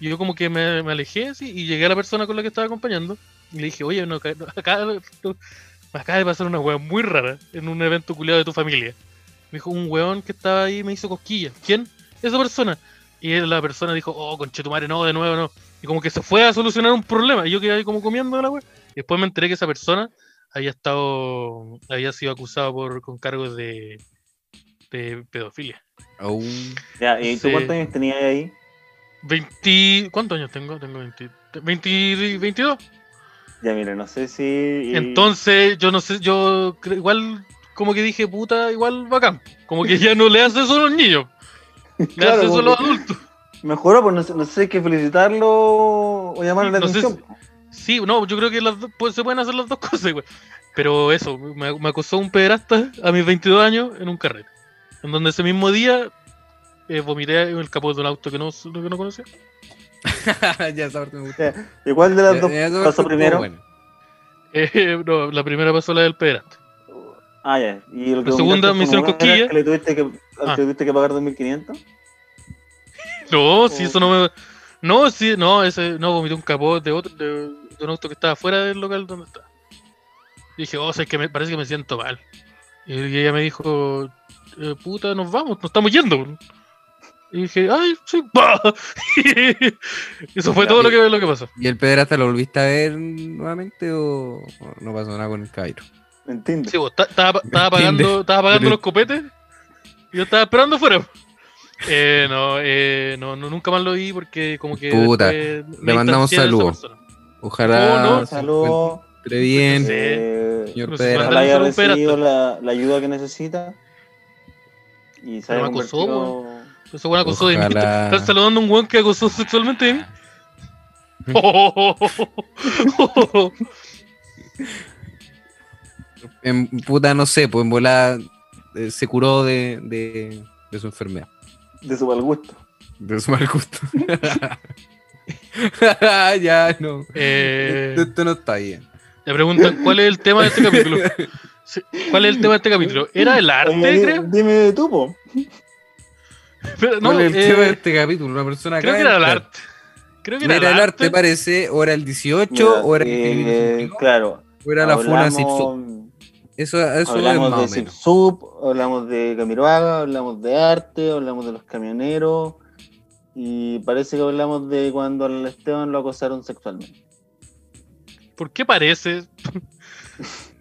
Y yo como que me, me alejé así, y llegué a la persona con la que estaba acompañando, y le dije, oye, no, ca- no, acá, no- me acaba de pasar una weá muy rara en un evento culiado de tu familia. Me dijo, un weón que estaba ahí me hizo cosquillas. ¿Quién? Esa persona. Y la persona dijo, oh, conchetumare, no, de nuevo no. Y como que se fue a solucionar un problema. Y yo quedé ahí como comiendo la wea. Y después me enteré que esa persona había estado. había sido acusada por con cargos de. de pedofilia.
Au.
Ya, ¿y tú
Sí.
cuántos años tenías ahí?
20. ¿Cuántos años tengo? Tengo 20, 20 22.
Ya, mira, no sé si...
Entonces, yo no sé, yo cre- igual como que dije, puta, igual bacán. Como que ya no le hace eso a los niños, le
Claro,
hace eso a
como
los
que-
adultos.
Mejoró, pues no, sé- no sé qué felicitarlo o llamarle la
No sé
atención.
Sí, no, yo creo que las dos- pues, se pueden hacer las dos cosas, güey. Pero eso, me, me acosó un pederasta a mis 22 años en un carrete. En donde ese mismo día eh, vomité en el capó de un auto que no, que no conocía.
ya, esa parte me gusta.
¿Y cuál de las
Ya-
dos
ya, esa parte
pasó
estuvo
primero?
buena.
Eh, no, la primera pasó la del pederasta.
Ah, ya. ¿Y el que
La segunda me hicieron cosquillas.
Que le tuviste que, al
Ah.
que tuviste que pagar 2.500.
No, si eso no me. No, sí, no, ese, no, vomité un capó de, otro, de, de un auto que estaba fuera del local donde estaba. Dije, oh, es que me, parece que me siento mal. Y ella me dijo, eh, puta, nos vamos, nos estamos yendo. Y dije, ay, sí, va. Eso fue
Ya,
todo lo
y-
que, lo que pasó.
¿Y el pederasta lo volviste a ver nuevamente o o no pasó nada con el Cairo?
¿Entiendes?
Sí, vos, ta- estaba, estaba pagando,
entiende.
estaba pagando
Pero-
los copetes. y Yo estaba esperando fuera. Eh, no, eh, no, no, nunca más lo vi porque como que...
Puta,
después me
le mandamos
distancié de esa
saludos.
persona.
Ojalá
Oh, No, no.
se encuentre bien,
Ah, Sí.
Eh,
señor
No se
pederasta.
Ojalá haya
Mandarle solo Pues, un
recibido la, la ayuda que necesita. Y se
Pero
haya
me acosó,
convertido-
Ese weón acosó de mí.
Ojalá.
Están saludando a un weón que acosó sexualmente ¿eh? de mí. Oh, oh, oh, oh, oh, oh.
En, puta, no sé, pues en volada eh, se curó de, de, de su enfermedad,
de su mal gusto.
de su mal gusto. ya, no.
Eh,
Esto, esto no está bien.
le preguntan cuál es el tema de este capítulo. Sí, ¿Cuál es el tema de este capítulo? ¿Era el arte,
Oye, di-
creo?
Dime tú, po.
Pero, no,
¿Cuál es el
eh,
tema de este capítulo? Una persona
creo que
acaba
era
de
el
entrar.
arte. Creo que era,
Mira, el arte parece, o era el 18,
Mira,
o era el
eh,
que viene su primo,
Claro.
o era la funa
hablamos-
Simpson. Eso, eso es más o
hablamos de
menos.
Sub, hablamos de Camiroaga, hablamos de arte, hablamos de los camioneros. Y parece que hablamos de cuando al Esteban lo acosaron sexualmente.
¿Por qué parece?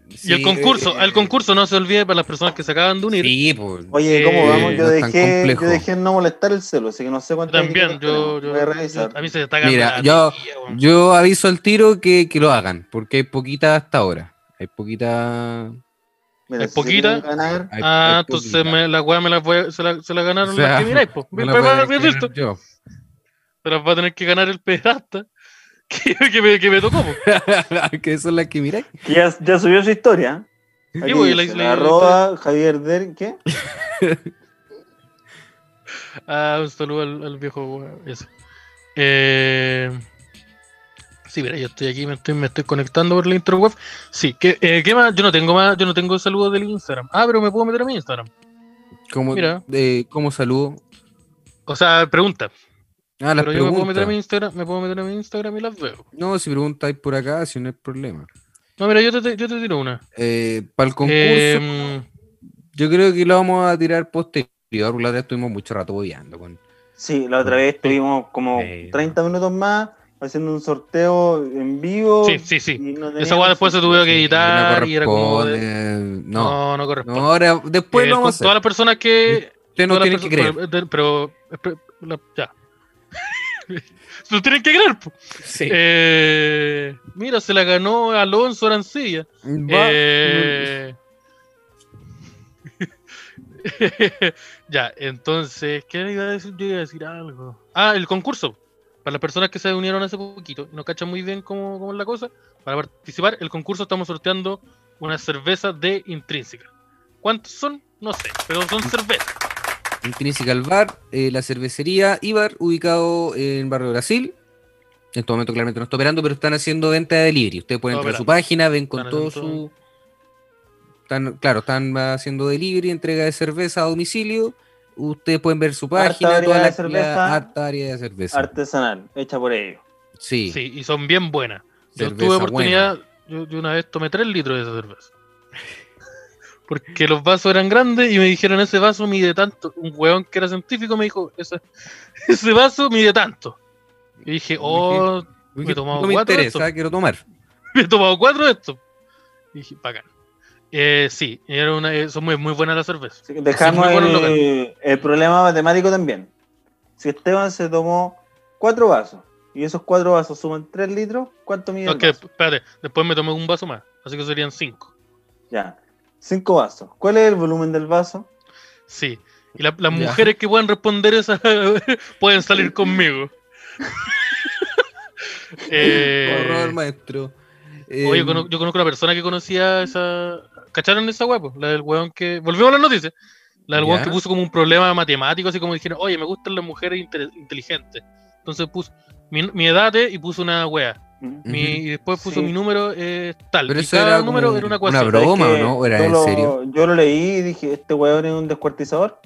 Sí,
y el concurso,
eh,
al concurso no se olvide para las personas que se acaban de unir.
Sí, pues.
Oye, ¿cómo
Eh,
vamos? Yo,
no es tan
dejé,
complejo.
yo dejé en no molestar el celo, así que no sé
Yo
cuánto.
también, yo, yo-
Voy a revisar.
a mí se me está cagando
Mira,
la
yo-
tía, weón.
Yo aviso al tiro que, que lo hagan, porque hay poquitas hasta ahora. Hay poquitas.
Mira,
es
si se
poquita.
quieren ganar,
hay- hay
Ah, entonces
poquitas.
me, la weá me la fue- se, la, se la ganaron
O sea,
las que miráis, po.
Me la
Pues,
voy a
pues, pues,
ganar
listo.
yo.
Se las va a tener que ganar el pedasta que, que me, que me tocó, po.
que eso es la que miráis.
que ya, ya subió su historia. ¿eh? Aquí
voy, la-
dice,
la-
arroba Javier Der, ¿qué?
Ah, un saludo al, al viejo weón, ese. Eh, sí, mira, yo estoy aquí, me estoy, me estoy conectando por la interweb. Sí, ¿qué, eh, ¿qué más? Yo no tengo más, yo no tengo saludos del Instagram. Ah, pero me puedo meter a mi Instagram.
Como,
Mira.
eh, como saludo.
O sea, pregunta.
Ah, las
Pero yo me puedo meter a mi
preguntas.
Instagram, me puedo meter a mi Instagram y las veo.
No, si preguntáis por acá, si no hay problema.
No, mira, yo te- te, yo te tiro una.
para el concurso,
Eh,
yo creo que lo vamos a tirar posterior, porque la otra vez estuvimos mucho rato bobeando con.
Sí, la otra vez estuvimos como
Eh,
30 minutos más haciendo un sorteo en vivo.
sí, sí, sí.
y no
Esa
teníamos-
weá después se tuvo que
Sí, no
editar y era como. de-
corresponde, No,
No, no
no,
corresponde.
ahora después
Eh,
lo
con
vamos Pues a
Todas
hacer.
las personas que.
Ustedes nos
todas
tienen
las
que
perso-
creer.
Pero, pero- pero- ya. Nos tienen que creer. po.
Sí.
Eh, mira, se la ganó Alonso Arancilla.
Va-
Eh, Eh. ya, entonces, ¿qué iba a decir? Yo iba a decir algo. Ah, el concurso. Para las personas que se unieron hace poquito y no cachan muy bien cómo, cómo es la cosa, para participar, el concurso estamos sorteando una cerveza de intrínseca. ¿Cuántos son? No sé, pero son cervezas.
Intrínseca al bar, eh, la cervecería Ibar, ubicado en Barrio Brasil. En este momento claramente no está operando, pero están haciendo venta de delivery. Ustedes pueden
Está
entrar a su
operando.
página, ven con
Están
todo
haciendo
su... Están, claro, están haciendo delivery, entrega de cerveza a domicilio. Ustedes pueden ver su
Harta
página,
variedad
toda
de
la
cerveza.
actividad, harta área de cerveza.
Artesanal, hecha por ellos.
Sí,
Sí, y son bien buenas. Yo
cerveza
tuve
buena.
oportunidad, yo, yo una vez tomé 3 litros de esa cerveza. Porque los vasos eran grandes y me dijeron, ese vaso mide tanto. Un weón que era científico me dijo, "Esa- ese vaso mide tanto. Y dije, oh,
Uy,
me he tomado
No me
cuatro de
interesa,
estos.
quiero tomar.
"Oh, me he tomado cuatro de estos. Y dije, bacán. Eh, sí, era una, eh, son muy, muy buenas las cervezas.
Así que Dejamos
muy bueno el
el, el problema matemático también. Si Esteban se tomó cuatro vasos y esos cuatro vasos suman tres litros, ¿cuánto mide? el
No, es que,
vaso?
espérate, después me tomé un vaso más. Así que serían cinco.
Ya, cinco vasos. ¿Cuál es el volumen del vaso?
Sí. Y la- las
Ya.
mujeres que puedan responder esa pueden salir conmigo. Eh,
Horror, maestro.
oye,
Em,
cono- yo conozco una persona que conocía esa. ¿Cacharon esa hueá, po? La del hueón que. Volvemos a las noticias. La del hueón
Ya.
que puso como un problema matemático, así como dijeron, oye, me gustan las mujeres inte- inteligentes. Entonces puso mi, mi edad eh, y puso una hueá. Mi-
ujú.
Y después puso
Sí.
mi número eh, tal.
Pero
y
eso
cada
era como
número era una
una
ecuación.
broma.
Es que
¿o no? ¿O era
yo
en
lo-
serio?
Yo lo leí y dije, este weón es un descuartizador.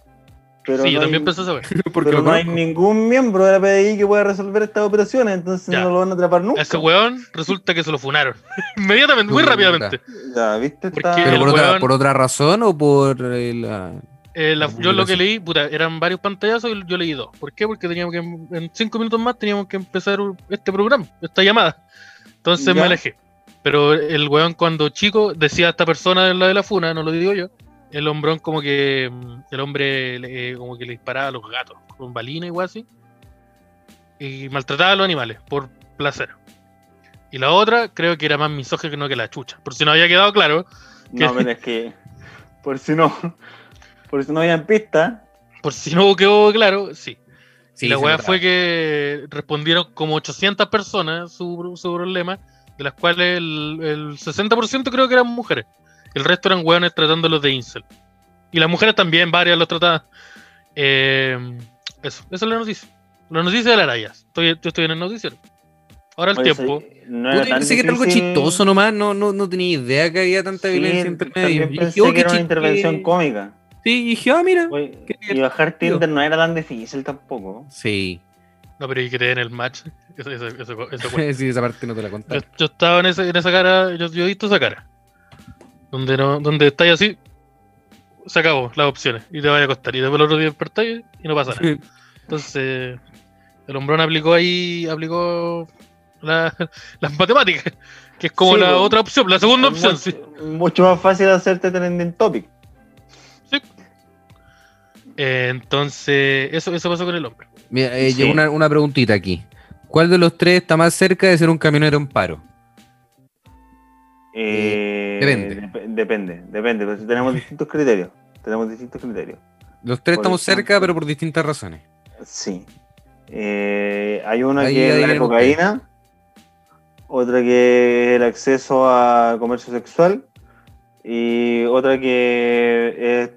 Pero
Sí, yo
no
también
hay-
pensé saber.
Porque
pero
lo
no hay
conozco.
ningún miembro de la PDI que pueda resolver estas operaciones, entonces
Ya.
no lo van a atrapar nunca.
A ese hueón resulta que se lo funaron. Inmediatamente, muy
Puta.
rápidamente.
Ya, ¿viste?
Porque-
Está-
¿Pero
el
por otra,
weón-
por otra razón o por eh, la,
Eh, la-
Las
yo lo que
publicaciones.
leí, puta, eran varios pantallazos y yo leí dos. ¿Por qué? Porque teníamos que, en cinco minutos más teníamos que empezar un- este programa, esta llamada. Entonces me
Ya.
alejé. Pero el weón cuando chico decía esta persona de la de la funa, no lo digo yo, el hombrón como que, mm, el hombre le- eh, como que le disparaba a los gatos con balina y weá así. Y maltrataba a los animales por placer. Y la otra creo que era más misógino que la chucha. Por si no había quedado claro,
No,
que-
pero es que. Por si no. Por si no habían pista.
por si no quedó claro, sí.
Sí,
y la
se
weá
notaba.
fue que respondieron como 800 personas su, su problema, de las cuales el, el 60% creo que eran mujeres. El resto eran weones tratándolos de incel. Y las mujeres también, varias los trataban. Eh, eso, esa es la noticia. La noticia de la araya. Estoy, yo estoy en el noticiero. Ahora el
Oye,
tiempo.
sí, No
Puta, yo pensé que era algo
difícil.
chistoso nomás, no, no, no tenía idea que había tanta
Sí,
violencia entre medio.
también
Y
pensé
dije, oh,
que
qué
era una
chiste.
intervención cómica.
Sí, y dije, ah, mira.
Oye,
qué
y bajar
divertido.
Tinder no era tan difícil tampoco.
Sí,
No, pero y que te den el match. Eso, eso, eso- eso cuenta.
sí, esa parte no te la conté.
yo, yo estaba en, ese- en esa cara, yo, yo he visto esa cara. Donde no, donde estáis así, se acabó las opciones y te vaya a costar. Y después el otro día despertáis y no pasa nada. Entonces, el hombrón aplicó ahí, aplicó la- las matemáticas, que es como
Sí,
la
pues.
otra opción, la segunda
Es
opción.
mucho-
sí.
Mucho más fácil hacerte trending topic.
Eh, entonces, eso, eso pasó con el hombre.
Mira, eh,
Sí.
llegó una, una preguntita aquí. ¿Cuál de los tres está más cerca de ser un camionero en paro?
Eh,
depende.
dep- depende, depende, pero si tenemos distintos criterios. Tenemos distintos criterios.
Los tres
Por
estamos
ejemplo.
cerca, pero por distintas razones.
Sí. Eh, hay una
Ahí
que es la
adivinen
cocaína, otra que es el acceso a comercio sexual y otra que es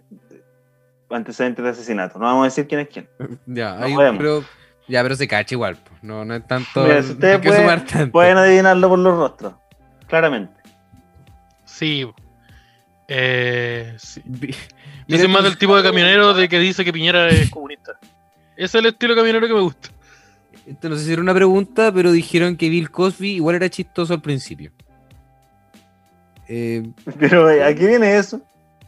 antecedentes de asesinato. No vamos a decir quién es quién.
Ya,
Nos
ahí-
vemos.
pero, ya, pero se cacha igual. po. No, no es tanto.
Mira, si
no hay
ustedes
que
pueden-
sumar tanto.
pueden adivinarlo por los rostros, claramente.
Sí. Eh, sí.
Vi-
Yo
Mira,
soy más
tú-
del tipo de camionero de que dice que Piñera es comunista. Ese es el estilo de camionero que me gusta.
Esto no sé si era una pregunta, pero dijeron que Bill Cosby igual era chistoso al principio. Eh,
Pero eh, aquí viene eso.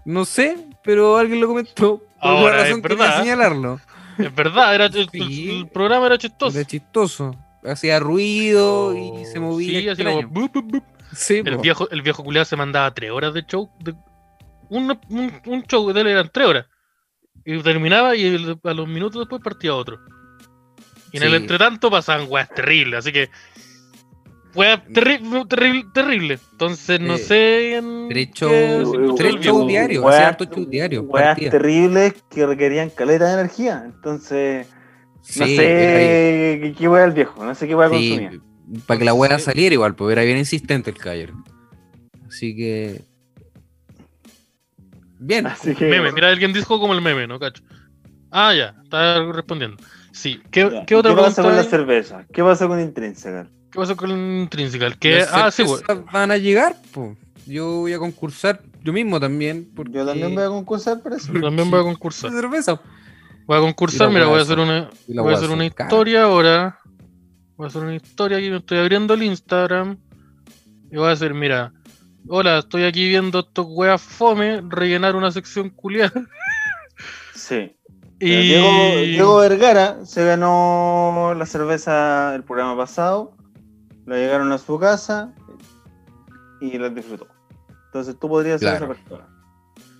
no sé, pero alguien lo comentó. Por alguna
Ahora, es
razón quería
verdad.
señalarlo.
Es verdad, era, el,
Sí.
el programa era chistoso.
Era chistoso. Hacía ruido y se movía.
Oh, Sí, así
extraño.
como bup, bup, bup.
Sí,
El
po.
viejo, el viejo culiado se mandaba tres horas de show. de- un, un- un show de él eran tres horas. Y terminaba y el- a los minutos después partía otro. Y en el
Sí.
entretanto pasaban weas terribles, así que. Weas terrible, terrible, Entonces no
Sí.
sé. en
Tres
qué
shows-
situación
tres
el viejo-
shows diarios,
Weas-
hacía harto show diario,
weas
partía.
terribles que requerían caleta de energía. Entonces, no
Sí, era
sé qué- qué wea el viejo, no sé qué wea
bien-
consumía.
sí, para que la hueá saliera igual, porque era bien insistente el Cayer. Así que. Bien.
Así que,
Meme, mira, alguien dijo como el meme, ¿no, cacho? Ah, ya, está respondiendo. Sí, ¿qué,
ya.
¿qué otra
¿Qué
pregunta?
pasa con la
hay?
cerveza? ¿Qué pasa con Intrínseca?
¿Qué pasa con Intrinsical?
¿Qué
Que, ah, sí, weón.
van a llegar, po. Yo voy a concursar yo mismo también. Porque...
Yo también voy a concursar por eso.
También voy a
concursar.
concursar.
cerveza.
Voy a concursar,
Y la
mira, voy a
guasa.
hacer una,
Y la
voy a
guasa,
hacer una
cara.
historia ahora. Voy a hacer una historia aquí, me estoy abriendo el Instagram. Y voy a decir, mira, hola, estoy aquí viendo estos weas fome rellenar una sección culiada.
Sí. Pero
Y
Diego, Diego Vergara se ganó la cerveza el programa pasado, la llegaron a su casa y la disfrutó. Entonces tú podrías ser
Claro.
esa persona.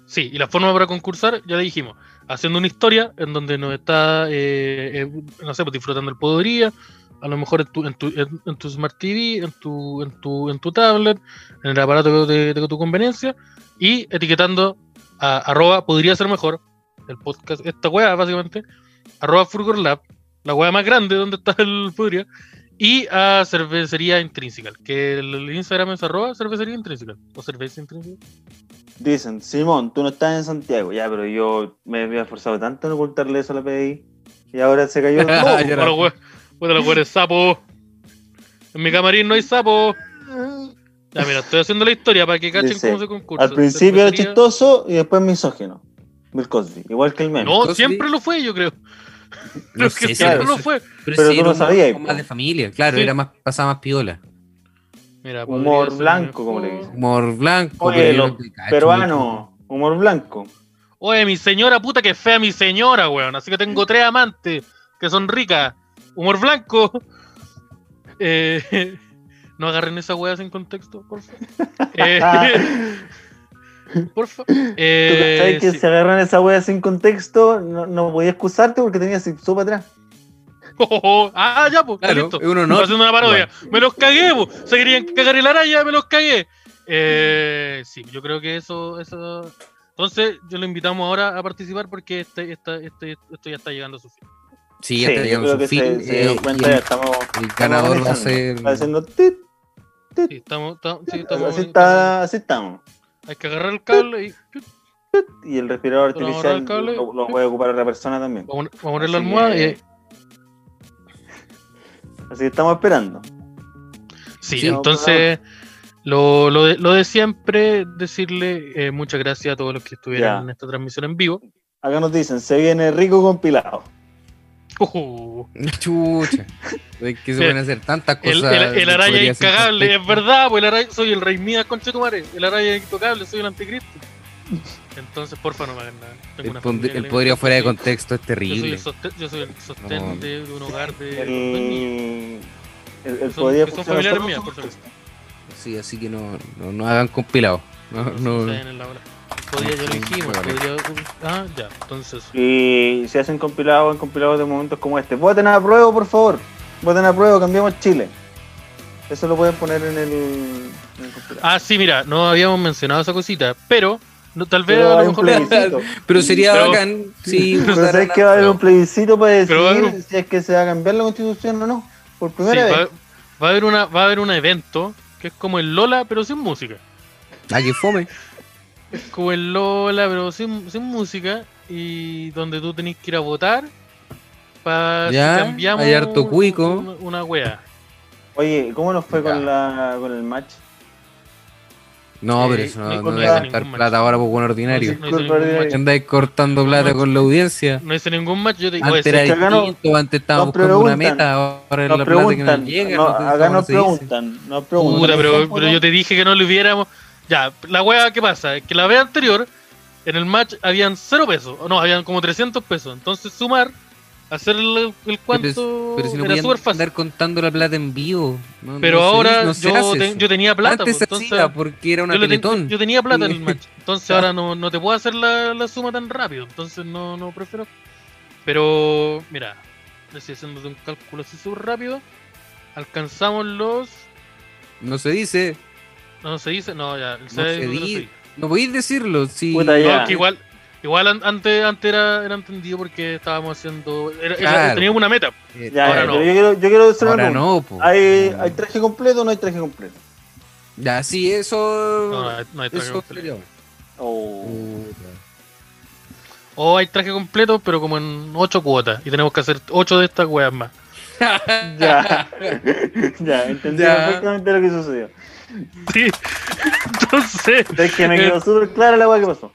Sí, y la forma para concursar, ya le dijimos, haciendo una historia en donde nos está, eh, eh, no sé, pues, disfrutando el podería, a lo mejor en tu, en, tu, en- en tu Smart TV, en tu, en, tu, en tu tablet, en el aparato de, de tu conveniencia, y etiquetando a arroba, podría ser mejor, el podcast, esta weá básicamente, arroba Furgor Lab, la weá más grande donde está el podría, y a cervecería intrínseca, que el Instagram es arroba cervecería intrínseca, o cerveza intrínseca.
Dicen, Simón, tú no estás en Santiago. Ya, pero yo me había esforzado tanto en ocultarle eso a la PDI y ahora se cayó todo.
Ah, Ya
Puta
era.
los hue- puta los hueones sapo. En mi camarín no hay sapo. Ya, mira, estoy haciendo la historia para que cachen
Dice,
cómo se concursa.
Al principio era
Cervecería-
chistoso y después misógino. Bill Cosby, igual que el meme.
No,
Cosby.
siempre lo fue, yo creo. Creo
sé
que
si
siempre
era-
lo fue.
Pero,
Pero
sí,
tú
era
lo
un
sabías,
poco
po.
más de familia, claro,
Sí.
era más, pasaba más piola.
Mira, podría
Humor
ser
blanco, como
mejor.
le dicen.
Humor blanco,
Oye,
pero yo
los
no te cacho mucho.
Peruano, humor blanco.
Oye, mi señora puta que es fea mi señora, weón. Así que tengo tres amantes que son ricas. Humor blanco. Eh, no agarren esa weá sin contexto, por favor.
Ah,
Eh, por favor.
Tú
Eh,
cachai que
sí.
se agarran esa wea sin contexto, no, no podía excusarte porque tenías Ipsú para atrás.
Oh, oh, oh. Ah, ya, pues,
Claro,
listo.
es un honor.
Estaba haciendo una parodia. Me los cagué, pues. Se querían cagar el araña, me los cagué. Eh,
Mm.
sí, yo creo que eso, eso. Entonces, yo lo invitamos ahora a participar porque este, esta, este, esto ya está llegando a su fin.
Sí, ya está
yo
llegando
creo
su
que
fin.
se, se
eh,
dieron cuenta,
y
ya
el,
estamos,
el
estamos
ganador va a
manejando.
ser.
Está haciendo tit, tit,
Sí, estamos, ta- sí,
tit.
estamos-
así, está, así estamos.
Hay que agarrar el cable y
Y el respirador
Pero
artificial
ahora el cable-
lo, lo puede ocupar otra persona también.
vamos a poner la
Así
almohada.
que-
y-
Así que estamos esperando.
Sí,
Sí,
entonces, lo, lo, de, lo de siempre, decirle eh, muchas gracias a todos los que estuvieron
Ya.
en esta transmisión en vivo.
Acá nos dicen, se viene rico compilado.
Uh,
Chucha. Es que se
Mira,
pueden hacer tantas
el,
cosas.
el- el araña
podría
es
ser
incagable, es
perfecto.
verdad, pues el araña, soy el rey mía, concha de tu madre. El araña es intocable, soy el anticristo. Entonces, porfa, no me hagan nada. Tengo
El,
una
pon-
familia que
el
le-
podría fuera de
yo-
contexto es
Yo soy
terrible.
el sostén, yo soy el sostén
No.
de, de un hogar de. dos niños.
El, el, el
Que son,
podría
que son
funcionar
familiares
solo
mías,
con-
por supuesto.
Sí, así que no, no, no hagan compilado. No, no,
No se vayan en la hora. Podría, ya lo dijimos,
Vale.
podría. Ah, ya, entonces.
Y si hacen compilados, en compilados de momentos como este. Voten a prueba, por favor. Voten a prueba, cambiamos Chile. Eso lo pueden poner en el, en el compilado.
Ah, sí, mira, no habíamos mencionado esa cosita, pero no, tal vez
Pero
a
hay
lo
un
mejor.
plebiscito.
Pero sería
Pero-
bacán si
Pero
votaran
sabes
a-
que va a haber un
pero-
plebiscito para
Pero va a haber
decidir si es que se va a cambiar la constitución o no. Por
sí,
primera
va,
vez.
va a haber una, va a haber un evento que es como el Lola, pero sin música.
Ah, que fome.
Es como el Lola, pero sin, sin música. Y donde tú tenés que ir a votar. Para
Ya, hay harto
un-
cuico.
Una, una wea.
Oye, ¿cómo nos fue
Ya.
con, la, con el match?
No,
Eh,
pero eso no,
no
no le
encontraba
va a
ningún
gastar
macho.
plata ahora por buen
No
ordinario.
hice, no hice
Disculpa,
ningún
Adrián.
match.
Andáis cortando
No,
plata
no,
con la audiencia.
No hice ningún match. Yo te digo,
Antes
ese-
era
que acá no-
distinto, antes estábamos
nos
buscando una
preguntan,
meta, ahora es
Nos
la plata que nos
preguntan.
llega.
no,
no sé
acá
cómo
nos
se dice.
preguntan. Nos preguntan.
Puta, pero,
¿Cómo
pero
no?
yo te dije que no lo hubiéramos. Ya, la wea que pasa es que la vez anterior, en el match habían cero pesos. o No, habían como 300 pesos. Entonces sumar, hacer el, el cuánto
Pero si no
era
podían
súper fácil.
andar contando la plata en vivo. No-
Pero
no se
ahora
dice- no se
yo,
hace
te-
eso.
yo tenía plata.
Antes
pues,
se
entonces,
hacía porque era una
yo, le ten-
teletón.
yo tenía plata en el
Sí.
match. Entonces ahora no, no te puedo hacer la, la suma tan rápido. Entonces no, no prefiero. Pero, mira, estoy haciendo un cálculo así súper rápido. Alcanzamos los.
No se dice.
No se dice, no, ya. El
No
seis,
se
no se
dice.
dice.
No podéis decirlo. Si
Puta,
No,
ya.
que igual, igual an- antes, antes era, era entendido porque estábamos haciendo. era- era-
Claro.
teníamos una meta.
Eh,
Ya,
Ahora
ya,
no.
pero yo quiero, yo quiero hacer una
ahora
pregunta.
no, po.
¿Hay, ¿Hay traje completo o no hay traje completo?
Ya, sí, eso.
No, no, no hay traje
eso
completo.
O
Eh,
O Oh, hay traje completo, pero como en 8 cuotas. Y tenemos que hacer 8 de estas weas más.
Ya, ya, entendí
Ya.
perfectamente lo que sucedió.
Sí. Entonces,
Es que me quedó súper clara la weá que pasó.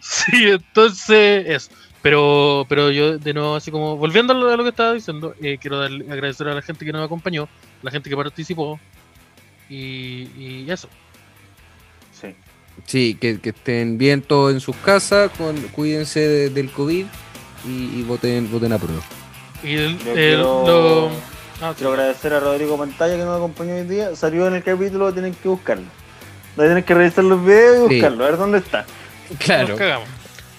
sí, entonces eso. Pero, pero yo de nuevo, así como, volviendo a lo, a lo que estaba diciendo, eh, quiero darle- agradecer a la gente que nos acompañó, la gente que participó. Y, y eso.
Sí.
Sí, que, que estén bien todos en sus casas, con, cuídense de- del COVID y, y voten, voten a prueba.
Y el-
Yo
el-
quiero-
lo- ah,
Quiero agradecer a Rodrigo Pantalla que nos acompañó hoy día. Salió en el capítulo, tienen que buscarlo. Tienen que revisar los videos y
Sí.
buscarlo, a ver dónde está.
Claro.
Nos cagamos.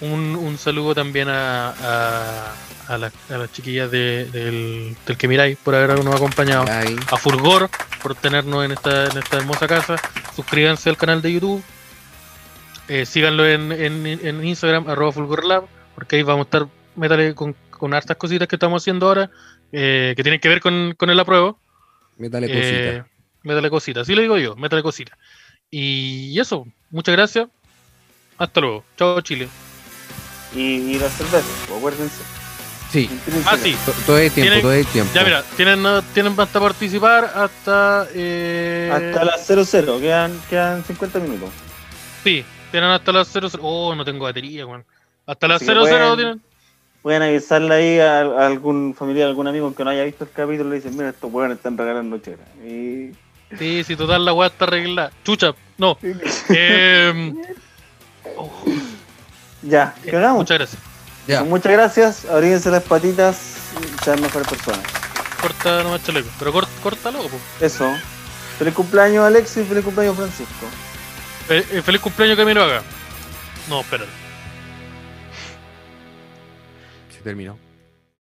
Un, un saludo también a, a, a la- a las chiquillas de- del, del que miráis por habernos acompañado.
Ay,
A Fulgor por tenernos en esta, en esta hermosa casa. Suscríbanse al canal de YouTube. Eh, síganlo en, en- en Instagram, arroba FulgorLab, porque ahí vamos a estar métale con, con hartas cositas que estamos haciendo ahora, eh, que tienen que ver con, con el apruebo.
métale
Eh, métale cosita, así le digo yo, métale cosita. Y eso, muchas gracias. Hasta luego. Chao Chile.
Y, y las cervezas, pues, acuérdense.
cosita. Sí,
Ah, sí.
to- todo es tiempo,
Tienen-
todo es tiempo.
Ya mira, tienen, uh, tienen hasta participar hasta... eh,
Hasta las 00, quedan, quedan 50 minutos.
Sí, tienen hasta las 00... Oh, no tengo batería, weón. Hasta las
Así que
00
pueden-
tienen...
Pueden avisarle ahí a, a algún familiar, algún amigo que no haya visto el capítulo y le dicen, mira, estos weones están regalando chela. Y...
Sí, si total la weá está arreglada. Chucha, no. Eh,
ya, cagamos.
muchas gracias.
Ya.
Pues Muchas gracias, abríguense las patitas y sean mejores personas.
Corta nomás chaleco. Pero cort, córtalo, po.
Eso. Feliz cumpleaños Alexis y feliz cumpleaños Francisco.
Fe- eh, feliz cumpleaños que haga. No, espérate.
Se terminó.